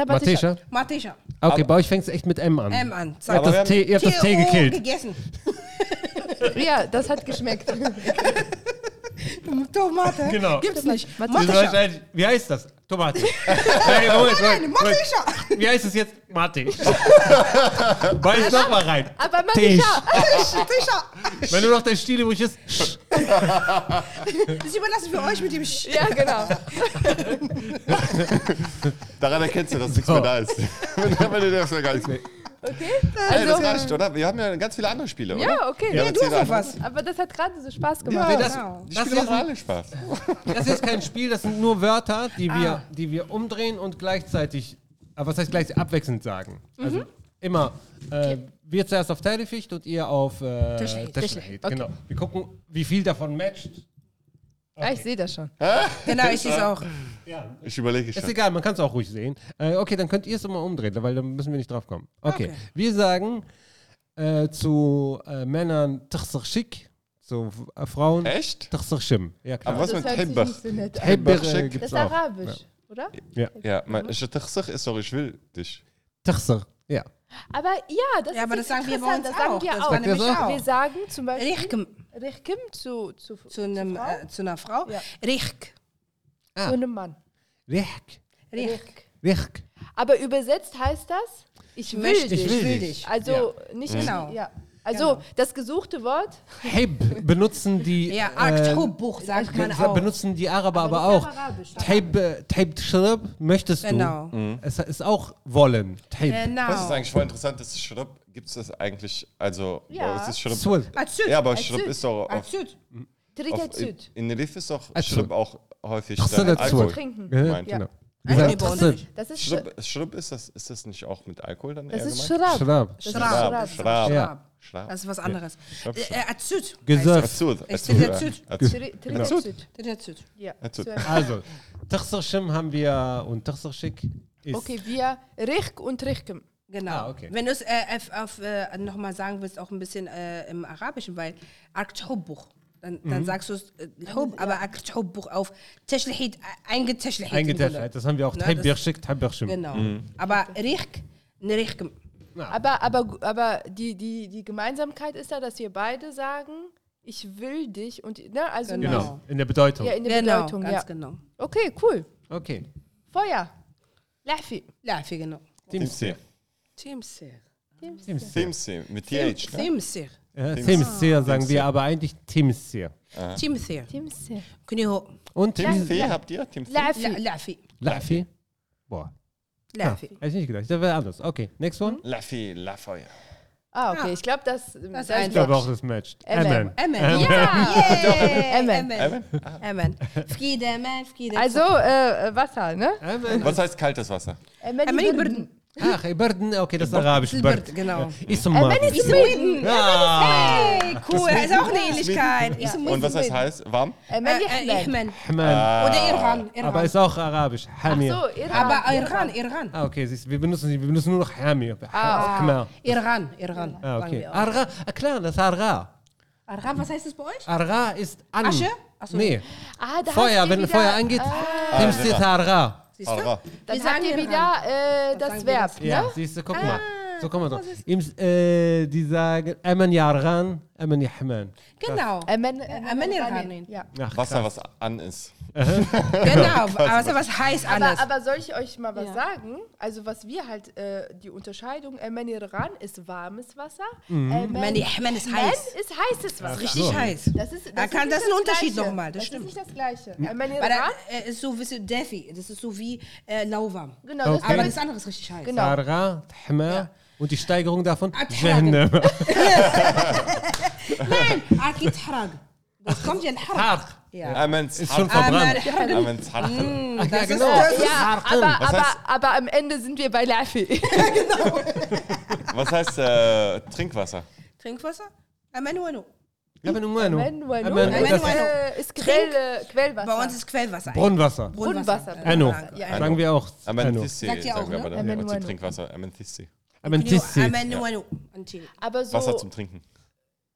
Speaker 2: Matisha?
Speaker 5: Matisha.
Speaker 2: Okay, bei euch fängt es echt mit M an.
Speaker 5: M an.
Speaker 2: Ihr habt
Speaker 3: Aber wir
Speaker 2: das
Speaker 3: haben-
Speaker 2: T, ihr habt das T
Speaker 5: TO
Speaker 2: gekillt.
Speaker 5: gegessen.
Speaker 4: Ja, das hat geschmeckt.
Speaker 5: Tomate.
Speaker 2: Genau.
Speaker 5: Gibt's nicht.
Speaker 4: Matisha.
Speaker 2: Das ist
Speaker 5: Matisha.
Speaker 2: wahrscheinlich- Wie heißt das? Tomatisch. Nein, Moment,
Speaker 5: Nein,
Speaker 2: Moment, Moment.
Speaker 5: Matisha.
Speaker 2: Wie heißt es jetzt? Matisch. Beiß noch mal rein.
Speaker 4: Aber Matisha.
Speaker 5: Matisha.
Speaker 2: Wenn du noch dein Stil übrig ist. Sch.
Speaker 5: Das überlassen wir euch mit dem Sch.
Speaker 4: Ja, genau.
Speaker 3: Daran erkennst du, dass nichts mehr da ist. Wenn du darfst ja gar nichts mehr. Ey, das
Speaker 4: Also,
Speaker 3: reicht, oder? Wir haben ja ganz viele andere Spiele, oder?
Speaker 4: ja, okay.
Speaker 5: Nee,
Speaker 3: jetzt
Speaker 5: du hast
Speaker 3: jeder
Speaker 5: noch was.
Speaker 4: Aber das hat gerade so Spaß
Speaker 3: Ja,
Speaker 4: gemacht.
Speaker 2: das-
Speaker 5: Genau.
Speaker 3: die
Speaker 2: das
Speaker 3: Spiele machen
Speaker 2: ist-
Speaker 3: alle Spaß.
Speaker 2: Das ist kein Spiel, das sind nur Wörter, die wir, die wir umdrehen und gleichzeitig, aber was heißt gleich abwechselnd sagen? Also immer. Äh, wir zuerst auf Teilefecht und ihr auf äh,
Speaker 5: Tischleid.
Speaker 2: Tischleid,
Speaker 4: Okay.
Speaker 2: Genau. Wir gucken, wie viel davon matcht.
Speaker 4: Ah, ich sehe das schon.
Speaker 5: Genau, ich sehe es auch.
Speaker 2: Ja.
Speaker 3: Ich überlege
Speaker 2: Ist
Speaker 3: schon.
Speaker 2: egal, man kann es auch ruhig sehen. Äh, okay, dann könnt ihr es immer umdrehen, weil dann müssen wir nicht drauf kommen. Okay.
Speaker 5: Okay.
Speaker 2: Wir sagen äh, zu äh, Männern Tchsachschik, zu äh, Frauen
Speaker 3: Echt?
Speaker 2: Tchsachschim. Ja, klar.
Speaker 3: Aber was
Speaker 4: das
Speaker 3: mit
Speaker 4: hört sich
Speaker 3: Hembach?
Speaker 4: nicht so nett an.
Speaker 2: Hebbere
Speaker 3: Tchsachschik?
Speaker 2: gibt's
Speaker 4: Das
Speaker 2: auch.
Speaker 4: ist Arabisch, oder?
Speaker 3: Ja, mein, ich Tachsach ist doch, ich will dich.
Speaker 2: Tachsach, ja.
Speaker 4: Aber ja, das
Speaker 5: Ja,
Speaker 4: ist
Speaker 5: aber das sagen wir bei uns
Speaker 4: interessant, das sagen
Speaker 5: auch.
Speaker 4: wir
Speaker 5: Das
Speaker 4: auch.
Speaker 5: war nämlich
Speaker 2: Sagt
Speaker 5: auch.
Speaker 4: Wir sagen zum Beispiel
Speaker 5: Richkem.
Speaker 4: Richkim zu, zu,
Speaker 5: Zu, einem,
Speaker 4: Frau?
Speaker 5: äh, zu einer Frau.
Speaker 4: Ja.
Speaker 5: Richtig.
Speaker 4: zu einem Mann.
Speaker 2: Rech,
Speaker 5: Richtig.
Speaker 2: rech.
Speaker 4: Aber übersetzt heißt das, ich will
Speaker 5: Möchte
Speaker 4: dich.
Speaker 5: ich,
Speaker 2: will
Speaker 5: will
Speaker 2: dich.
Speaker 5: dich.
Speaker 4: Also nicht
Speaker 5: Genau.
Speaker 4: Ja. Also das gesuchte Wort,
Speaker 2: Heb benutzen die.
Speaker 5: Ja,
Speaker 2: äh,
Speaker 5: Aktrobuch sagt man
Speaker 2: be-
Speaker 5: auch.
Speaker 2: benutzen die Araber aber,
Speaker 4: das ist
Speaker 2: auch.
Speaker 4: Arabisch.
Speaker 2: Taib, äh, Taib Tschrib, möchtest
Speaker 5: Genau.
Speaker 2: du. Es ist auch wollen. Taib.
Speaker 5: Genau.
Speaker 3: Das ist eigentlich voll interessant, das Schrub, gibt es das eigentlich, also,
Speaker 4: Ja.
Speaker 3: ja. ist das Schrub?
Speaker 2: Swil.
Speaker 5: Azüd.
Speaker 3: Ja, aber
Speaker 4: Als
Speaker 3: Schrub
Speaker 4: Süd.
Speaker 3: ist doch auf,
Speaker 5: Azüd.
Speaker 4: dritter
Speaker 3: auf, äh,
Speaker 4: Züd.
Speaker 3: in Riff ist doch
Speaker 2: Als
Speaker 3: Schrub
Speaker 2: Süd.
Speaker 3: auch häufig
Speaker 2: Ach so,
Speaker 3: dann
Speaker 2: dazu.
Speaker 3: Alkohol.
Speaker 4: Trinken.
Speaker 2: Ja,
Speaker 3: Meint.
Speaker 2: genau. Ihr seid
Speaker 5: nee, bei uns
Speaker 2: 18.
Speaker 5: nicht.
Speaker 4: Das ist Sch-
Speaker 3: Schrub, Schrub ist, das, ist das nicht auch mit Alkohol dann
Speaker 4: das
Speaker 3: eher
Speaker 4: ist
Speaker 3: gemeint?
Speaker 4: Schraub.
Speaker 2: Schraub.
Speaker 4: Das ist
Speaker 5: Schraub.
Speaker 4: Schraub.
Speaker 3: Schraub.
Speaker 2: Ja.
Speaker 3: Schraub.
Speaker 5: Das ist was anderes.
Speaker 3: Schraub,
Speaker 5: Äh,
Speaker 3: Schraub.
Speaker 5: äh, Azüd.
Speaker 2: Gesöff.
Speaker 3: Azud.
Speaker 5: Ich
Speaker 3: Azud,
Speaker 5: bin
Speaker 3: ja.
Speaker 5: Azud.
Speaker 3: Azud.
Speaker 4: Tri-
Speaker 3: Genau.
Speaker 4: Tri- Süd.
Speaker 5: Der Azüd.
Speaker 4: Ja.
Speaker 3: Azud.
Speaker 2: Also, Tachsachschim haben wir und Tachsachschick ist.
Speaker 4: Okay, wir Rich und Richkem.
Speaker 5: Genau.
Speaker 2: Ah, okay.
Speaker 5: Wenn du es äh, auf, auf, äh, nochmal sagen willst, auch ein bisschen äh, im Arabischen, weil Arktubuch. Dann, dann sagst du es äh, Hub, aber Arktubuch auf Teschlihid, eingeteschlihid. im Grunde.
Speaker 2: Eingeteilt, das haben wir auch.
Speaker 5: Na,
Speaker 2: Taibirschik, Taibirschim.
Speaker 5: Genau. Aber Rich, ne Richkem.
Speaker 4: Aber, aber, aber die, die, die Gemeinsamkeit ist ja, dass wir beide sagen, ich will dich und ne, also
Speaker 5: Genau.
Speaker 2: Genau, in der Bedeutung.
Speaker 4: ja, in der
Speaker 5: Genau,
Speaker 4: Bedeutung,
Speaker 5: ganz
Speaker 4: ja.
Speaker 5: genau.
Speaker 4: Okay, cool.
Speaker 2: Okay.
Speaker 4: Feuer. Lafi.
Speaker 5: Ja, viel genau.
Speaker 2: Team C.
Speaker 3: Simsir.
Speaker 5: Timsir.
Speaker 2: Team C.
Speaker 3: Simsir. Mit TH, ne?
Speaker 5: Timsir.
Speaker 2: Äh,
Speaker 3: Team
Speaker 2: Team
Speaker 3: C.
Speaker 2: C sagen
Speaker 3: Team
Speaker 2: wir,
Speaker 3: C.
Speaker 2: aber eigentlich Team C.
Speaker 5: Timsir.
Speaker 4: Timse.
Speaker 5: Kuniho.
Speaker 2: Und
Speaker 3: Team
Speaker 2: Team
Speaker 3: C habt ihr? Team C?
Speaker 4: Lafi.
Speaker 5: Lafi.
Speaker 2: Lafi. Boah. Ah,
Speaker 5: Lafi.
Speaker 2: hätte ich nicht gedacht. Ich dachte, wäre anders. Okay, next one.
Speaker 3: Lafay, Lafeuer.
Speaker 4: Ah, okay, ich glaube, das,
Speaker 5: Das ist
Speaker 2: Ich
Speaker 5: einfach.
Speaker 2: glaube auch, das matcht.
Speaker 4: Amen.
Speaker 2: Amen.
Speaker 5: Amen. Ja!
Speaker 4: Amen.
Speaker 5: Amen.
Speaker 3: Ah.
Speaker 5: Amen. Friede, Amen, Friede.
Speaker 4: Also, äh, äh, Wasser, ne?
Speaker 2: Amen.
Speaker 3: Was heißt kaltes Wasser?
Speaker 5: Amen, Ibn.
Speaker 2: Ach, Burden, okay, das ist arabisch.
Speaker 5: Silbert, genau.
Speaker 2: Isumar.
Speaker 5: Ibn.
Speaker 2: Ja.
Speaker 5: Hey, cool. Ist auch eine Ähnlichkeit. Ich so
Speaker 3: Und was heißt
Speaker 5: Muslim.
Speaker 3: heiß? Warm?
Speaker 5: Äh,
Speaker 4: Amen,
Speaker 5: äh,
Speaker 4: Yahmed.
Speaker 5: Ihmen.
Speaker 2: Amen.
Speaker 5: Oder Iran.
Speaker 2: Ah. Aber
Speaker 5: Iran.
Speaker 2: ist auch arabisch.
Speaker 4: Ach
Speaker 2: Hamir.
Speaker 4: so, Iran.
Speaker 5: Aber Iran, Iran.
Speaker 2: Ah, okay, siehst du, wir benutzen, wir benutzen nur noch Hamir.
Speaker 4: Ah.
Speaker 2: Hamir.
Speaker 5: Iran, Iran.
Speaker 2: Ah,
Speaker 5: sagen
Speaker 2: okay.
Speaker 5: wir auch.
Speaker 2: Arga, ah, klar, das ist Arga.
Speaker 5: Iran, was heißt das bei euch?
Speaker 2: Arga ist an.
Speaker 5: Asche? Ach so.
Speaker 2: Nee.
Speaker 4: Ah, da habt
Speaker 2: Feuer,
Speaker 4: ihr
Speaker 2: wenn
Speaker 4: wieder, Ah,
Speaker 2: Feuer angeht, nimmst du
Speaker 3: Arga.
Speaker 2: jetzt Arga.
Speaker 5: Siehst du?
Speaker 3: Aura.
Speaker 4: Dann
Speaker 5: Wir
Speaker 4: habt
Speaker 5: sagen
Speaker 4: ihr
Speaker 5: Iran.
Speaker 4: wieder äh,
Speaker 5: Das
Speaker 4: das
Speaker 5: sagen wir
Speaker 4: Verb,
Speaker 2: Ja,
Speaker 4: ne?
Speaker 2: siehst du, guck mal.
Speaker 5: Ah,
Speaker 2: So kommen wir drauf.
Speaker 5: das ist-
Speaker 2: Im, äh, die sagen, Amen ya Argan, Amen ya Haman.
Speaker 5: Genau.
Speaker 2: Äh,
Speaker 4: Amen,
Speaker 5: Amen, Iran.
Speaker 4: Äh, Ja.
Speaker 2: Ach,
Speaker 3: Wasser,
Speaker 2: krass.
Speaker 3: was an ist.
Speaker 5: Genau. Aber was heißt
Speaker 4: Aber,
Speaker 5: anders?
Speaker 4: aber soll ich euch mal was
Speaker 5: Ja.
Speaker 4: sagen? Also was wir halt, äh, die Unterscheidung, Ermeniran ist warmes Wasser, mhm.
Speaker 5: Mani Ahmed ist heiß.
Speaker 4: ist heißes Wasser.
Speaker 5: Richtig heiß.
Speaker 4: Das ist, das
Speaker 5: Da kann-
Speaker 4: nicht
Speaker 5: das ist ein Unterschied
Speaker 4: Gleiche.
Speaker 5: nochmal, das stimmt.
Speaker 4: ist nicht das Gleiche. Ermeniran,
Speaker 5: Weil da äh, ist so, wisst ihr, Defi. Das ist so wie äh, lauwarm.
Speaker 4: genau, das
Speaker 2: Okay.
Speaker 5: Aber
Speaker 4: okay.
Speaker 5: das andere ist richtig heiß.
Speaker 4: Genau.
Speaker 2: Arga, Haman und die Steigerung davon, äh,
Speaker 5: Ah, Abtragen.
Speaker 2: Jahannam.
Speaker 5: Aki Tarag. Ah, Das kommt ja in Harag.
Speaker 2: Arg.
Speaker 5: Ja. Mm.
Speaker 3: Amens
Speaker 2: Ist schon Ah. verbrannt.
Speaker 3: Amens
Speaker 2: Ach, ja,
Speaker 5: ist-
Speaker 2: genau.
Speaker 5: das
Speaker 2: ist
Speaker 4: ja,
Speaker 2: Arg.
Speaker 4: aber,
Speaker 3: Was heißt-
Speaker 4: aber, aber am Ende sind wir bei Lafi.
Speaker 3: Was heißt äh, Trinkwasser?
Speaker 5: Trinkwasser? Amenuenu.
Speaker 2: Amen Umanu.
Speaker 4: Amen, Wanu.
Speaker 2: Amen,
Speaker 4: Amen,
Speaker 2: das
Speaker 5: Wanu.
Speaker 4: äh, ist Quell, äh, Quellwasser.
Speaker 5: Bei uns ist Quellwasser.
Speaker 2: Brunnenwasser.
Speaker 4: Brunnenwasser.
Speaker 5: Äh,
Speaker 2: Enno.
Speaker 5: Ja,
Speaker 3: Enno.
Speaker 2: Sagen wir auch. Enno.
Speaker 3: Amethysee,
Speaker 5: Sagt ihr auch,
Speaker 3: sagen wir
Speaker 5: ne?
Speaker 3: aber dann
Speaker 4: Amen,
Speaker 3: immer zu
Speaker 4: Amen.
Speaker 3: Trinkwasser. Amethysee.
Speaker 2: Amethysee.
Speaker 5: Amenuenu. Antini.
Speaker 4: aber so,
Speaker 3: Wasser zum Trinken.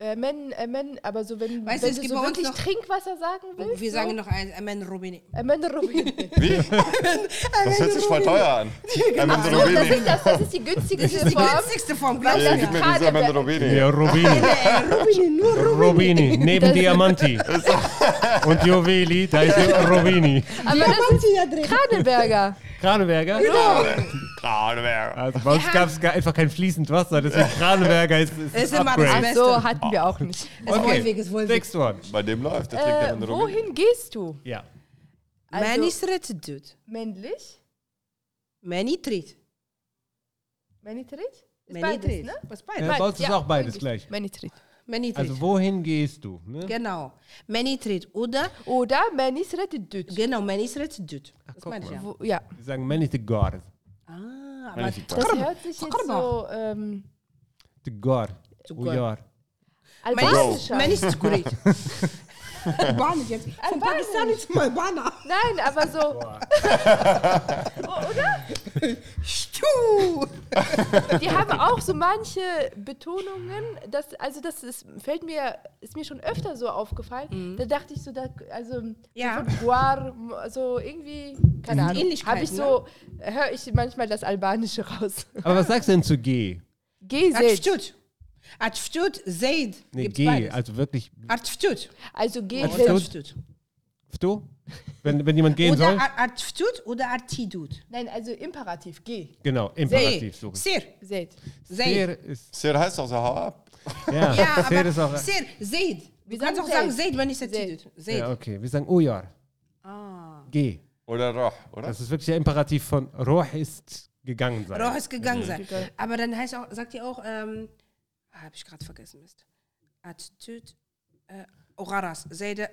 Speaker 4: äh, men, äh, men, aber so wenn,
Speaker 5: Weißt
Speaker 4: wenn
Speaker 5: du, es gibt
Speaker 4: so
Speaker 5: bei uns
Speaker 4: wirklich
Speaker 5: noch-
Speaker 4: Trinkwasser sagen willst, äh,
Speaker 5: Wir sagen noch eins. Amen Rubini.
Speaker 4: Amen Rubin.
Speaker 3: Wie? Das hört sich voll teuer an. Amens
Speaker 4: Das
Speaker 3: Robini.
Speaker 4: ist, das, das ist die günstigste
Speaker 5: Die
Speaker 4: Form.
Speaker 5: günstigste Form, glaub
Speaker 3: Äh,
Speaker 5: ich
Speaker 3: Gib mir
Speaker 5: mir.
Speaker 3: diese
Speaker 4: Gerade
Speaker 3: Amens
Speaker 4: bei-
Speaker 3: Robini.
Speaker 2: Ja, Rubini.
Speaker 5: Rubini, nur
Speaker 2: Robini, neben Diamanti. Und Joveli, da ist Robini.
Speaker 4: Aber das
Speaker 5: Rubini da drin.
Speaker 4: ist Kraneberger.
Speaker 2: Kraneberger?
Speaker 4: Genau.
Speaker 3: Kraneberger.
Speaker 2: Also bei uns
Speaker 5: Genau. Ja.
Speaker 2: gab es einfach kein fließend Wasser, deswegen Kraneberger ist, ist,
Speaker 5: Ist
Speaker 2: ist
Speaker 5: immer
Speaker 2: Upgrade.
Speaker 5: das
Speaker 4: So hatten wir auch nicht.
Speaker 5: Es ist Wohlweg, es ist Wohlweg.
Speaker 2: Next one.
Speaker 3: Bei dem läuft, der trinkt
Speaker 4: Äh,
Speaker 3: Amens Robini.
Speaker 4: wohin gehst du?
Speaker 2: Ja.
Speaker 4: Also-
Speaker 5: Mani sret dut.
Speaker 4: Männlich?
Speaker 5: Mani trit.
Speaker 4: Mänitrit? Ist
Speaker 5: Mani
Speaker 4: beides,
Speaker 5: trit.
Speaker 4: ne?
Speaker 5: Was
Speaker 2: ja
Speaker 5: beides?
Speaker 2: bei uns ist
Speaker 4: ja,
Speaker 2: auch beides
Speaker 4: wirklich.
Speaker 2: gleich.
Speaker 4: Mänitrit.
Speaker 5: Mani trit.
Speaker 2: Also wohin gehst du? Ne?
Speaker 5: Genau. Mani trit. Oder,
Speaker 4: Oder Mänitrit düt.
Speaker 5: genau, Mani sret dut. Das
Speaker 2: guck
Speaker 5: meine ich ja.
Speaker 4: Wo- Ja,
Speaker 2: Die sagen Many the God.
Speaker 5: Ah, aber
Speaker 3: Meine Figur.
Speaker 4: das hört sich jetzt so ähm,
Speaker 2: The God.
Speaker 5: The
Speaker 2: We
Speaker 5: God.
Speaker 2: are.
Speaker 4: albanischer.
Speaker 5: Mani ist Kurit. Bahn jetzt. Von Pakistan jetzt mal Bahner.
Speaker 4: Nein, aber so,
Speaker 5: Tschu.
Speaker 4: die haben auch so manche Betonungen, dass, also das ist, fällt mir, ist mir schon öfter so aufgefallen. Da dachte ich so, da, also
Speaker 5: Ja.
Speaker 4: so Guar, also irgendwie, keine
Speaker 5: Mhm.
Speaker 4: Ahnung,
Speaker 5: Ähnlichkeiten,
Speaker 4: habe ich so, höre ich manchmal das Albanische raus.
Speaker 2: Aber was sagst du denn zu G?
Speaker 4: Gesetz,
Speaker 5: Atftut. Atftut, Zaid.
Speaker 2: Nee,
Speaker 5: Gibt's
Speaker 2: G,
Speaker 5: beides.
Speaker 2: also wirklich.
Speaker 5: Atftut.
Speaker 4: also Gesetz.
Speaker 5: Atftut.
Speaker 2: Du? Wenn, wenn jemand gehen
Speaker 5: Oder
Speaker 2: soll?
Speaker 5: Ar- Atftut oder Artidut.
Speaker 4: Nein, also Imperativ, geh,
Speaker 2: Genau,
Speaker 5: Zaid.
Speaker 2: Imperativ suchen.
Speaker 5: Sir.
Speaker 4: seht.
Speaker 5: Zaid.
Speaker 2: ist.
Speaker 3: Sir heißt doch so, hau ab.
Speaker 2: Ja,
Speaker 5: Ja,
Speaker 2: Seer ist auch.
Speaker 5: aber Sir. Zaid. Du
Speaker 4: Wir
Speaker 5: kannst auch
Speaker 4: sagen
Speaker 5: sagen
Speaker 4: Zaid.
Speaker 5: Zaid, wenn nicht Artidut.
Speaker 2: Ja,
Speaker 5: Zaid.
Speaker 2: okay. Wir sagen Ujar.
Speaker 5: Ah.
Speaker 2: G.
Speaker 3: Oder Roch, oder?
Speaker 2: Das ist wirklich der Imperativ von Roh ist gegangen sein.
Speaker 5: Roch ist gegangen sein.
Speaker 4: Gegangen.
Speaker 5: Aber dann heißt auch, sagt ihr auch, ähm, ah, habe ich gerade vergessen, Mist. Atftut. Äh, Oraras. Zaid.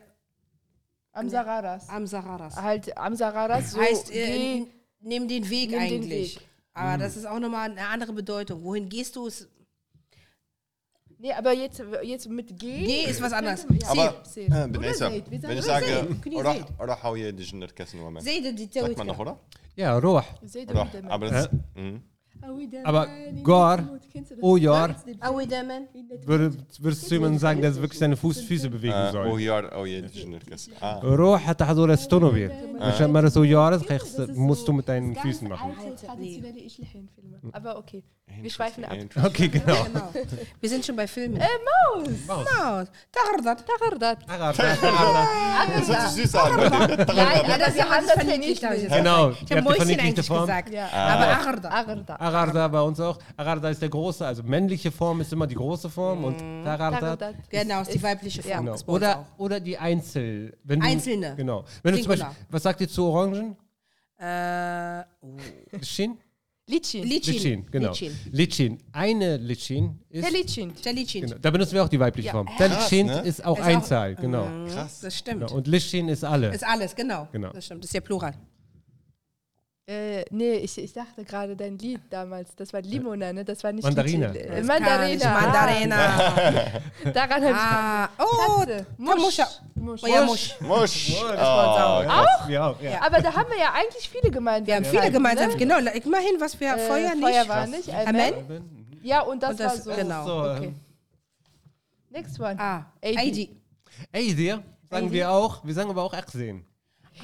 Speaker 4: Amsararas.
Speaker 5: Amsararas.
Speaker 4: Halt Amsararas so
Speaker 5: heißt,
Speaker 4: geh,
Speaker 5: äh, nimm den Weg
Speaker 4: Nimm den
Speaker 5: eigentlich.
Speaker 4: Weg.
Speaker 5: Aber
Speaker 2: Hm.
Speaker 5: das ist auch nochmal eine andere Bedeutung. Wohin gehst du? Ist,
Speaker 4: Nee, aber jetzt, jetzt mit G.
Speaker 5: geh ist was anderes.
Speaker 4: Ja.
Speaker 3: Aber,
Speaker 4: Seht, seht.
Speaker 3: äh, bin ich ja.
Speaker 5: seht, wir
Speaker 3: Wenn
Speaker 5: sagen
Speaker 3: ich
Speaker 5: oder
Speaker 3: sage,
Speaker 5: seht, können ihr
Speaker 3: oder,
Speaker 5: seht.
Speaker 3: oder hau ihr dich in das Kissen im Moment.
Speaker 5: Seht ihr die
Speaker 3: Sagt man noch,
Speaker 5: Theorie?
Speaker 3: oder?
Speaker 2: Ja, روح
Speaker 4: Seht ihr
Speaker 3: Oder,
Speaker 4: wieder mal.
Speaker 3: aber das, mhm.
Speaker 2: Aber Gor, Ojor,
Speaker 5: Are we there, man?
Speaker 2: würd- würdest du jemandem sagen, dass er wirklich seine Fuß, Füße bewegen
Speaker 3: äh, oh
Speaker 2: soll?
Speaker 3: ja, oh ja, dich in das Kissen. Ah.
Speaker 2: روح حتى حضور الستونوبيل
Speaker 5: Ah.
Speaker 2: عشان مرة سو يعرض خيخسر musst du mit deinen Füßen machen.
Speaker 4: traditionelle Ischlechen-Filme.
Speaker 3: Hm.
Speaker 4: Aber okay, wir schweifen ab.
Speaker 2: Okay, genau.
Speaker 5: Genau. Wir sind schon bei Filmen. Äh, Maus! Maus! Tardat.
Speaker 4: Tarardat.
Speaker 3: Das hört sich süß an bei dir.
Speaker 4: Nein, aber
Speaker 5: das
Speaker 4: wir
Speaker 5: haben
Speaker 4: haben
Speaker 5: sie
Speaker 4: das ja
Speaker 5: verniedlicht,
Speaker 4: nicht.
Speaker 5: glaub ich, jetzt.
Speaker 2: Genau, ihr
Speaker 5: Ich habe
Speaker 2: habt die
Speaker 5: Mäuschen
Speaker 2: verniedlichte
Speaker 5: eigentlich
Speaker 2: Form.
Speaker 5: gesagt.
Speaker 4: Ja.
Speaker 5: Aber
Speaker 3: Ah.
Speaker 5: Arda.
Speaker 4: Arda.
Speaker 2: Agarda bei uns auch. Agarda ist der große, also männliche Form ist immer die große Form und Agarda.
Speaker 4: Tarardat.
Speaker 5: Genau, ist die weibliche Form.
Speaker 2: Genau.
Speaker 5: Ist bei uns
Speaker 2: Oder,
Speaker 5: auch.
Speaker 2: oder die Einzel. Wenn du,
Speaker 5: Einzelne.
Speaker 2: Genau. Wenn du zum
Speaker 5: Singular.
Speaker 2: Beispiel, was sagt ihr zu Orangen?
Speaker 5: Äh, oh.
Speaker 2: Lichin?
Speaker 4: Litschin.
Speaker 5: Litschin.
Speaker 2: Lichin, genau.
Speaker 5: Litschin.
Speaker 2: Lichin. Eine Lichin ist.
Speaker 4: Der Litschin.
Speaker 5: Der Litschin.
Speaker 2: Genau, da benutzen wir auch die weibliche
Speaker 4: Ja.
Speaker 2: Form. Der Lichin
Speaker 3: ne?
Speaker 2: ist auch
Speaker 5: Ist auch-
Speaker 2: Einzahl, genau.
Speaker 3: Krass.
Speaker 5: Das stimmt.
Speaker 2: Ja, Und Lichin ist alle.
Speaker 5: Mhm. Ist alles, genau.
Speaker 2: Genau.
Speaker 5: Das stimmt. Das ist ja Plural.
Speaker 4: Äh, nee, ich, ich dachte gerade dein Lied damals. Das war Limona, ne? Das war nicht
Speaker 2: Mandarina.
Speaker 4: Litschin. Äh, Mandarina.
Speaker 5: Mandarina.
Speaker 4: Ah, daran habe ich
Speaker 5: Ah, oh,
Speaker 4: Katze.
Speaker 5: Musch.
Speaker 4: Musch.
Speaker 5: Oh ja, Musch.
Speaker 3: Musch.
Speaker 2: auch.
Speaker 3: Ah, krass.
Speaker 2: Wir auch, ja.
Speaker 4: Aber da haben wir ja eigentlich viele gemeinsam. ne?
Speaker 5: Wir haben viele gemeinsam. Genau, immerhin, was wir
Speaker 4: Äh,
Speaker 5: Feuer nicht.
Speaker 4: Feuer war nicht. Amen.
Speaker 5: Amen.
Speaker 4: Ja, und das,
Speaker 5: Und das-
Speaker 4: war so.
Speaker 5: genau.
Speaker 2: So,
Speaker 4: Okay.
Speaker 2: Mhm. ähm,
Speaker 4: Next one.
Speaker 5: Ah,
Speaker 4: AD.
Speaker 5: AD.
Speaker 2: Ey, dir sagen wir auch, wir sagen aber auch Achsehen.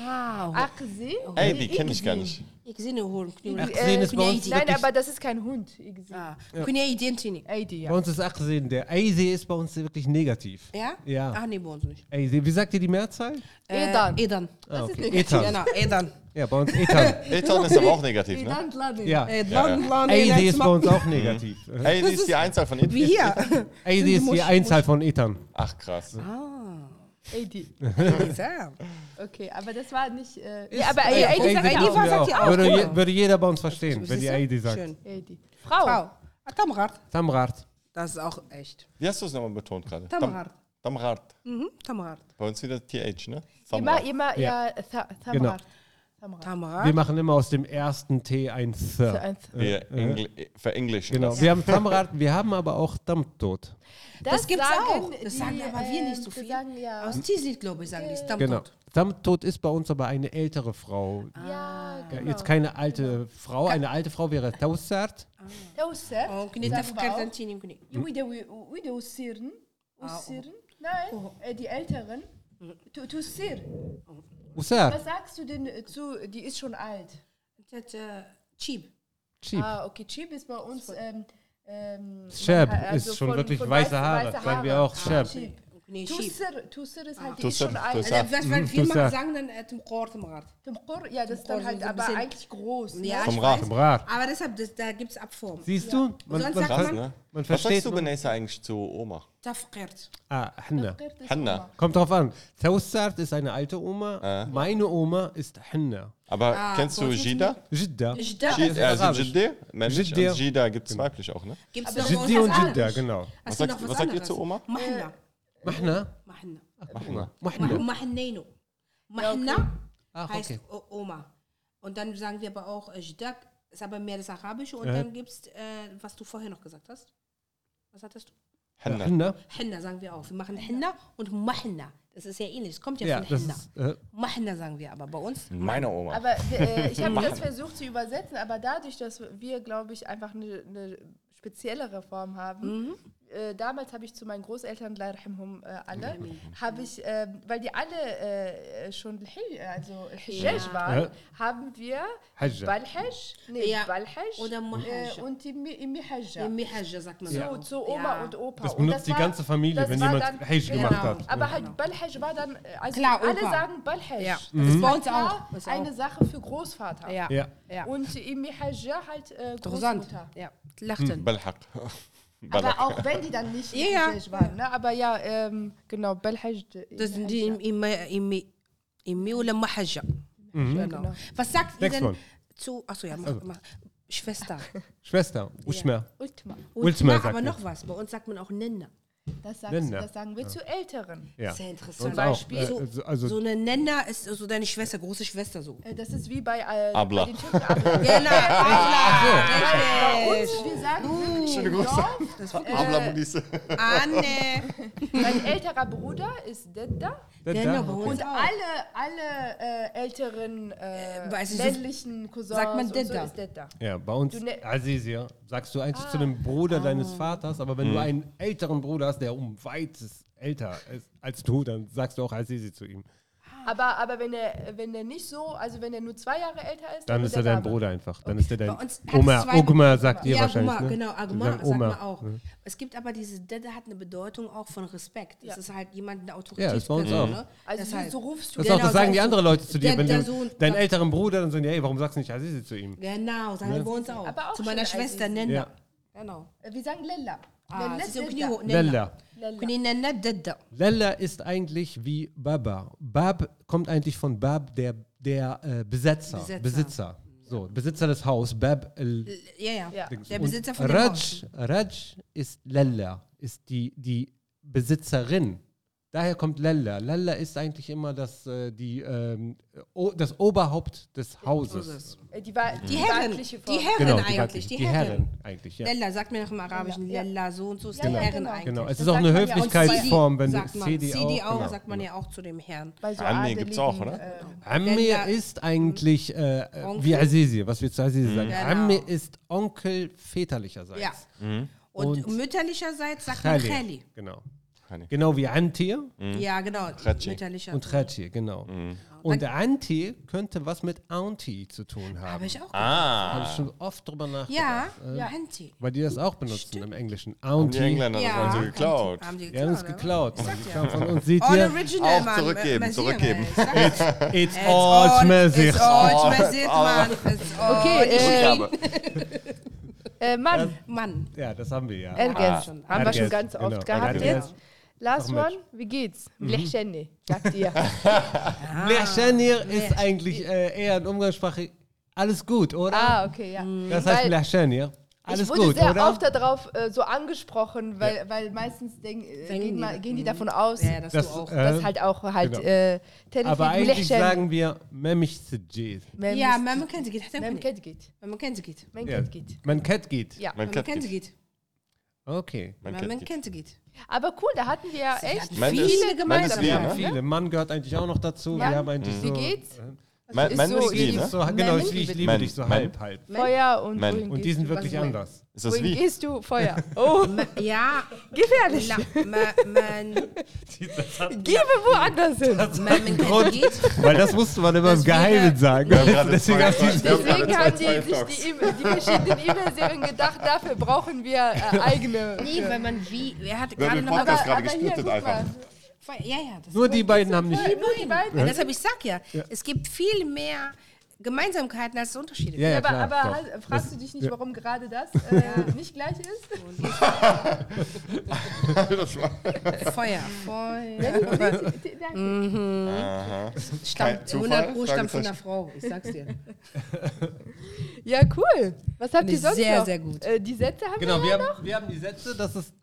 Speaker 5: Ah,
Speaker 4: Achse?
Speaker 3: Ey, die kenne ich gar nicht.
Speaker 5: ich sehe eine hohen Knüppel.
Speaker 2: Ach, sehen ist bei uns
Speaker 4: Äh, Nein,
Speaker 2: wirklich-
Speaker 4: aber das ist kein Hund. Igsi.
Speaker 5: Ah, Kunja Identini.
Speaker 4: AD,
Speaker 2: Bei
Speaker 4: ja.
Speaker 2: uns ist Achsehen der. Eise ist bei uns wirklich negativ.
Speaker 5: Ja?
Speaker 2: Ja.
Speaker 5: Ach nee, bei uns nicht.
Speaker 2: Eise, wie sagt ihr die Mehrzahl?
Speaker 5: Äh,
Speaker 4: Edan.
Speaker 5: Edan.
Speaker 2: Ah, okay. Ethan.
Speaker 5: Genau, Edan.
Speaker 2: Ja, bei uns Ethan.
Speaker 3: Eltern ist aber auch negativ, ne?
Speaker 2: ja.
Speaker 5: Edan, Lan,
Speaker 2: Eise
Speaker 5: Edan,
Speaker 2: ist bei uns
Speaker 5: Zma-
Speaker 2: auch negativ.
Speaker 3: Ey, die ist die Einzahl von
Speaker 5: Wie
Speaker 3: Eltern.
Speaker 5: hier.
Speaker 2: Eise ist die
Speaker 5: Musch-
Speaker 2: Einzahl von Ethan.
Speaker 3: Ach, krass.
Speaker 4: AD.
Speaker 5: Ja.
Speaker 4: Okay, aber das war nicht. Äh, ja, aber AD,
Speaker 5: Eide
Speaker 4: AD sagt
Speaker 5: sagt
Speaker 4: ja auch.
Speaker 5: Frau sagt ja auch,
Speaker 2: Würde,
Speaker 5: genau.
Speaker 2: je, würde jeder bei uns verstehen, wenn
Speaker 5: Siehst
Speaker 2: die
Speaker 5: du?
Speaker 2: Eide sagt.
Speaker 5: Dus Schön.
Speaker 4: AD. Frau.
Speaker 5: Wow. Ah, Tamrat.
Speaker 2: Samrat.
Speaker 5: Das ist auch echt.
Speaker 3: Wie hast du es nochmal betont gerade?
Speaker 5: Tamrat.
Speaker 3: Tamrat.
Speaker 5: Mhm, Tamrat.
Speaker 3: Bei uns wieder TH, ne?
Speaker 4: Immer,
Speaker 3: Tamrat.
Speaker 4: immer,
Speaker 2: Ja.
Speaker 4: ja. äh, Tha-
Speaker 2: Genau.
Speaker 4: Thamrat. Thamrat.
Speaker 2: Wir
Speaker 5: Tamrat.
Speaker 2: machen immer aus dem ersten T ein
Speaker 4: So
Speaker 2: Th.
Speaker 4: eins.
Speaker 3: Wir Engl- verenglischen
Speaker 2: Genau.
Speaker 3: das.
Speaker 2: Wir haben Samrat, wir haben aber auch Dammtod.
Speaker 5: Das gibt's
Speaker 4: sagen
Speaker 5: auch. Das sagen aber wir nicht so
Speaker 4: ähm,
Speaker 5: viel.
Speaker 4: Sagen, ja.
Speaker 5: Aus Tizit, glaube ich, sagen die. ist Tamrat.
Speaker 2: Genau. Dammtod ist bei uns aber eine ältere Frau.
Speaker 5: Ah.
Speaker 4: ja,
Speaker 2: Ja,
Speaker 4: genau.
Speaker 2: Jetzt keine alte Frau. Eine aalte Frau wäre Tausart.
Speaker 4: Tauser.
Speaker 5: Oh, Kunja Tafkar Tantini, Kunja.
Speaker 4: Wieder, wieder ussieren.
Speaker 5: Ah, oh.
Speaker 4: Ussieren. Nein, äh, die Älteren. Du, du sir. Was
Speaker 2: Usar.
Speaker 4: sagst du denn äh, zu, die ist schon alt?
Speaker 5: Das, äh, Cheap.
Speaker 2: Cheap.
Speaker 4: Ah, okay, Chib ist bei uns. Ähm, ähm,
Speaker 2: Shab
Speaker 4: man- also
Speaker 2: ist schon
Speaker 4: von-
Speaker 2: wirklich
Speaker 4: von
Speaker 2: weiße
Speaker 4: weißen-
Speaker 2: Haare.
Speaker 4: weiße Ah,
Speaker 2: Sagen wir auch Shab.
Speaker 4: Chib.
Speaker 5: Kunja Cheap.
Speaker 4: Tusser, Tusser ist halt, die ist
Speaker 3: Tusser,
Speaker 4: schon alt.
Speaker 3: Tusser.
Speaker 4: Also,
Speaker 5: Also, was wir viel
Speaker 2: Tamrat.
Speaker 5: machen, sagen dann äh, Tamrat, Tamrat.
Speaker 4: Tumkur, ja, das ist
Speaker 5: Tumkur
Speaker 4: dann halt
Speaker 5: sind Oh, so ein
Speaker 4: aber
Speaker 5: bisschen-
Speaker 4: eigentlich groß. Ne?
Speaker 5: Ja,
Speaker 3: Vom
Speaker 5: ich
Speaker 3: Rat.
Speaker 5: weiß.
Speaker 2: Samrat.
Speaker 5: Aber deshalb, das, da gibt es Abform.
Speaker 2: Siehst du? Man,
Speaker 5: Sonst
Speaker 2: man,
Speaker 5: sagt
Speaker 3: Krass,
Speaker 2: man,
Speaker 3: ne?
Speaker 2: man
Speaker 3: Was
Speaker 2: versteht.
Speaker 3: sagst du,
Speaker 2: nur-
Speaker 3: Benessa, eigentlich zu Oma?
Speaker 5: Tafkert.
Speaker 2: Ah, Hanna.
Speaker 4: Tumkur, das ist
Speaker 3: Hanna.
Speaker 2: Kommt drauf an. Tausart ist eine alte Oma. Meine Oma ist Hanna.
Speaker 3: Aber kennst
Speaker 5: bei
Speaker 3: du
Speaker 5: uns ist
Speaker 3: Jida?
Speaker 2: Jidda.
Speaker 5: Jidda.
Speaker 2: Jid-
Speaker 3: Jida, also
Speaker 2: Arabisch. Genau.
Speaker 3: Jidde, männlich.
Speaker 2: Jidde.
Speaker 3: Und Jida gibt es also weiblich auch, ne?
Speaker 5: Gibt's
Speaker 4: Aber
Speaker 5: noch
Speaker 4: Jiddi
Speaker 2: Jiddi
Speaker 5: was
Speaker 2: und
Speaker 5: anderes?
Speaker 2: Jidda, genau.
Speaker 5: Hast
Speaker 3: Was
Speaker 5: du
Speaker 3: sagt-
Speaker 5: noch
Speaker 3: was
Speaker 5: was
Speaker 3: sagt ihr
Speaker 5: anderes?
Speaker 3: zu Oma?
Speaker 4: Äh,
Speaker 5: Mahna.
Speaker 2: Mahna.
Speaker 5: Mahna.
Speaker 3: Mach mal.
Speaker 2: Mahna.
Speaker 5: Mahnaino. Mahna
Speaker 2: Ach,
Speaker 5: heißt
Speaker 2: okay.
Speaker 5: O- Oma. Und dann sagen wir aber auch äh, Jiddak, ist aber mehr das Arabische. Und
Speaker 2: Ja.
Speaker 5: dann gibt es, äh, was du vorher noch gesagt hast. Was hattest du?
Speaker 3: Hanna.
Speaker 2: Hanna.
Speaker 5: Henna sagen wir auch. Wir machen Henna und Mahna. Das ist ja ähnlich. Es kommt ja,
Speaker 2: Ja,
Speaker 5: von
Speaker 2: das
Speaker 5: Henna.
Speaker 2: ist. Äh,
Speaker 5: Mahna sagen wir aber bei uns.
Speaker 3: Meine Oma.
Speaker 4: Aber äh, ich habe das versucht zu übersetzen, aber dadurch, dass wir, glaube ich, einfach eine ne speziellere Form haben.
Speaker 5: Mhm.
Speaker 4: Äh, damals habe ich zu meinen Großeltern, Allah yarhamhum, äh, alle, habe ich, äh, weil die alle äh, äh, schon Lhi- also Hijaj waren,
Speaker 2: Ja.
Speaker 4: haben wir
Speaker 2: Hajja.
Speaker 4: Balhaj, nee,
Speaker 5: Ja.
Speaker 4: Balhaj
Speaker 5: Oder Muhaj.
Speaker 4: äh, und die Mi- Mihajja.
Speaker 5: Im Mihaja sagt man
Speaker 4: So, zu Oma und Opa.
Speaker 2: Das
Speaker 4: und
Speaker 2: benutzt die ganze Familie,
Speaker 4: das
Speaker 2: wenn
Speaker 4: war
Speaker 2: jemand Hajj gemacht hat.
Speaker 4: Aber halt Balhaj war dann, äh, also
Speaker 5: Klar,
Speaker 4: alle
Speaker 5: Opa.
Speaker 4: sagen Balhaj.
Speaker 2: Mhm.
Speaker 5: Ja, das ist bei uns
Speaker 4: Klar,
Speaker 5: auch. Ist
Speaker 4: eine
Speaker 5: auch.
Speaker 4: Sache für Großvater.
Speaker 5: Ja.
Speaker 2: Ja.
Speaker 5: ja.
Speaker 4: Und Imi Hajja halt äh,
Speaker 5: Interessant.
Speaker 4: Großmutter.
Speaker 5: Ja. Lachten.
Speaker 3: Balhaq.
Speaker 4: Aber
Speaker 3: Balhaq.
Speaker 4: auch wenn die dann nicht
Speaker 5: Ja, ja.
Speaker 4: Hijaj waren. Ne? Aber ja, ähm, genau, Balhaj.
Speaker 5: Das sind die im- im- im- im- im- oder Mahaja. Genau. Was sagt ihr
Speaker 2: Mhm. Next
Speaker 5: denn
Speaker 2: one. Also.
Speaker 5: zu. Achso, ja, mach, mach. Schwester.
Speaker 2: Schwester. Uschmer.
Speaker 4: Ultima.
Speaker 2: Ultima
Speaker 5: Ultima,
Speaker 2: sagt
Speaker 5: aber
Speaker 2: man.
Speaker 5: noch was. Bei uns sagt man auch Nenna.
Speaker 4: Das sagst du,
Speaker 2: Nenner.
Speaker 4: das sagen wir zu Älteren.
Speaker 2: Ja.
Speaker 6: Sehr
Speaker 2: Sonst
Speaker 6: interessant.
Speaker 2: auch.
Speaker 5: Beispiel-
Speaker 2: Äh, also- also
Speaker 5: So eine Nenner ist so deine Schwester, große Schwester so.
Speaker 4: Äh, Das ist wie bei, äh,
Speaker 3: Abla.
Speaker 4: bei den Türken. Abla.
Speaker 5: Genau,
Speaker 4: Bei
Speaker 5: Abla,
Speaker 4: uns, wir sagen
Speaker 3: Schöne
Speaker 4: im
Speaker 3: Grüße.
Speaker 4: Dorf,
Speaker 3: Abla Munisse.
Speaker 5: Anne.
Speaker 4: mein älterer Bruder ist Dedda.
Speaker 2: da-
Speaker 5: Ja,
Speaker 2: da-
Speaker 5: aber
Speaker 4: Und
Speaker 5: Genau, auch.
Speaker 4: alle, alle äh, älteren äh,
Speaker 5: Äh, weiß ich,
Speaker 4: männlichen Cousins
Speaker 5: sagt man
Speaker 4: und so
Speaker 5: Dedda.
Speaker 4: ist Dedda.
Speaker 2: Ja, bei uns
Speaker 4: Du ne-
Speaker 2: Azizia sagst du
Speaker 5: Ah.
Speaker 2: eigentlich zu dem Bruder deines Vaters, aber wenn du einen älteren Bruder hast, der um weites älter ist als du, dann sagst du auch Azizi zu ihm.
Speaker 4: Aber, aber wenn er wenn der nicht so, also wenn er nur zwei Jahre älter ist,
Speaker 2: Dann ist er dein
Speaker 4: Dada.
Speaker 2: Bruder einfach. Dann ist er dein
Speaker 5: Bei uns hat es
Speaker 2: Oma.
Speaker 5: zwei-
Speaker 2: Ogma sagt ihr
Speaker 5: Ja,
Speaker 2: wahrscheinlich.
Speaker 5: Guma,
Speaker 2: ne?
Speaker 5: genau,
Speaker 2: Sie
Speaker 5: Aguma
Speaker 2: sagen
Speaker 5: sagt man
Speaker 2: Oma. Mhm.
Speaker 5: auch. Es gibt aber diese Dedde hat eine Bedeutung auch von Respekt. Es ist halt jemand, eine
Speaker 2: Ja,
Speaker 5: Autorität.
Speaker 2: ist bei uns auch.
Speaker 5: Ne?
Speaker 4: Also so-
Speaker 5: Deshalb.
Speaker 4: so rufst du
Speaker 2: Das, ist auch,
Speaker 5: Genau,
Speaker 2: das sagen die
Speaker 5: sagst du,
Speaker 2: anderen Leute zu dir.
Speaker 5: der-
Speaker 2: Wenn
Speaker 5: der
Speaker 2: du
Speaker 5: Sohn-
Speaker 2: deinen älteren Bruder, dann sagen die, ey, warum sagst du nicht Azizi zu ihm?
Speaker 5: Genau, sagen wir bei uns auch.
Speaker 4: Aber auch
Speaker 5: Zu meiner
Speaker 4: schon
Speaker 5: Schwester
Speaker 4: Azizi.
Speaker 5: Nenna.
Speaker 2: Ne? Ja.
Speaker 5: Genau.
Speaker 4: Wir sagen Lella.
Speaker 5: Ah,
Speaker 4: Lella
Speaker 5: sie sind
Speaker 4: Dedda.
Speaker 5: Knie-
Speaker 2: Lella.
Speaker 4: Lella.
Speaker 5: Knie Nenna Dedda.
Speaker 2: Lella ist eigentlich wie Baba. Bab kommt eigentlich von Bab, der, der äh, Besitzer.
Speaker 5: Besitzer.
Speaker 2: Besitzer. So, Besitzer des Haus. Bab el
Speaker 5: Ja, ja.
Speaker 4: Ja.
Speaker 5: Der
Speaker 2: Und
Speaker 5: Besitzer von dem
Speaker 2: Raj,
Speaker 5: Haus.
Speaker 2: Raj ist Lella, ist die, die Besitzerin. Daher kommt Lella. Lella ist eigentlich immer das, äh, die, ähm, o, das Oberhaupt des Hauses.
Speaker 4: Äh, Die, war, die,
Speaker 5: Die Herren.
Speaker 4: weibliche
Speaker 5: Die
Speaker 4: Form.
Speaker 5: Herren eigentlich.
Speaker 2: weibliche- Genau,
Speaker 5: Die
Speaker 2: die
Speaker 5: Herren.
Speaker 2: Herren eigentlich, ja.
Speaker 5: Lella, sagt mir noch im Arabischen.
Speaker 4: Ja.
Speaker 5: Lella, so und so ist
Speaker 4: Ja,
Speaker 5: die
Speaker 4: ja,
Speaker 5: Herren
Speaker 4: genau.
Speaker 5: eigentlich.
Speaker 2: Genau, es
Speaker 4: Das
Speaker 2: ist auch
Speaker 4: sagt
Speaker 2: eine
Speaker 4: man ja auch.
Speaker 2: Höflichkeitsform, wenn du
Speaker 5: sagt man.
Speaker 2: CD,
Speaker 5: CD auch,
Speaker 2: genau.
Speaker 5: sagt man ja auch zu dem Herren.
Speaker 4: Bei so
Speaker 3: Anne gibt's auch,
Speaker 4: adeligen,
Speaker 3: oder?
Speaker 4: äh,
Speaker 2: Amir
Speaker 5: Lella-
Speaker 2: ist eigentlich äh, äh,
Speaker 5: Onkel?
Speaker 2: wie Azizi, was wir zu Azizi sagen.
Speaker 5: Genau.
Speaker 2: Amir ist Onkel väterlicherseits.
Speaker 5: Ja.
Speaker 3: Mhm.
Speaker 5: Und,
Speaker 2: Und
Speaker 5: mütterlicherseits sagt man
Speaker 2: Khali.
Speaker 5: Khali.
Speaker 2: Genau.
Speaker 3: Khali.
Speaker 2: Genau wie Antir
Speaker 3: Mhm.
Speaker 5: Ja, genau.
Speaker 3: Khachi.
Speaker 5: Mütterlicher.
Speaker 2: und Khachi, genau. Und Antir könnte was mit Auntie zu tun haben.
Speaker 5: Habe ich auch.
Speaker 2: Habe
Speaker 3: Ah.
Speaker 2: ich schon oft drüber nachgedacht.
Speaker 5: Ja, ja, Hanti.
Speaker 2: Weil die das auch benutzen im Englischen.
Speaker 3: Die
Speaker 2: Auntie.
Speaker 3: Engländer das
Speaker 5: Ja.
Speaker 3: haben sie geklaut.
Speaker 5: Haben die
Speaker 2: Die haben uns
Speaker 4: ne?
Speaker 5: oder?
Speaker 2: geklaut. Die kamen von uns. Seht
Speaker 5: All
Speaker 2: ihr?
Speaker 5: original,
Speaker 3: Auch
Speaker 5: Mann.
Speaker 3: zurückgeben,
Speaker 5: Man sieht,
Speaker 3: zurückgeben.
Speaker 5: Mann. Ich sag ja,
Speaker 2: It's
Speaker 5: it's
Speaker 2: all
Speaker 5: It's
Speaker 2: Schmerzicht.
Speaker 5: all Schmerzicht, Mann. It's all
Speaker 4: Okay, äh,
Speaker 3: Rückgabe.
Speaker 4: äh, Mann,
Speaker 5: Mann.
Speaker 2: Ja, das haben wir ja.
Speaker 4: Ergens. Haben
Speaker 5: schon.
Speaker 4: wir
Speaker 2: Ergens,
Speaker 4: schon ganz
Speaker 2: genau.
Speaker 4: oft gehabt
Speaker 2: Ergens.
Speaker 4: jetzt. Last
Speaker 2: Noch
Speaker 4: one, wie geht's?
Speaker 2: Mhm.
Speaker 4: Blechschende, sagt ihr. Ah.
Speaker 2: Blechschenir ist eigentlich äh, eher in Umgangssprache alles gut, oder?
Speaker 4: Ah, okay, ja.
Speaker 2: das heißt
Speaker 4: weil-
Speaker 2: Blechschenir. Alles
Speaker 4: ich wurde
Speaker 2: gut,
Speaker 4: sehr
Speaker 2: oder?
Speaker 4: oft darauf äh, so angesprochen, weil, weil meistens denk, äh,
Speaker 5: Denken
Speaker 4: gehen,
Speaker 5: die
Speaker 4: mal,
Speaker 5: das.
Speaker 4: gehen die davon aus,
Speaker 5: Ja, das,
Speaker 2: Das,
Speaker 5: du auch.
Speaker 2: äh,
Speaker 4: dass halt auch halt
Speaker 2: genau.
Speaker 4: äh, Telefon
Speaker 2: aber eigentlich
Speaker 4: Blechchen-
Speaker 2: sagen wir Memich Sejid.
Speaker 4: Mem
Speaker 5: ja,
Speaker 4: ist-
Speaker 5: Mama kennt sie geht.
Speaker 4: Mem kennt geht.
Speaker 5: Mama kennt sie geht.
Speaker 4: Mem
Speaker 2: Ja.
Speaker 4: kennt geht.
Speaker 2: Man Cat geht.
Speaker 4: Ja.
Speaker 3: Mein
Speaker 5: Mama
Speaker 3: Cat
Speaker 5: kennt sie
Speaker 3: geht.
Speaker 5: geht.
Speaker 2: Okay.
Speaker 3: Mein
Speaker 5: Mama
Speaker 3: Cat geht.
Speaker 5: kennt sie geht.
Speaker 4: Aber cool, da hatten wir ja echt
Speaker 5: hatten
Speaker 3: Mem
Speaker 4: viele
Speaker 3: ist- Mem ist
Speaker 4: gemeinsame
Speaker 3: wie,
Speaker 2: Wir
Speaker 3: ne?
Speaker 2: haben viele. Mann gehört eigentlich auch noch dazu.
Speaker 4: Mann,
Speaker 2: Wir haben eigentlich
Speaker 4: Wie
Speaker 2: so,
Speaker 4: geht's?
Speaker 3: Mein
Speaker 4: Ist
Speaker 3: mein
Speaker 4: so,
Speaker 3: ist wie,
Speaker 4: ist
Speaker 3: ne?
Speaker 2: so genau, ich, ich liebe
Speaker 3: Man,
Speaker 2: dich so
Speaker 3: man.
Speaker 2: halb, halb.
Speaker 4: Feuer und
Speaker 3: Man.
Speaker 4: wohin
Speaker 2: Und die
Speaker 4: gehst
Speaker 2: sind
Speaker 4: du?
Speaker 2: wirklich
Speaker 4: Was-
Speaker 2: anders.
Speaker 3: Ist das
Speaker 4: Wohin
Speaker 3: wie?
Speaker 4: gehst du? Feuer. Oh,
Speaker 5: Ja,
Speaker 4: gefährlich.
Speaker 5: la- ma- man,
Speaker 4: Geh mir woanders hin.
Speaker 5: Mama kennt sie geht.
Speaker 2: Weil das musste man immer im
Speaker 5: Das wäre-
Speaker 2: Geheimen sagen.
Speaker 3: Wir haben gerade
Speaker 2: Deswegen
Speaker 3: zwei-
Speaker 2: auf die
Speaker 3: wir haben gerade
Speaker 4: Deswegen
Speaker 3: zwei
Speaker 4: haben die sich
Speaker 3: Zweiflers.
Speaker 4: die, e die verschiedenen E-Mail-Serien gedacht, dafür brauchen wir äh, eigene.
Speaker 5: Nee, weil man wie, er hat
Speaker 3: Wir haben
Speaker 5: gerade
Speaker 3: den
Speaker 5: nochmal
Speaker 3: Podcast gerade
Speaker 4: aber hier,
Speaker 3: gesplittet
Speaker 4: guck
Speaker 3: einfach.
Speaker 4: mal.
Speaker 5: Ja, ja, das
Speaker 2: Nur die beiden haben nicht.
Speaker 4: Nur die beiden.
Speaker 5: Und deshalb, ich sag ja, es gibt viel mehr Gemeinsamkeiten als Unterschiede.
Speaker 2: Ja, ja,
Speaker 4: aber
Speaker 2: klar,
Speaker 4: aber
Speaker 2: doch.
Speaker 4: hast- fragst du dich nicht, warum gerade das äh, nicht gleich ist?
Speaker 3: Das war-
Speaker 5: Feuer. Feuer. Mm.
Speaker 4: Danke.
Speaker 3: Kein
Speaker 5: Mhm. Stammt,
Speaker 3: Zufall?
Speaker 5: 100 Pro stammt von
Speaker 3: Fragezeichen.
Speaker 5: einer Frau, ich sag's dir.
Speaker 4: Ja, cool. Was habt
Speaker 5: Finde
Speaker 4: ihr
Speaker 5: ich
Speaker 4: sonst
Speaker 5: sehr,
Speaker 4: noch?
Speaker 5: sehr gut.
Speaker 4: Äh, die Sätze haben
Speaker 2: Genau,
Speaker 4: wir
Speaker 2: wir
Speaker 4: ja
Speaker 2: haben, wir haben die Sätze, das ist.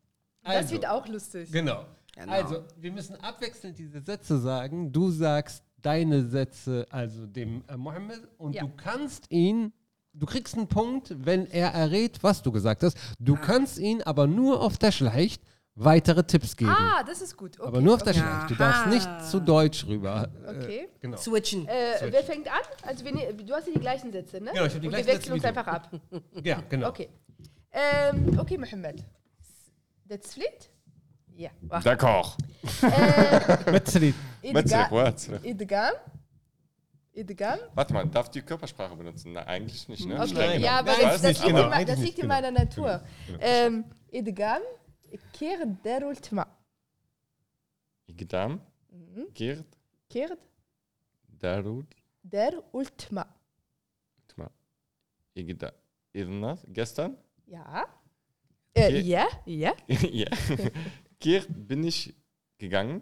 Speaker 4: Das
Speaker 2: Also,
Speaker 4: wird auch lustig.
Speaker 2: Genau. Also, wir müssen abwechselnd diese Sätze sagen. Du sagst deine Sätze, also dem äh, Mohammed, und
Speaker 4: Ja.
Speaker 2: du kannst ihn. Du kriegst einen Punkt, wenn er errät, was du gesagt hast. Du
Speaker 4: Ah.
Speaker 2: kannst ihn aber nur auf der Schlecht weitere Tipps geben.
Speaker 4: Ah, das ist gut. Okay. Ah.
Speaker 2: aber nur auf der Schlecht. Du darfst
Speaker 5: Aha.
Speaker 2: nicht zu deutsch rüber.
Speaker 4: Okay.
Speaker 2: Äh, genau.
Speaker 5: Switchen.
Speaker 4: äh, wer fängt an? Also wir, ne- du hast ja die gleichen Sätze, ne?
Speaker 2: Genau, ich hab die
Speaker 4: Und
Speaker 2: gleichen
Speaker 4: wir
Speaker 2: Sätze
Speaker 4: wechseln
Speaker 2: wie
Speaker 4: uns
Speaker 2: du.
Speaker 4: einfach ab.
Speaker 2: Ja, genau.
Speaker 4: Okay. Ähm, okay, Mohammed. That's Flint? Ja. Ach,
Speaker 3: Der Koch.
Speaker 2: Metzli.
Speaker 3: What's
Speaker 4: Idgam.
Speaker 3: it, what's it?
Speaker 4: Idgam. Idgam.
Speaker 3: Warte mal, darf die Körpersprache benutzen? Na, eigentlich nicht, ne?
Speaker 4: Mhm. Okay.
Speaker 3: Streng genommen.
Speaker 4: Ja, aber
Speaker 3: Ich
Speaker 4: das,
Speaker 3: weiß
Speaker 4: das,
Speaker 3: nicht, Genau.
Speaker 4: liegt,
Speaker 2: genau.
Speaker 4: in, me- das
Speaker 2: Eigentlich
Speaker 4: liegt
Speaker 2: nicht,
Speaker 4: in meiner Natur. Ähm, Idgam. Kehrt der Ultima.
Speaker 3: Igdam,
Speaker 4: Mhm.
Speaker 3: Girt,
Speaker 4: Kehrt
Speaker 3: Darut,
Speaker 4: der Ultima.
Speaker 3: warte mal. Igda, Irnas, gestern?
Speaker 4: Ja. Äh,
Speaker 3: Ge-
Speaker 4: ja, ja.
Speaker 3: ja. Girt bin ich gegangen.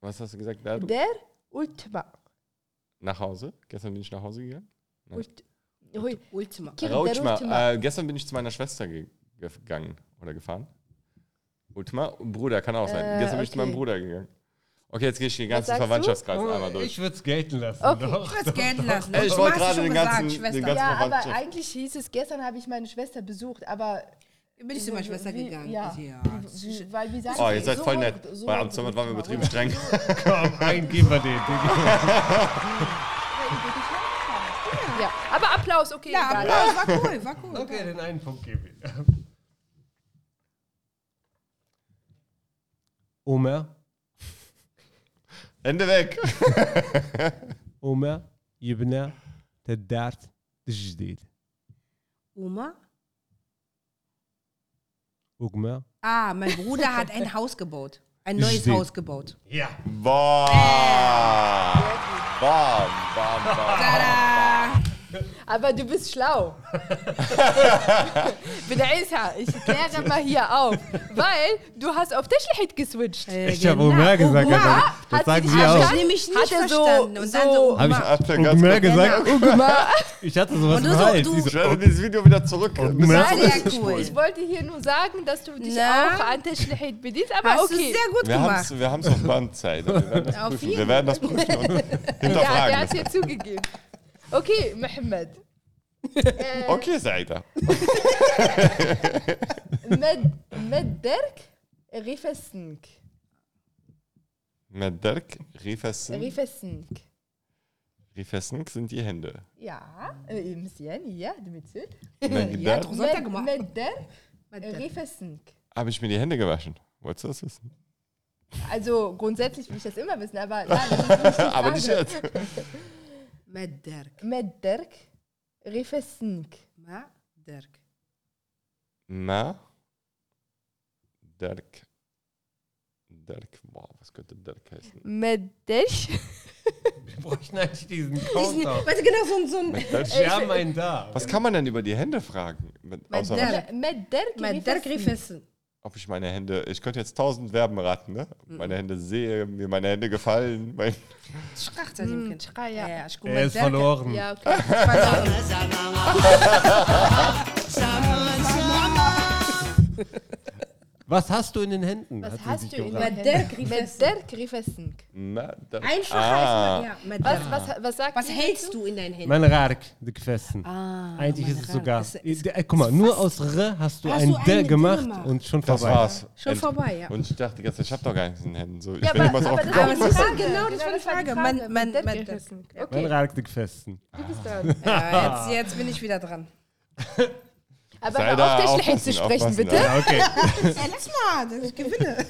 Speaker 3: Was hast du gesagt? Darut?
Speaker 4: Mhm. Der Ultima.
Speaker 3: Nach Hause. Gestern bin ich nach Hause gegangen. Ja.
Speaker 4: Ult Hui.
Speaker 5: Ultima.
Speaker 4: Kehrt der
Speaker 3: Rautschma.
Speaker 4: Ultima.
Speaker 3: Äh, gestern bin ich zu meiner Schwester ge gegangen oder gefahren. Ultima, Bruder kann auch sein.
Speaker 4: Äh,
Speaker 3: Gestern bin ich zu
Speaker 4: okay.
Speaker 3: meinem Bruder gegangen. Okay, jetzt gehe ich den ganzen
Speaker 4: sagst du?
Speaker 3: Verwandtschaftskreis einmal
Speaker 2: Oh,
Speaker 3: durch.
Speaker 2: ich würde es gelten lassen.
Speaker 4: Okay.
Speaker 2: Doch.
Speaker 5: Du hast Geld lassen.
Speaker 3: Ey, ich
Speaker 5: Du
Speaker 3: wollte
Speaker 5: hast
Speaker 3: gerade
Speaker 5: schon
Speaker 3: den
Speaker 5: gesagt,
Speaker 3: ganzen- den
Speaker 5: Schwester.
Speaker 3: ganzen-
Speaker 5: ja.
Speaker 4: Ja, aber
Speaker 3: Verwandtschaft.
Speaker 4: eigentlich hieß es, gestern habe ich meine Schwester besucht, aber
Speaker 5: Bin ich zu meiner Schwester
Speaker 4: wie-
Speaker 5: gegangen.
Speaker 4: Ja.
Speaker 5: Ja.
Speaker 4: Wie- Weil wir sagen,
Speaker 3: Oh, ihr seid
Speaker 4: so
Speaker 3: voll nett.
Speaker 4: rund- so
Speaker 3: Bei
Speaker 4: rund-
Speaker 3: Amtszimmer waren wir
Speaker 4: Warum?
Speaker 3: übertrieben streng.
Speaker 2: Komm, einen geben wir den. den
Speaker 4: Ja, aber Applaus, okay,
Speaker 5: Ja,
Speaker 4: egal.
Speaker 5: Applaus, war cool, war cool.
Speaker 2: okay, den einen Punkt gebe ich. Omer,
Speaker 3: Hände weg.
Speaker 2: Omer, يبنى تدارت الجديد
Speaker 5: Oma?
Speaker 2: وقما
Speaker 5: Ah, mein Bruder hat ein Haus gebaut. Ein neues
Speaker 2: Stimmt.
Speaker 5: Haus gebaut.
Speaker 2: Ja.
Speaker 3: Boah. Bam, bam, bam.
Speaker 5: Tada!
Speaker 4: Aber du bist schlau. Bitte Isa, ich kläre mal hier auf. Weil du hast auf Tischlichkeit geswitcht.
Speaker 2: Ich habe Omer gesagt, Alter. Das
Speaker 4: hat
Speaker 2: sagen
Speaker 4: sie
Speaker 2: wir
Speaker 4: dich
Speaker 2: auch.
Speaker 5: Ich nämlich nicht
Speaker 4: Hat er so-
Speaker 5: verstanden. Und dann so,
Speaker 4: so-
Speaker 2: Hab
Speaker 5: Oma.
Speaker 3: Hat der ganz
Speaker 2: Omer
Speaker 3: kurz-
Speaker 2: gesagt? Omer. Ich hatte sowas
Speaker 5: Und
Speaker 2: im
Speaker 5: du so,
Speaker 2: Hals.
Speaker 5: du-
Speaker 2: Ich
Speaker 3: Ich
Speaker 2: so,
Speaker 3: werde dieses Video wieder zurück.
Speaker 2: Omer.
Speaker 5: sehr cool.
Speaker 4: Ich wollte hier nur sagen, dass du dich
Speaker 5: Na?
Speaker 4: auch an Tischlichkeit bedienst, aber
Speaker 5: Hast
Speaker 4: okay.
Speaker 5: du sehr gut
Speaker 3: Wir haben es
Speaker 5: gemacht.
Speaker 3: wir haben's auf Bandzeit. Wir werden das
Speaker 5: Auf
Speaker 3: prüfen.
Speaker 5: jeden
Speaker 3: Wir werden das prüfen und
Speaker 4: ja, der
Speaker 3: hinterfragen.
Speaker 4: hat hier zugegeben. Okay, Mohammed.
Speaker 3: Okay, Seiter.
Speaker 4: Med, Medberg Rifessenk.
Speaker 3: Mit Dirk Riefersen.
Speaker 4: Rifessenk.
Speaker 3: Riefersen sind die Hände.
Speaker 4: Ja, äh, Messian, ja, Dmitri.
Speaker 3: Mit
Speaker 5: Ja,
Speaker 3: Dirk
Speaker 5: drum. Was hat er gemacht?
Speaker 4: Medberg Äh, Rifessenk.
Speaker 3: habe ich mir die Hände gewaschen. Wolltest du das wissen?
Speaker 4: Also grundsätzlich will ich das immer wissen, aber nein, das ist nicht die
Speaker 3: Aber nicht
Speaker 4: Frage.
Speaker 3: jetzt.
Speaker 5: Mit Dirk.
Speaker 4: Medberg Rifessenk.
Speaker 5: Ma, Dirk.
Speaker 3: Na? Dirk. Dirk. Boah, was könnte Dirk heißen?
Speaker 4: Medberg.
Speaker 2: Wir bräuchten eigentlich diesen
Speaker 5: Diesen,
Speaker 2: Counter.
Speaker 5: weißt du, genau so, ein- so ein...
Speaker 3: Mit Dirk?
Speaker 2: Wir haben einen da.
Speaker 3: Was kann man denn über die Hände fragen? Mit,
Speaker 5: Mit
Speaker 3: außer,
Speaker 5: Dirk.
Speaker 4: Medberg
Speaker 5: Mit Dirk
Speaker 4: Rifessenk.
Speaker 5: Riefessen.
Speaker 3: ob ich meine Hände. Ich könnte jetzt tausend Verben raten, ne?
Speaker 4: Mhm.
Speaker 3: Meine Hände sehe, mir meine Hände gefallen. Mein,
Speaker 5: Schracht an dem Kind.
Speaker 4: Ja,
Speaker 5: Hm. Ah, Ja,
Speaker 4: ja.
Speaker 5: ja, ich guck
Speaker 2: Er
Speaker 5: mal,
Speaker 2: ist
Speaker 5: Dirk.
Speaker 2: verloren.
Speaker 4: Ja, okay.
Speaker 3: Ah.
Speaker 5: Verloren.
Speaker 2: Was hast du in den Händen?
Speaker 4: Was
Speaker 2: hat sie
Speaker 4: hast
Speaker 2: sich
Speaker 4: du in
Speaker 2: gefragt.
Speaker 4: den
Speaker 5: Mit Dirk
Speaker 4: Händen?
Speaker 5: Rifessenk.
Speaker 4: Mit Dirk Rifessenk.
Speaker 3: na, Dirk.
Speaker 5: Einfacher
Speaker 3: ah,
Speaker 5: als mit, ja, mit
Speaker 4: Was,
Speaker 5: Dirk.
Speaker 4: was, was sagt
Speaker 5: Was
Speaker 4: ihr
Speaker 5: hältst
Speaker 4: dazu?
Speaker 5: du in deinen Händen?
Speaker 2: Mein Rark, die Gefessen. Eigentlich
Speaker 5: mein
Speaker 2: ist es
Speaker 5: Rark.
Speaker 2: sogar.
Speaker 5: Ah, Es ist-
Speaker 2: äh, guck mal, nur aus R hast du
Speaker 5: Hast
Speaker 2: ein
Speaker 5: du
Speaker 2: D
Speaker 5: einen
Speaker 2: gemacht
Speaker 5: Dürmer?
Speaker 2: und schon
Speaker 3: Das
Speaker 2: vorbei.
Speaker 3: war's.
Speaker 5: Schon vorbei, ja.
Speaker 3: Und ich dachte die ganze Zeit, ich hab doch gar nichts in den Händen. So, ich
Speaker 4: Ja,
Speaker 3: bin
Speaker 4: aber,
Speaker 3: immer
Speaker 4: aber
Speaker 3: drauf
Speaker 4: das
Speaker 3: gekommen.
Speaker 4: war die
Speaker 5: gekommen.
Speaker 4: Frage.
Speaker 5: Genau, das war die Frage. Man- man-
Speaker 4: Dirk
Speaker 5: man-
Speaker 4: Rifessenk.
Speaker 2: Mein
Speaker 4: Okay,
Speaker 2: Rark, die Gefessen.
Speaker 4: du bist dran.
Speaker 5: Ja, jetzt, jetzt bin ich wieder dran.
Speaker 4: Aber
Speaker 3: Sei
Speaker 4: hör
Speaker 3: da
Speaker 4: auf, der Schlecht
Speaker 3: aufpassen,
Speaker 4: zu sprechen,
Speaker 3: aufpassen,
Speaker 4: bitte.
Speaker 2: Ja, okay.
Speaker 5: Ja, lass mal, das- ich gewinne.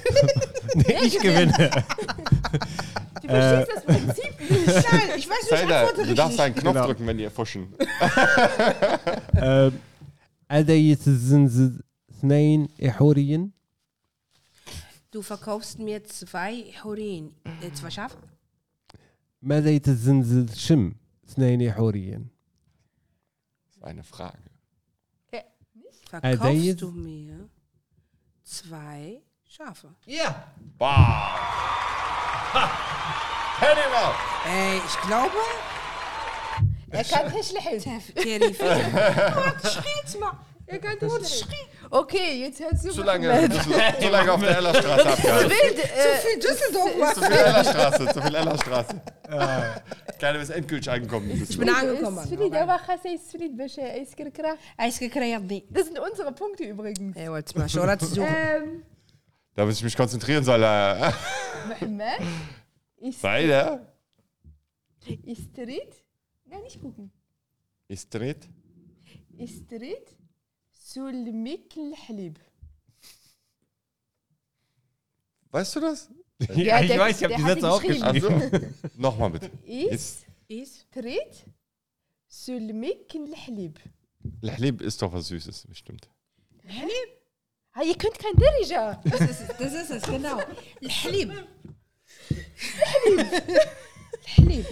Speaker 2: Nee, ich gewinne.
Speaker 4: Du
Speaker 3: Äh.
Speaker 4: verstehst das Prinzip nicht.
Speaker 5: Nein, ich weiß nicht, ich
Speaker 3: Seiter,
Speaker 5: antworte
Speaker 3: du
Speaker 5: richtig.
Speaker 3: darfst einen Knopf
Speaker 2: Genau.
Speaker 3: drücken, wenn die erfuschen.
Speaker 2: Ähm, Alter, jetzt sind sie Nein, Ihurien.
Speaker 5: Du verkaufst mir zwei Hurin. Äh, zwei Schafe?
Speaker 2: ماذا يتزنزل شم اثنين حوريا
Speaker 3: Das war eine Frage.
Speaker 5: Verkaufst
Speaker 2: Äh, der jetzt-
Speaker 5: du mir zwei Schafe?
Speaker 2: Ja.
Speaker 3: Bah! Hör dir mal!
Speaker 5: Ey, ich glaube,
Speaker 4: Er kann nicht schlecht.
Speaker 5: der lief. Warte, schrie jetzt mal.
Speaker 4: Er kann nicht schlecht. Okay, jetzt hörst du
Speaker 3: Zu lange, zu, zu lange auf der Ellerstraße abgehalten.
Speaker 4: Wild,
Speaker 5: Zu
Speaker 4: äh,
Speaker 5: viel Düsseldorf
Speaker 3: Zu viel Ellerstraße, zu viel Ellerstraße. Keiner ist endgültig angekommen.
Speaker 5: Ich bin
Speaker 4: ist Fried,
Speaker 5: angekommen.
Speaker 4: aber Chassa ist Fried, Besche, er äh, ist gekra.
Speaker 5: Eis gekreiert, nee.
Speaker 4: Das sind unsere Punkte übrigens.
Speaker 5: Ey, wollte mal schon zu suchen.
Speaker 4: Ähm,
Speaker 3: Da muss ich mich konzentrieren soll. äh.
Speaker 4: Mehmet, ist,
Speaker 3: Weiter.
Speaker 4: ist Fried? Nein, nicht gucken.
Speaker 3: Ist dreht.
Speaker 4: Ist Fried? Sulmik al-Halib.
Speaker 3: Weißt du das?
Speaker 4: Ja,
Speaker 2: ich
Speaker 4: der-
Speaker 2: weiß, ich habe die
Speaker 4: der hat
Speaker 2: Sätze
Speaker 4: ihn
Speaker 2: auch
Speaker 4: geschrieben.
Speaker 2: geschrieben.
Speaker 3: Also, nochmal bitte.
Speaker 4: Ist
Speaker 5: Is?
Speaker 4: Fried? Sulmik al-Halib.
Speaker 3: Lahlib ist doch was Süßes, bestimmt.
Speaker 4: Ah, ihr könnt kein Derija.
Speaker 5: Das ist, das ist es, genau. Halib. Halib. Halib.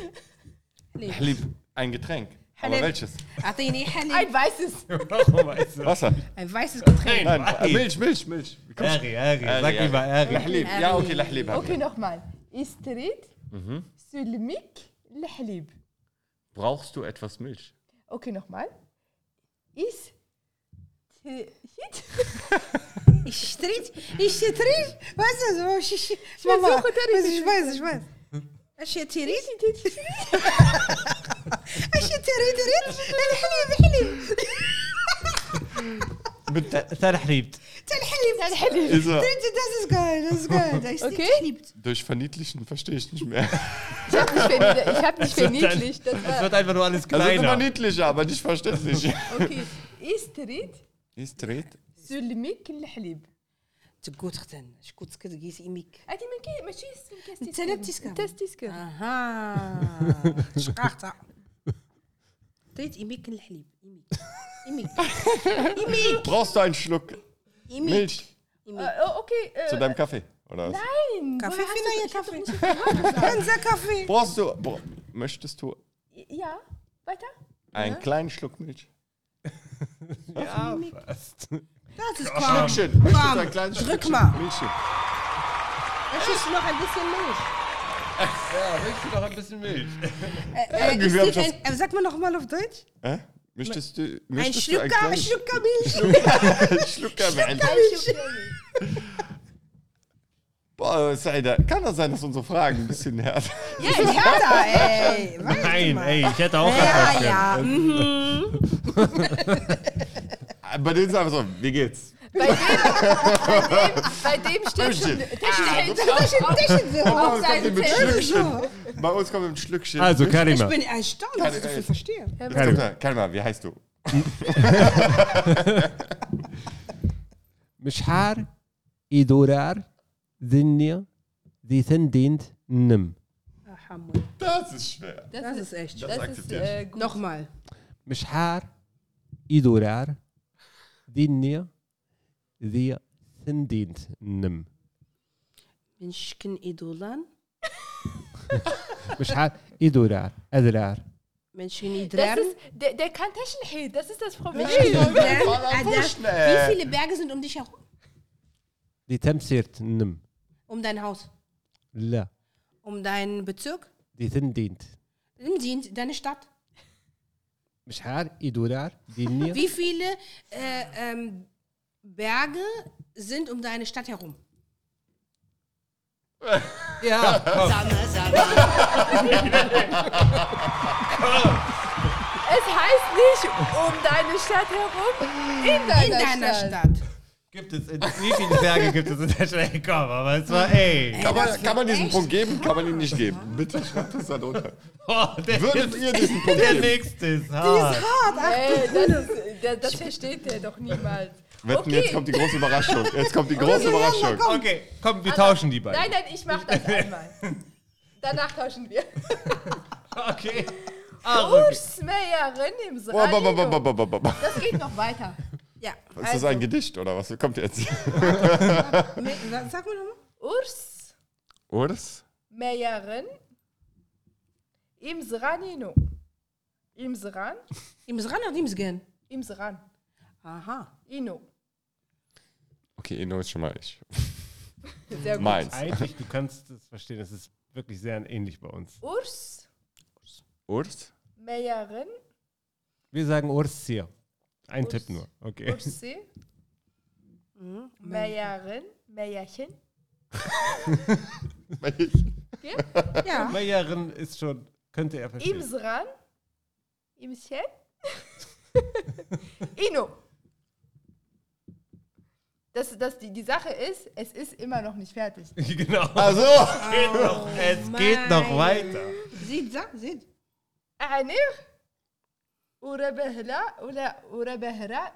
Speaker 3: Lahlib, ein Getränk. Aber
Speaker 5: Lahlib.
Speaker 3: welches?
Speaker 5: Atini Halib.
Speaker 4: Ein weißes.
Speaker 2: Warum weißt du?
Speaker 3: Wasser.
Speaker 5: Ein weißes Getränk.
Speaker 3: Nein, äh, Milch, Milch, Milch. Komm schon.
Speaker 2: Ari, Ari, sag
Speaker 3: Ari,
Speaker 2: lieber
Speaker 3: Ari.
Speaker 2: Ari.
Speaker 3: Lahlib. Ja, okay, Lahlib. haben
Speaker 4: Okay,
Speaker 3: wir.
Speaker 4: nochmal. Istrid, Sulmik, Lehlib.
Speaker 3: Brauchst du etwas Milch?
Speaker 4: Okay, nochmal. Ist
Speaker 5: Ich strich, ich strich. Weißt du, so, ich, ich, ich
Speaker 4: versuche,
Speaker 5: Mama,
Speaker 4: Terry
Speaker 5: weiß,
Speaker 4: zu
Speaker 5: ich weiß, ich weiß. Ich strich. Ich strich, strich. الحليب الحليب
Speaker 2: تنحريبت
Speaker 5: الحليب
Speaker 3: Ist er,
Speaker 5: Das ist geil, das ist geil. Das ist
Speaker 4: Okay.
Speaker 5: verliebt.
Speaker 3: durch Verniedlichen verstehe ich nicht mehr.
Speaker 4: Ich habe nicht, verniedlicht- ich hab nicht verniedlicht. Das
Speaker 2: Es
Speaker 4: war,
Speaker 2: wird einfach nur alles
Speaker 3: Also ist
Speaker 2: kleiner.
Speaker 3: verniedlicher, aber nicht verständlich.
Speaker 4: okay. E Istrid,
Speaker 3: Ist dreht?
Speaker 4: Sülmik, الحليب.
Speaker 5: Du gut getan. Ich gut getan, gieß ihm ich.
Speaker 4: أنت ما كي ماشي تسكن
Speaker 5: أنت لا بتسكن.
Speaker 4: تسكن
Speaker 5: Ah. Aha. Sprachzahl. Dreht ihm ich الحليب. Ihm ich. Ihm ich.
Speaker 3: Brauchst du einen Schluck
Speaker 5: Ihm ich.
Speaker 3: Milch
Speaker 4: Äh, okay. Äh,
Speaker 3: zu deinem Kaffee? Oder was?
Speaker 4: Nein.
Speaker 5: Kaffee
Speaker 4: woher hast
Speaker 5: finde
Speaker 4: du-
Speaker 5: ich,
Speaker 4: ich hab doch
Speaker 5: Kaffee.
Speaker 4: nicht verraten.
Speaker 5: Unser Kaffee.
Speaker 3: Brauchst du, bra möchtest du
Speaker 4: Ja, weiter.
Speaker 3: einen kleinen Schluck Milch?
Speaker 2: Ja, fast.
Speaker 5: Das ist Quark.
Speaker 3: Schluckchen. Möchtest du einen kleinen
Speaker 5: Drück
Speaker 3: Schlückchen
Speaker 5: mal.
Speaker 3: Milchchen?
Speaker 5: Das ist noch ein bisschen Milch.
Speaker 2: Ja, möchtest du noch ein bisschen Milch?
Speaker 5: Äh,
Speaker 3: wir
Speaker 5: ist
Speaker 3: haben
Speaker 5: die
Speaker 3: schon-
Speaker 5: ein, äh, sag mal nochmal auf Deutsch.
Speaker 3: Hä? Möchtest du,
Speaker 5: Ein
Speaker 3: möchtest du einen
Speaker 5: Schlucker,
Speaker 3: kleinen
Speaker 5: ein
Speaker 3: Schluck,
Speaker 5: Schlucker Milch.
Speaker 3: Schlucker Milch? Boah, sei da, kann das sein, dass unsere Fragen ein bisschen nerven?
Speaker 5: Ja, ich hör da, ey. Warte
Speaker 6: Nein,
Speaker 5: mal.
Speaker 6: ey, ich hätte auch
Speaker 5: Ja,
Speaker 6: einfach.
Speaker 5: ja. mhm.
Speaker 3: Bei denen ist einfach so, wie geht's?
Speaker 4: Bei dem, bei dem, bei dem steht schon.
Speaker 3: Möchtest.
Speaker 4: Der steht
Speaker 5: Das ist ein
Speaker 3: Bei
Speaker 5: Taschentuch.
Speaker 3: uns kommt die mit
Speaker 4: Zelt.
Speaker 3: Schlückchen. Bei uns kommt mit Schlückchen.
Speaker 2: Also,
Speaker 3: Milch.
Speaker 5: Ich
Speaker 2: Karima.
Speaker 5: bin erstaunt, dass ich so viel verstehe.
Speaker 3: Jetzt kommt er. Kalmar, wie heißt du?
Speaker 2: مشحار إدورار ذنيا ذي ثندينت نم
Speaker 3: Das ist schwer.
Speaker 5: Das ist echt schön.
Speaker 3: Das
Speaker 4: Das ist
Speaker 3: akzeptiere
Speaker 4: äh, gut.
Speaker 5: Nochmal.
Speaker 2: مشحار إدورار ذنيا ذي ثندينت نم
Speaker 5: Menschen idolan,
Speaker 2: مشحار إدورار أذرار
Speaker 5: Menschen
Speaker 4: Das
Speaker 5: idran.
Speaker 4: ist, der, der kann Taschenhit, das ist das Problem.
Speaker 5: Menschen idran.
Speaker 3: Voll am
Speaker 5: Adar.
Speaker 3: Busch, ne?
Speaker 5: Ah, Wie viele Berge sind um dich herum?
Speaker 2: ذي تمسيرت نم
Speaker 5: Um dein Haus?
Speaker 2: لا
Speaker 5: Um deinen Bezirk?
Speaker 2: ذي ثندينت
Speaker 5: Im Dienst, deine Stadt?
Speaker 2: مشحار إدورار ذنيا
Speaker 5: Wie viele äh, ähm, Berge sind um deine Stadt herum?
Speaker 2: يا
Speaker 4: Es heißt nicht um deine Stadt herum, in deiner,
Speaker 5: In deiner
Speaker 4: Stadt.
Speaker 5: Stadt.
Speaker 2: gibt es in, wie viele Berge gibt es in der Strecke? Komm, aber es war ey.
Speaker 3: Kann
Speaker 5: das
Speaker 3: man,
Speaker 5: wird
Speaker 3: kann man diesen
Speaker 5: echt
Speaker 3: Punkt geben? Kann man ihn nicht geben? Bitte schreibt es da drunter.
Speaker 2: Oh, der,
Speaker 3: Würdet ihr diesen Punkt
Speaker 2: der
Speaker 3: geben?
Speaker 2: nächste ist hart.
Speaker 4: Ey, das, ist, das, das versteht der doch niemals.
Speaker 3: Wetten, jetzt kommt die große Überraschung. Jetzt kommt die große Überraschung.
Speaker 2: Okay, komm, wir tauschen die
Speaker 4: Nein,
Speaker 2: beiden.
Speaker 4: nein, ich mach das einmal. Danach tauschen wir.
Speaker 2: Okay. Also, okay.
Speaker 4: Ursmeyerin im
Speaker 3: Ah, Boah, boah, boah, boah,
Speaker 4: Sralino.
Speaker 3: boah, boah, boah, boah.
Speaker 4: Das geht noch weiter.
Speaker 5: Ja.
Speaker 3: Ist das ein Gedicht oder was? Kommt jetzt.
Speaker 5: Me- sa- Sag mal nochmal.
Speaker 4: Ursmeyerin
Speaker 3: Urs?
Speaker 4: im Sranino. Im Sran?
Speaker 5: Ihm ist ran oder ihm ist gern?
Speaker 4: Im Sran.
Speaker 5: Aha.
Speaker 4: Ino.
Speaker 3: Okay, Eno ist schon mal ich.
Speaker 4: Sehr gut.
Speaker 3: Meins.
Speaker 2: Eigentlich, du kannst es verstehen, es ist wirklich sehr ähnlich bei uns.
Speaker 4: Ursmeyerin
Speaker 3: Urs?
Speaker 2: Wir sagen Ursia. Ein Tipp nur. Okay.
Speaker 4: Ursi. Meyerin. Meyerchen.
Speaker 5: Ja.
Speaker 2: Meyerin ist schon, könnte er
Speaker 4: Im
Speaker 2: verstehen.
Speaker 4: Sran. Im Shen. Ino. Das, das, die, die Sache ist, es ist immer noch nicht fertig.
Speaker 2: genau.
Speaker 3: Also,
Speaker 2: geht noch, es geht noch weiter.
Speaker 5: Seht, sag, seht.
Speaker 4: أعنيخ وربهلا ولا وربهرا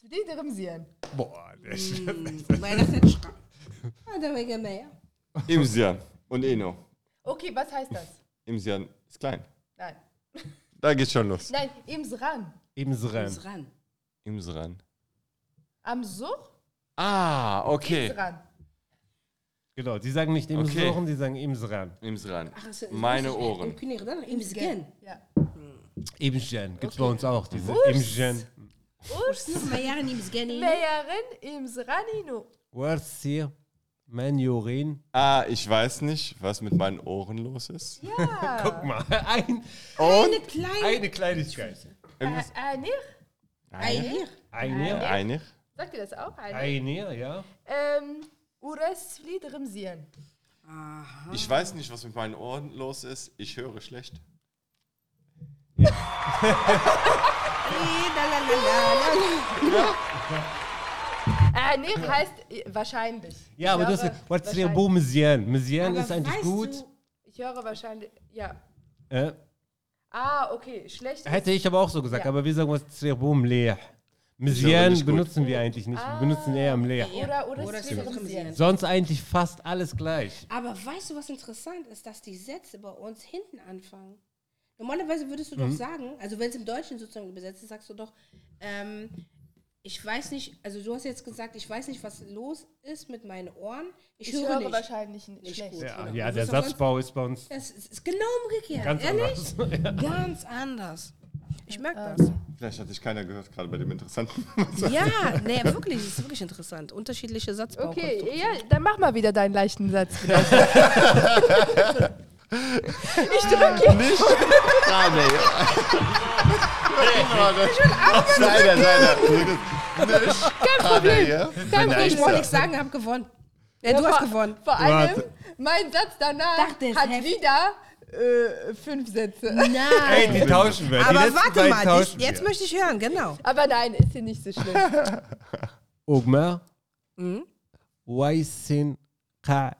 Speaker 4: سليد غمزيان
Speaker 2: Boah, der ist
Speaker 5: Hm, Weihnachtsschrank. Ah, da wegen mehr.
Speaker 3: Imsian und Eno.
Speaker 4: اوكي بس هاي ستاس
Speaker 3: Imsian ist klein.
Speaker 4: نعم
Speaker 3: Da geht's schon los.
Speaker 4: نعم ام زغان
Speaker 2: im Sren.
Speaker 5: Ist ran.
Speaker 3: Imsran.
Speaker 4: ام زوغ
Speaker 3: Ah, okay.
Speaker 4: زغان
Speaker 2: Genau, die sagen nicht im
Speaker 3: Okay.
Speaker 2: Soren, die sagen im Sren.
Speaker 3: Imsran.
Speaker 5: Das ist-
Speaker 3: Meine
Speaker 5: das ist- Im
Speaker 3: Ohren.
Speaker 5: König dann, ihm ist gern.
Speaker 4: يا
Speaker 2: Im Gen. Gibt's bei uns auch diese im Gen.
Speaker 4: ورس
Speaker 5: Noch mal Jahre, ihm ist gern.
Speaker 4: مياغن ام زغانينو
Speaker 2: Ursia, Manjurin.
Speaker 3: Ah, ich weiß nicht, was mit meinen Ohren los ist.
Speaker 2: Guck mal, ein,
Speaker 5: Eine kleine.
Speaker 2: eine Kleinigkeit.
Speaker 3: Ims-
Speaker 4: أعنيخ
Speaker 5: Einir.
Speaker 2: Einir.
Speaker 3: Einig?
Speaker 4: Sagt ihr das auch? Eine?
Speaker 2: Einir, ja.
Speaker 4: Ähm, Ures Flied Rimsieren.
Speaker 3: Ich weiß nicht, was mit meinen Ohren los ist. Ich höre schlecht.
Speaker 4: Äh, nee, heißt äh, wahrscheinlich. Ich
Speaker 2: Ja, aber du hast
Speaker 4: glaube,
Speaker 2: was ist der
Speaker 4: wahrscheinlich.
Speaker 2: Bo Mesian? Mesian ist eigentlich
Speaker 5: weißt
Speaker 2: gut.
Speaker 5: Du,
Speaker 4: Ich höre wahrscheinlich, ja.
Speaker 2: Äh,
Speaker 4: Ah, okay, schlecht.
Speaker 2: hätte ich aber auch so gesagt,
Speaker 4: Ja.
Speaker 2: aber wir sagen was ist der Bo Mleh.
Speaker 3: aber
Speaker 2: Mesian
Speaker 3: nicht gut.
Speaker 2: benutzen wir eigentlich nicht. Wir benutzen eher
Speaker 5: Ah,
Speaker 2: Mleh.
Speaker 4: Oder, oder,
Speaker 5: Oder
Speaker 4: oder
Speaker 5: Flied Rimsieren.
Speaker 2: Sonst eigentlich fast alles gleich.
Speaker 5: Aber weißt du, was interessant ist, dass die Sätze bei uns hinten anfangen? Normalerweise würdest du
Speaker 2: Mhm.
Speaker 5: doch sagen, also wenn es im Deutschen sozusagen übersetzt ist, sagst du doch, ähm, ich weiß nicht, also du hast jetzt gesagt, ich weiß nicht, was los ist mit meinen Ohren. Ich,
Speaker 4: Ich
Speaker 5: höre,
Speaker 4: höre
Speaker 5: nicht.
Speaker 4: wahrscheinlich nicht schlecht.
Speaker 5: gut.
Speaker 2: Ja,
Speaker 5: Genau.
Speaker 2: ja
Speaker 5: Das
Speaker 2: der
Speaker 5: ist doch ganz-
Speaker 2: Satzbau ist bei uns
Speaker 5: Das ist, ist genau umgekehrt.
Speaker 2: ganz
Speaker 5: Ehrlich?
Speaker 2: anders. Ja.
Speaker 5: Ganz anders. Ich merke das.
Speaker 3: Vielleicht hat dich keiner gehört, gerade bei dem Interessanten.
Speaker 5: Ja, nee, wirklich, es ist wirklich interessant. Unterschiedliche Satzbau.
Speaker 4: Okay, ja, dann mach mal wieder deinen leichten Satz. Wieder. ich drücke jetzt.
Speaker 3: Nicht? Ah, nee. Ach, leider, leider. Kein Problem.
Speaker 4: Kein
Speaker 5: Ich wollte nichts sagen, hab gewonnen. Ja, du hast
Speaker 4: vor-
Speaker 5: gewonnen.
Speaker 4: Vor allem,
Speaker 3: Warte.
Speaker 4: mein Satz danach
Speaker 5: Dachte, es
Speaker 4: hat
Speaker 5: heft-
Speaker 4: wieder äh, fünf Sätze.
Speaker 5: Nein.
Speaker 2: Ey, die tauschen wir. Die
Speaker 5: Aber
Speaker 2: letzten
Speaker 5: warte
Speaker 2: beiden
Speaker 5: mal,
Speaker 2: tauschen
Speaker 5: ich, jetzt
Speaker 2: wir.
Speaker 5: möchte ich hören, genau.
Speaker 4: Aber nein, ist hier nicht so schlimm.
Speaker 2: Ogmer.
Speaker 5: Mhm.
Speaker 2: Weißen Ka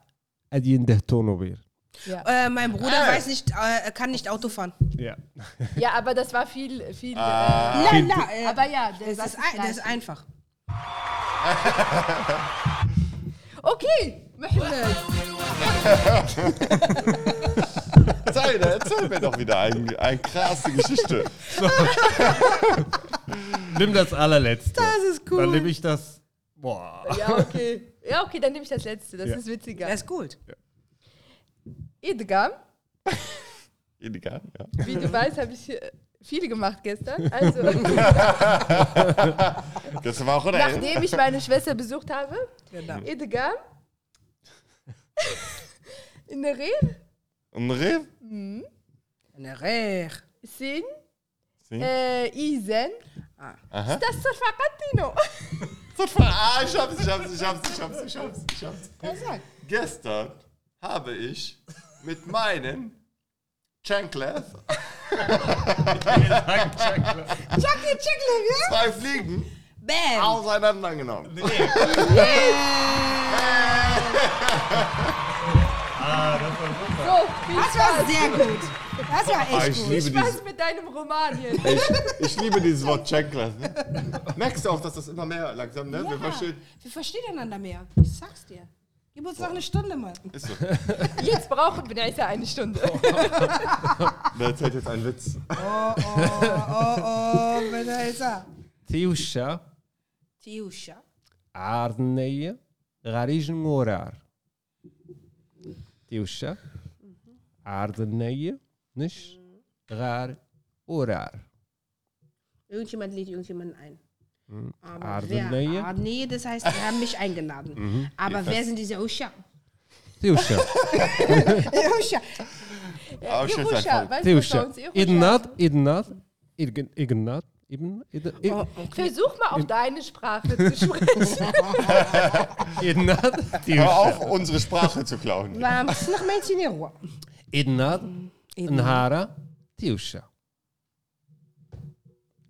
Speaker 2: Adien der Tonobir.
Speaker 4: Ja,
Speaker 5: Äh, mein Bruder weiß nicht, äh, kann nicht Auto fahren.
Speaker 2: Ja.
Speaker 4: ja aber das war viel, viel.
Speaker 2: Ah.
Speaker 5: La, la,
Speaker 4: äh,
Speaker 5: äh,
Speaker 4: aber ja, der
Speaker 5: das,
Speaker 4: Satz
Speaker 5: ist ein, das
Speaker 4: gleich.
Speaker 5: ist einfach.
Speaker 4: Okay, Mehmet.
Speaker 3: Erzähl, erzähl mir doch wieder eine ein krasse Geschichte.
Speaker 2: Nimm das allerletzte.
Speaker 5: Das ist cool.
Speaker 2: Dann nehme ich das. Boah.
Speaker 4: Ja, okay. Ja, okay, dann nehme ich das letzte. Das
Speaker 2: Ja.
Speaker 4: ist witziger.
Speaker 5: Das ist gut.
Speaker 4: Edgar,
Speaker 3: Illegal, ja.
Speaker 4: wie du weißt, habe ich äh, viel gemacht gestern. Also,
Speaker 3: Das war auch, oder?
Speaker 4: nachdem ich meine Schwester besucht habe,
Speaker 5: Genau.
Speaker 4: Edgar in der Rehe
Speaker 3: Ein Reh?
Speaker 5: Eine Reh.
Speaker 4: sehen
Speaker 3: Sehen?
Speaker 4: äh, Isen.
Speaker 3: Hm? Aha.
Speaker 4: Das ist Fakatino.
Speaker 3: Ah, ich hab's, ich hab's, ich hab's, ich hab's, ich hab's, ich hab's. Gestern habe ich mit meinen Chancleth
Speaker 5: Chucky, Chucky, ja?
Speaker 3: zwei Fliegen
Speaker 5: Bam.
Speaker 3: auseinandergenommen.
Speaker 4: So, viel
Speaker 5: Das war sehr gut. Das war echt gut.
Speaker 3: Ah, liebe
Speaker 4: Spaß mit deinem Roman hier.
Speaker 3: Ich, ich liebe dieses Wort Chancless. Ne? Merkst du auch, dass das immer mehr langsam, ne? Wir verstehen.
Speaker 5: Wir verstehen einander mehr. Ich sag's dir. Gib uns noch eine Stunde mal.
Speaker 3: Ist so.
Speaker 4: Jetzt brauchen wir ja eine Stunde.
Speaker 3: Wer erzählt jetzt einen Witz?
Speaker 5: Oh, wenn er ist er.
Speaker 2: Tiusha
Speaker 5: Tiusha.
Speaker 2: Arneye Garijin Morar. Tiusha Arneye nicht Gar Orar.
Speaker 5: Irgendjemand lädt irgendjemanden ein. Aber
Speaker 2: Ardeneye?
Speaker 5: wer? Ardeneye, das heißt, sie haben mich eingeladen. Aber wer sind diese Usha?
Speaker 2: Tiusha
Speaker 5: Usha.
Speaker 3: Aber ich jetzt
Speaker 4: Jerusha,
Speaker 3: einfach.
Speaker 4: weißt du, was bei
Speaker 2: Tiusha
Speaker 4: uns Jerusha
Speaker 2: Idnat Idnat Irgen- Ignat Ibn Id- Id-
Speaker 5: Oh,
Speaker 4: Versuch mal auf deine Sprache zu sprechen.
Speaker 2: Idnat
Speaker 3: Hör
Speaker 2: Tiusha
Speaker 3: auf, unsere Sprache zu klauen.
Speaker 5: Warum ist noch mein Zinero?
Speaker 2: Idnat
Speaker 5: Idnat.
Speaker 2: Nhara Tiusha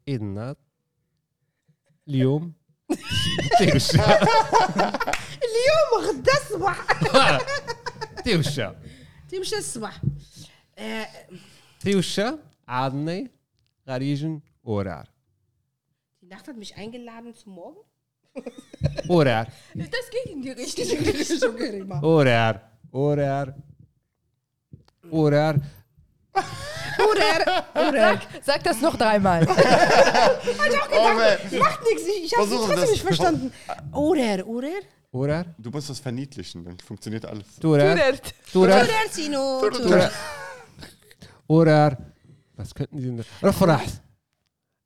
Speaker 2: Idnat اليوم تيوشا
Speaker 5: اليوم غدا الصباح
Speaker 2: تيوشا
Speaker 5: تمشي الصباح آه،
Speaker 2: Tiusha, Adney, Garischen, Orar.
Speaker 5: Die Nacht hat mich eingeladen zum Morgen.
Speaker 2: Orar,
Speaker 4: Das ging in die Richtung.
Speaker 5: Oder
Speaker 2: Orar, Orar, Orar.
Speaker 4: Sag, sag das noch dreimal.
Speaker 3: Oh, wer-
Speaker 5: macht nichts, ich, ich habe
Speaker 3: Versuchen
Speaker 5: trotzdem
Speaker 3: das.
Speaker 5: nicht verstanden. Oder, oder?
Speaker 2: Orar,
Speaker 3: Du musst das verniedlichen, dann funktioniert alles.
Speaker 2: Turar,
Speaker 4: Gerrit.
Speaker 2: Turar,
Speaker 5: Oder, Sino.
Speaker 2: Orar. Was könnten die denn? Rafrah.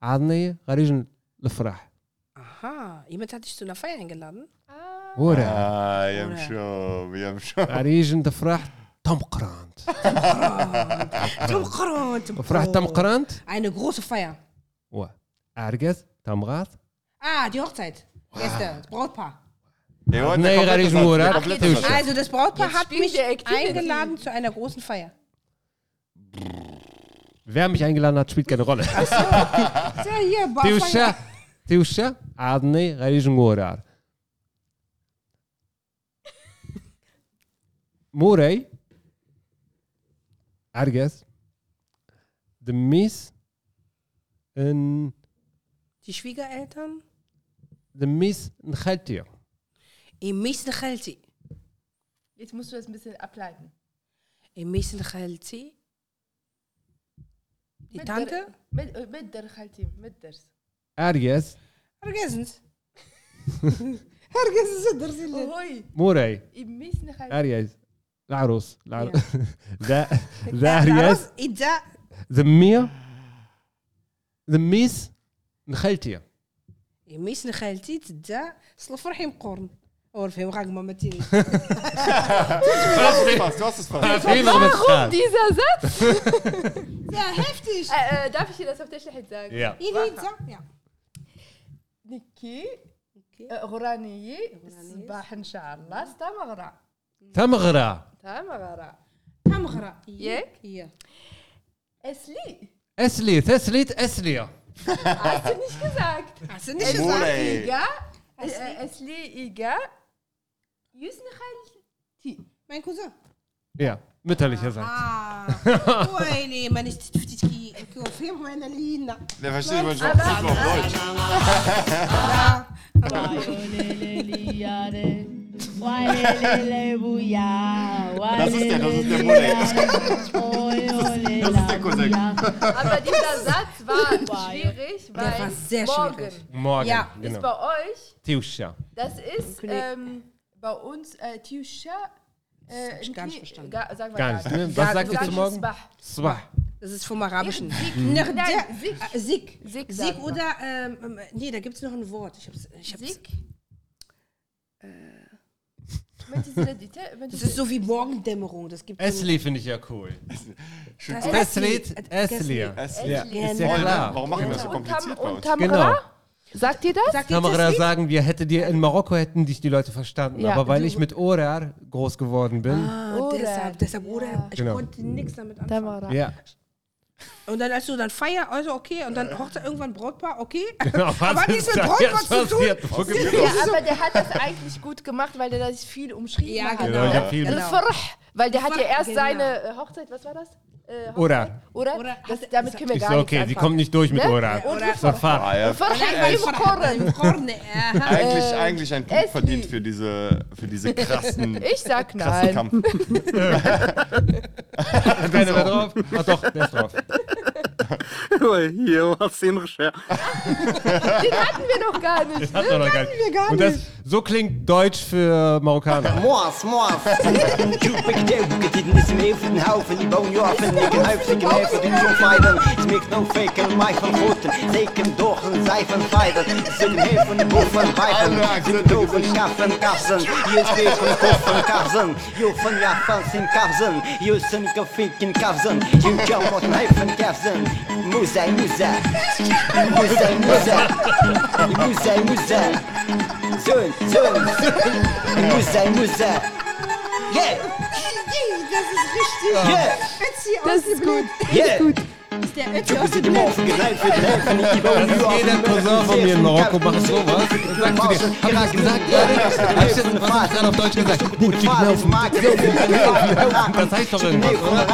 Speaker 2: Adney, Garischen, Lafrah.
Speaker 5: Aha, jemand hat dich zu einer Feier eingeladen.
Speaker 2: Orar,
Speaker 3: Ah, wir haben schon, wir haben schon.
Speaker 2: Garischen, Lafrah, Tomkrant.
Speaker 5: Tom Korn, Tom
Speaker 2: Lafrah,
Speaker 5: Korn.
Speaker 2: Tomkrant.
Speaker 5: Eine große Feier.
Speaker 2: و أرجز تمرات
Speaker 5: Ah, die Hochzeit. Gestern, das Brautpaar.
Speaker 3: Nee, heute
Speaker 2: Nee,
Speaker 3: komplett
Speaker 2: Radish
Speaker 3: was anderes.
Speaker 2: Murat.
Speaker 3: Komplett
Speaker 2: Ach,
Speaker 3: was
Speaker 2: jetzt-
Speaker 3: anderes.
Speaker 5: Also das Brautpaar
Speaker 4: Jetzt
Speaker 5: hat
Speaker 4: spielt
Speaker 5: mich
Speaker 4: der Activity.
Speaker 5: eingeladen zu einer großen Feier.
Speaker 2: Wer mich eingeladen hat, spielt keine Rolle.
Speaker 5: Sehr hier,
Speaker 2: تيوشا
Speaker 5: Barfeier.
Speaker 2: تيوشا عادني غادي جنورار موراي عرقاس دميس ان
Speaker 5: Die Schwiegereltern?
Speaker 2: دميس نخالتي
Speaker 5: Im Miesten Chelti.
Speaker 4: Jetzt musst du das ein bisschen ableiten.
Speaker 5: Im Miesten Chelti. Die
Speaker 4: Mit
Speaker 5: Tante?
Speaker 4: Der, mit, äh, mit der Khaltim, mit der.
Speaker 2: عرقاس
Speaker 5: Vergessen's. Vergessen's, der Sille.
Speaker 4: Ohoi,
Speaker 2: موراي
Speaker 4: im Miesen Khaltim.
Speaker 2: عرياس العروس العروس ذا ذا عرياس
Speaker 5: Ida.
Speaker 2: ذمية ذميس نخالتي
Speaker 5: Im Miesten Chelti, da. Slofrach im Korn. Oder für Rang Mama Tilly.
Speaker 3: Du hast es fast, du hast es fast.
Speaker 4: Warum dieser Satz?
Speaker 5: Ja, heftig.
Speaker 4: äh, äh, darf ich dir das auf der Schlecht sagen?
Speaker 2: Ja.
Speaker 5: Ida, ja.
Speaker 4: نكي äh, غرانية صباح إن شاء الله استمغرى
Speaker 2: تمغرى
Speaker 4: استمغرى
Speaker 5: Tamra.
Speaker 4: ياك
Speaker 5: Hier.
Speaker 4: اسلي
Speaker 2: اسلي تسليت اسليه
Speaker 4: hast du nicht gesagt Äh,
Speaker 5: Hast du nicht gesagt?
Speaker 3: Murat.
Speaker 4: ايجا اسلي ايجا يوسن خالتي
Speaker 5: Mein Cousin.
Speaker 2: يا مثل كذا
Speaker 5: Ah. Oili, man ist tftiski. Für meine Lina.
Speaker 3: Der versteht man schon.
Speaker 4: Aber-
Speaker 3: Das ist nur auf Deutsch. Das ist der, das ist der Murat. Das ist der Cousin.
Speaker 4: aber dieser Satz war schwierig weil
Speaker 5: war sehr
Speaker 4: morgen
Speaker 5: schwierig.
Speaker 2: مواقع
Speaker 5: Ja.
Speaker 2: genau.
Speaker 4: ist bei euch
Speaker 2: تيوشا
Speaker 4: das ist
Speaker 5: Kollege.
Speaker 4: ähm, bei uns äh, Tiusha äh,
Speaker 5: hab ich gar nicht verstanden.
Speaker 4: Gar, sagen wir
Speaker 2: Gar nicht, ne? Was sagt ihr
Speaker 4: Sagen
Speaker 2: zu morgen?
Speaker 4: Sbach.
Speaker 2: الصباح
Speaker 5: Das ist vom Arabischen.
Speaker 4: Nein,
Speaker 5: der-
Speaker 4: Sieg.
Speaker 5: Ah, Sieg.
Speaker 4: Sieg
Speaker 5: Sieg,
Speaker 4: sagt man.
Speaker 5: oder, ähm, ähm, nee, da gibt es noch ein Wort. Ich hab's, ich hab's,
Speaker 4: Sieg? Mit dieser Detail- mit
Speaker 5: Das
Speaker 4: dieser-
Speaker 5: ist so wie Morgendämmerung. Das gibt so-
Speaker 2: اسلي finde ich ja cool.
Speaker 5: Das-
Speaker 2: Teslit, Esli.
Speaker 5: Teslit.
Speaker 3: Es-
Speaker 2: Ja,
Speaker 5: Genau.
Speaker 2: ist ja
Speaker 3: Voll, ne?
Speaker 2: klar.
Speaker 3: Warum machen wir das so
Speaker 4: Und, Tam
Speaker 3: kompliziert bei
Speaker 4: und
Speaker 3: uns?
Speaker 2: Genau.
Speaker 4: Tamara? Sagt ihr das?
Speaker 5: Sagt ihr
Speaker 2: Kamera
Speaker 5: Teslit?
Speaker 2: sagen, wir hätten dir in Marokko hätten dich die Leute verstanden,
Speaker 4: Ja,
Speaker 2: aber weil
Speaker 4: du-
Speaker 2: ich mit Orar groß geworden bin.
Speaker 5: Ah, deshalb, deshalb, oder? Ich
Speaker 2: Genau.
Speaker 5: konnte nichts damit anfangen.
Speaker 4: Tamara.
Speaker 2: Ja,
Speaker 5: Und dann, als du dann Feier, also okay, und dann Hochzeit, irgendwann Brautpaar, okay.
Speaker 2: genau.
Speaker 5: Aber hat nichts mit Brautpaar zu tun.
Speaker 2: tun?
Speaker 4: Ja, aber der hat das eigentlich gut gemacht, weil der das viel umschrieben
Speaker 5: Ja,
Speaker 4: hat.
Speaker 5: genau.
Speaker 2: Genau, ich hab viel-
Speaker 4: Das Farh, weil der hat ja
Speaker 5: Farh,
Speaker 4: erst
Speaker 5: genau.
Speaker 4: seine äh, Hochzeit, was war das? Äh, Hochzeit?
Speaker 2: Oder.
Speaker 4: Oder?
Speaker 5: Oder
Speaker 4: das,
Speaker 5: hat-
Speaker 4: damit können wir
Speaker 2: Ich
Speaker 4: gar
Speaker 2: so,
Speaker 4: nichts
Speaker 2: okay, die
Speaker 4: anfangen.
Speaker 2: kommt nicht durch mit
Speaker 4: Ne?
Speaker 2: Orar.
Speaker 5: Ja, Orar.
Speaker 2: Das war Fahrt.
Speaker 3: Ah, ja.
Speaker 4: Farh
Speaker 5: Nein,
Speaker 4: im Korn.
Speaker 5: Im Korn, aha.
Speaker 3: Eigentlich,
Speaker 4: Ähm,
Speaker 3: eigentlich ein Punkt
Speaker 4: Esli.
Speaker 3: verdient für diese, für diese krassen,
Speaker 4: Ich sag
Speaker 3: krassen
Speaker 4: nein.
Speaker 3: Kampf.
Speaker 2: Hat keiner mehr drauf? Ah doch, der ist drauf.
Speaker 6: Hier war es hingeschert.
Speaker 4: Den hatten wir noch gar nicht.
Speaker 2: Das hat er noch gar nicht. Und das, so klingt Deutsch für Marokkaner.
Speaker 7: مواف مواف نشوفك داوك تدنس نعيف نهاوف اللي باون يوعف نيك نهاوف نعيف نشوف مايدن سميك نو فيك المايفن خوتن زيكن دوخن زايفن فايدن زن هيفن بوفن بايفن زن دوفن شافن كافزن يوسفن كوفن كافزن يوفن يافن سين كافزن يوسن كفيكن كافزن يوجا موت نهيفن كافزن موزا موزا موزا موزا موزا موزا زون زون زون موزا موزا Yeah,
Speaker 5: Das ist richtig.
Speaker 7: yeah,
Speaker 5: Ötzi aus
Speaker 4: Das
Speaker 5: dem
Speaker 4: ist
Speaker 5: Blut.
Speaker 7: yeah.
Speaker 5: Das ist der Ötzi
Speaker 7: Du
Speaker 5: aus
Speaker 7: bist in
Speaker 5: dem
Speaker 7: dem
Speaker 5: Blut.
Speaker 7: Ofen geknallt wird helfen. Ich baue
Speaker 2: Das ist jeder Cousin von mir in Marokko, macht sowas. Und sagt zu dir, hab ich das gesagt? Ja, hab ich das, was hab ich gerade auf Deutsch gesagt? Gut, die Knaufen. Das heißt doch irgendwas, oder?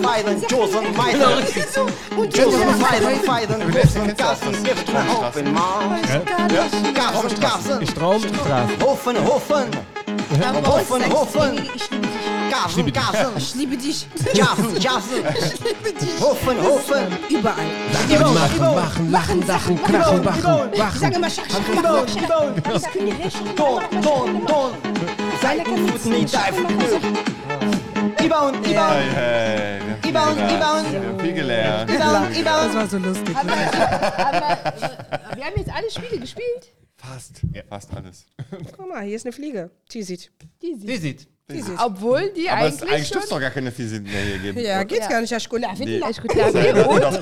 Speaker 2: Genau, richtig.
Speaker 5: Und die
Speaker 7: äh,
Speaker 2: Ich traue mich drauf.
Speaker 7: Hoffen, hoffen, hoffen, hoffen, Karsen, Karsen,
Speaker 5: Ich liebe dich.
Speaker 7: Jassen, Jassen, hoffen, hoffen.
Speaker 5: Überall.
Speaker 2: Machen, machen, lachen, lachen, krachen, wachen,
Speaker 5: Ich
Speaker 2: wachen.
Speaker 5: sage immer Schach, Schach,
Speaker 7: Genau,
Speaker 5: Schach, Schach.
Speaker 7: genau.
Speaker 5: Ich sag mir, hey, Schach,
Speaker 7: Ton,
Speaker 5: Schach, Schach,
Speaker 7: Ton,
Speaker 5: Schach.
Speaker 7: Ton. Seitenfluten, die Seifenfluten. Ibauen, Ibauen,
Speaker 3: Hey, hey, wir haben viel
Speaker 7: Ibauen,
Speaker 3: gelernt. Wir
Speaker 7: Ibauen.
Speaker 3: haben viel gelernt.
Speaker 7: Ibauen, Ibauen.
Speaker 5: war so lustig.
Speaker 4: Aber, aber äh, wir haben jetzt alle Spiele gespielt.
Speaker 3: Fast. Fast alles.
Speaker 5: Guck mal, hier ist eine Fliege. Die sieht.
Speaker 4: Die
Speaker 2: Sie sieht.
Speaker 5: Dieses.
Speaker 4: Obwohl die
Speaker 3: Aber es,
Speaker 4: eigentlich.
Speaker 3: eigentlich dürfte es
Speaker 4: schon
Speaker 3: doch gar keine Fisit mehr hier geben.
Speaker 5: Ja, geht's
Speaker 4: Ja.
Speaker 5: gar nicht. Ja, ich gucke,
Speaker 3: Nee.
Speaker 5: ich
Speaker 4: Ich gut, ja, nee, und, und
Speaker 3: Mit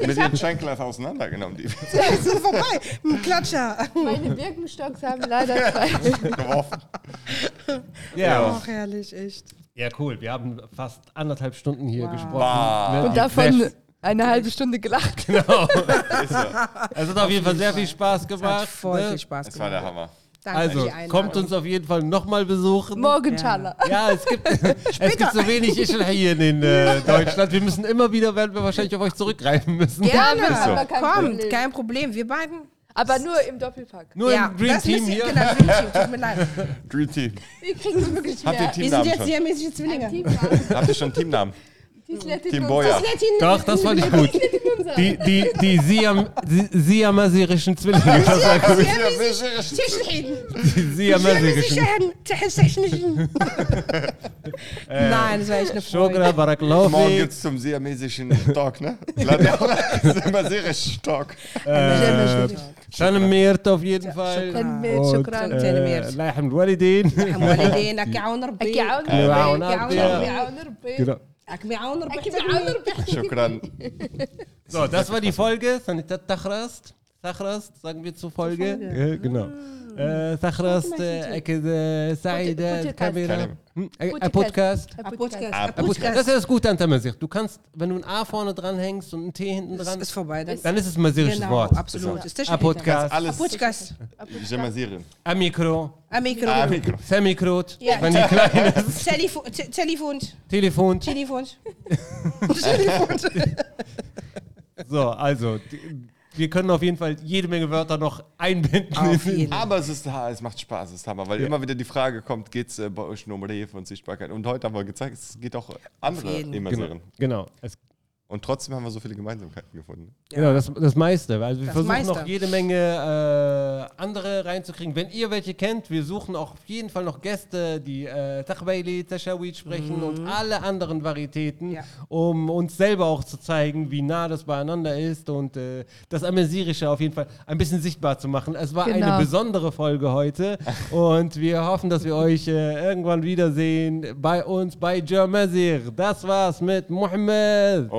Speaker 4: ich
Speaker 3: ihren
Speaker 4: habe
Speaker 3: Schenkel einfach auseinandergenommen, die
Speaker 5: sind vorbei. Ein Klatscher.
Speaker 4: meine Birkenstocks haben leider zwei.
Speaker 3: geworfen.
Speaker 2: Ja.
Speaker 5: Ach, herrlich, echt.
Speaker 2: ja, cool. Wir haben fast anderthalb Stunden hier gesprochen.
Speaker 3: Wow.
Speaker 2: Ne?
Speaker 4: Und davon
Speaker 2: Geflasht.
Speaker 4: eine halbe Stunde gelacht.
Speaker 2: Genau. Es hat auf jeden Fall sehr viel Spaß
Speaker 5: Hat
Speaker 2: gemacht.
Speaker 5: voll
Speaker 2: ne?
Speaker 5: viel Spaß
Speaker 3: Das war
Speaker 5: gemacht.
Speaker 3: der Hammer.
Speaker 5: Danke für
Speaker 2: Also,
Speaker 5: die Einladung.
Speaker 2: kommt uns auf jeden Fall nochmal besuchen.
Speaker 4: Morgenthaler.
Speaker 2: Ja, es gibt, es gibt so wenig Ischl hier in äh, Deutschland. Wir müssen immer wieder, werden wir wahrscheinlich auf euch zurückgreifen müssen.
Speaker 5: Gerne.
Speaker 4: Ist so.
Speaker 5: Aber kein
Speaker 4: Kommt,
Speaker 5: Problem. kein Problem. Wir beiden.
Speaker 4: Aber nur im Doppelpack.
Speaker 2: Nur
Speaker 5: ja,
Speaker 2: im Dream
Speaker 5: das
Speaker 2: Team
Speaker 5: müsst ihr-
Speaker 2: hier.
Speaker 5: Genau, Dream Team. Tut mir leid.
Speaker 3: Dream Team.
Speaker 4: Wir kriegen es wirklich
Speaker 3: Habt ihr
Speaker 4: mehr.
Speaker 5: Wir sind
Speaker 3: Teamnamen
Speaker 5: jetzt
Speaker 3: schon?
Speaker 5: siamesische Zwillinge.
Speaker 3: Habt ihr schon Teamnamen? Team Boyer.
Speaker 2: Doch, das fand ich gut. Die, die, die Siam, Si- siamasirischen Zwillinge. Das war gut. Die siamasirischen.
Speaker 5: Nein,
Speaker 4: نعم،
Speaker 5: das war echt eine Freude.
Speaker 2: Shogra
Speaker 3: Morgen
Speaker 2: Baraklove.
Speaker 3: geht's zum siamesischen Stock, ne? Gladiola ist immer sirisch Stock.
Speaker 2: آه، Shanamirt auf jeden Fall.
Speaker 4: Tanmir,
Speaker 2: Und
Speaker 4: Shukran.
Speaker 2: äh, Laiham Walidin.
Speaker 5: والدين اك يعاون
Speaker 4: أكي
Speaker 5: ربي
Speaker 2: عاون
Speaker 4: عاون
Speaker 2: ربي.
Speaker 4: ربي، أكي عاون ربي.
Speaker 2: Genau.
Speaker 5: اك بيعاون ربي
Speaker 4: أكي
Speaker 5: حتى
Speaker 4: عاون
Speaker 5: بي.
Speaker 4: ربي.
Speaker 3: Schukran.
Speaker 2: So, das war die Folge. Sanitat Tachrast. Tachrast, sagen wir zur Folge. Ja, genau. Äh, Tachrast, äh, Ecke Saida,
Speaker 4: Podcast.
Speaker 2: Kamera.
Speaker 3: Keine-
Speaker 2: Hm, äh, Ein
Speaker 4: Podcast.
Speaker 2: Podcast.
Speaker 5: Ein Podcast.
Speaker 3: Ah,
Speaker 2: Ein
Speaker 5: Ein
Speaker 2: Podcast.
Speaker 5: Podcast.
Speaker 2: Das ist das Gute an Tamasir. Du kannst, wenn du ein A vorne dran hängst und ein T hinten
Speaker 5: Das
Speaker 2: dran,
Speaker 5: ist vorbei. Das
Speaker 2: dann ist es ein masirisches
Speaker 4: نعم،
Speaker 5: genau,
Speaker 2: Wort.
Speaker 5: absolut. Ist
Speaker 2: Ein Podcast,
Speaker 5: Ein
Speaker 3: Alles
Speaker 5: Podcast.
Speaker 3: Jamasirin.
Speaker 2: ein Mikro,
Speaker 5: Ein Mikro.
Speaker 3: Ah, Mikro.
Speaker 2: ein Mikrot,
Speaker 5: Ja.
Speaker 2: wenn die kleine
Speaker 5: Telefon. Te- Telefon.
Speaker 2: Telefon.
Speaker 5: Telefon. Telefon.
Speaker 2: So, also, die, wir können auf jeden Fall jede Menge Wörter noch einbinden.
Speaker 5: Auf jeden Fall.
Speaker 3: Aber es ist ah, es macht Spaß, es ist Hammer, weil immer wieder die Frage kommt, geht's äh, bei euch nur um Rehe und Sichtbarkeit? Und heute haben wir gezeigt, es geht auch andere
Speaker 5: jeden.
Speaker 2: Genau,
Speaker 3: Immersieren.
Speaker 2: genau. Es,
Speaker 3: Und trotzdem haben wir so viele Gemeinsamkeiten gefunden.
Speaker 2: Genau, das, das meiste. Also wir
Speaker 5: Das
Speaker 2: versuchen
Speaker 5: meiste.
Speaker 2: noch jede Menge äh, andere reinzukriegen. Wenn ihr welche kennt, wir suchen auch auf jeden Fall noch Gäste, die äh, Tachbaili, Tashawit sprechen und alle anderen Varietäten,
Speaker 5: Mhm. Ja.
Speaker 2: um uns selber auch zu zeigen, wie nah das beieinander ist und äh, das Amesirische auf jeden Fall ein bisschen sichtbar zu machen. Es war
Speaker 4: Genau.
Speaker 2: eine besondere Folge heute und wir hoffen, dass wir euch äh, irgendwann wiedersehen bei uns bei Germasir. Das war's mit Mohammed.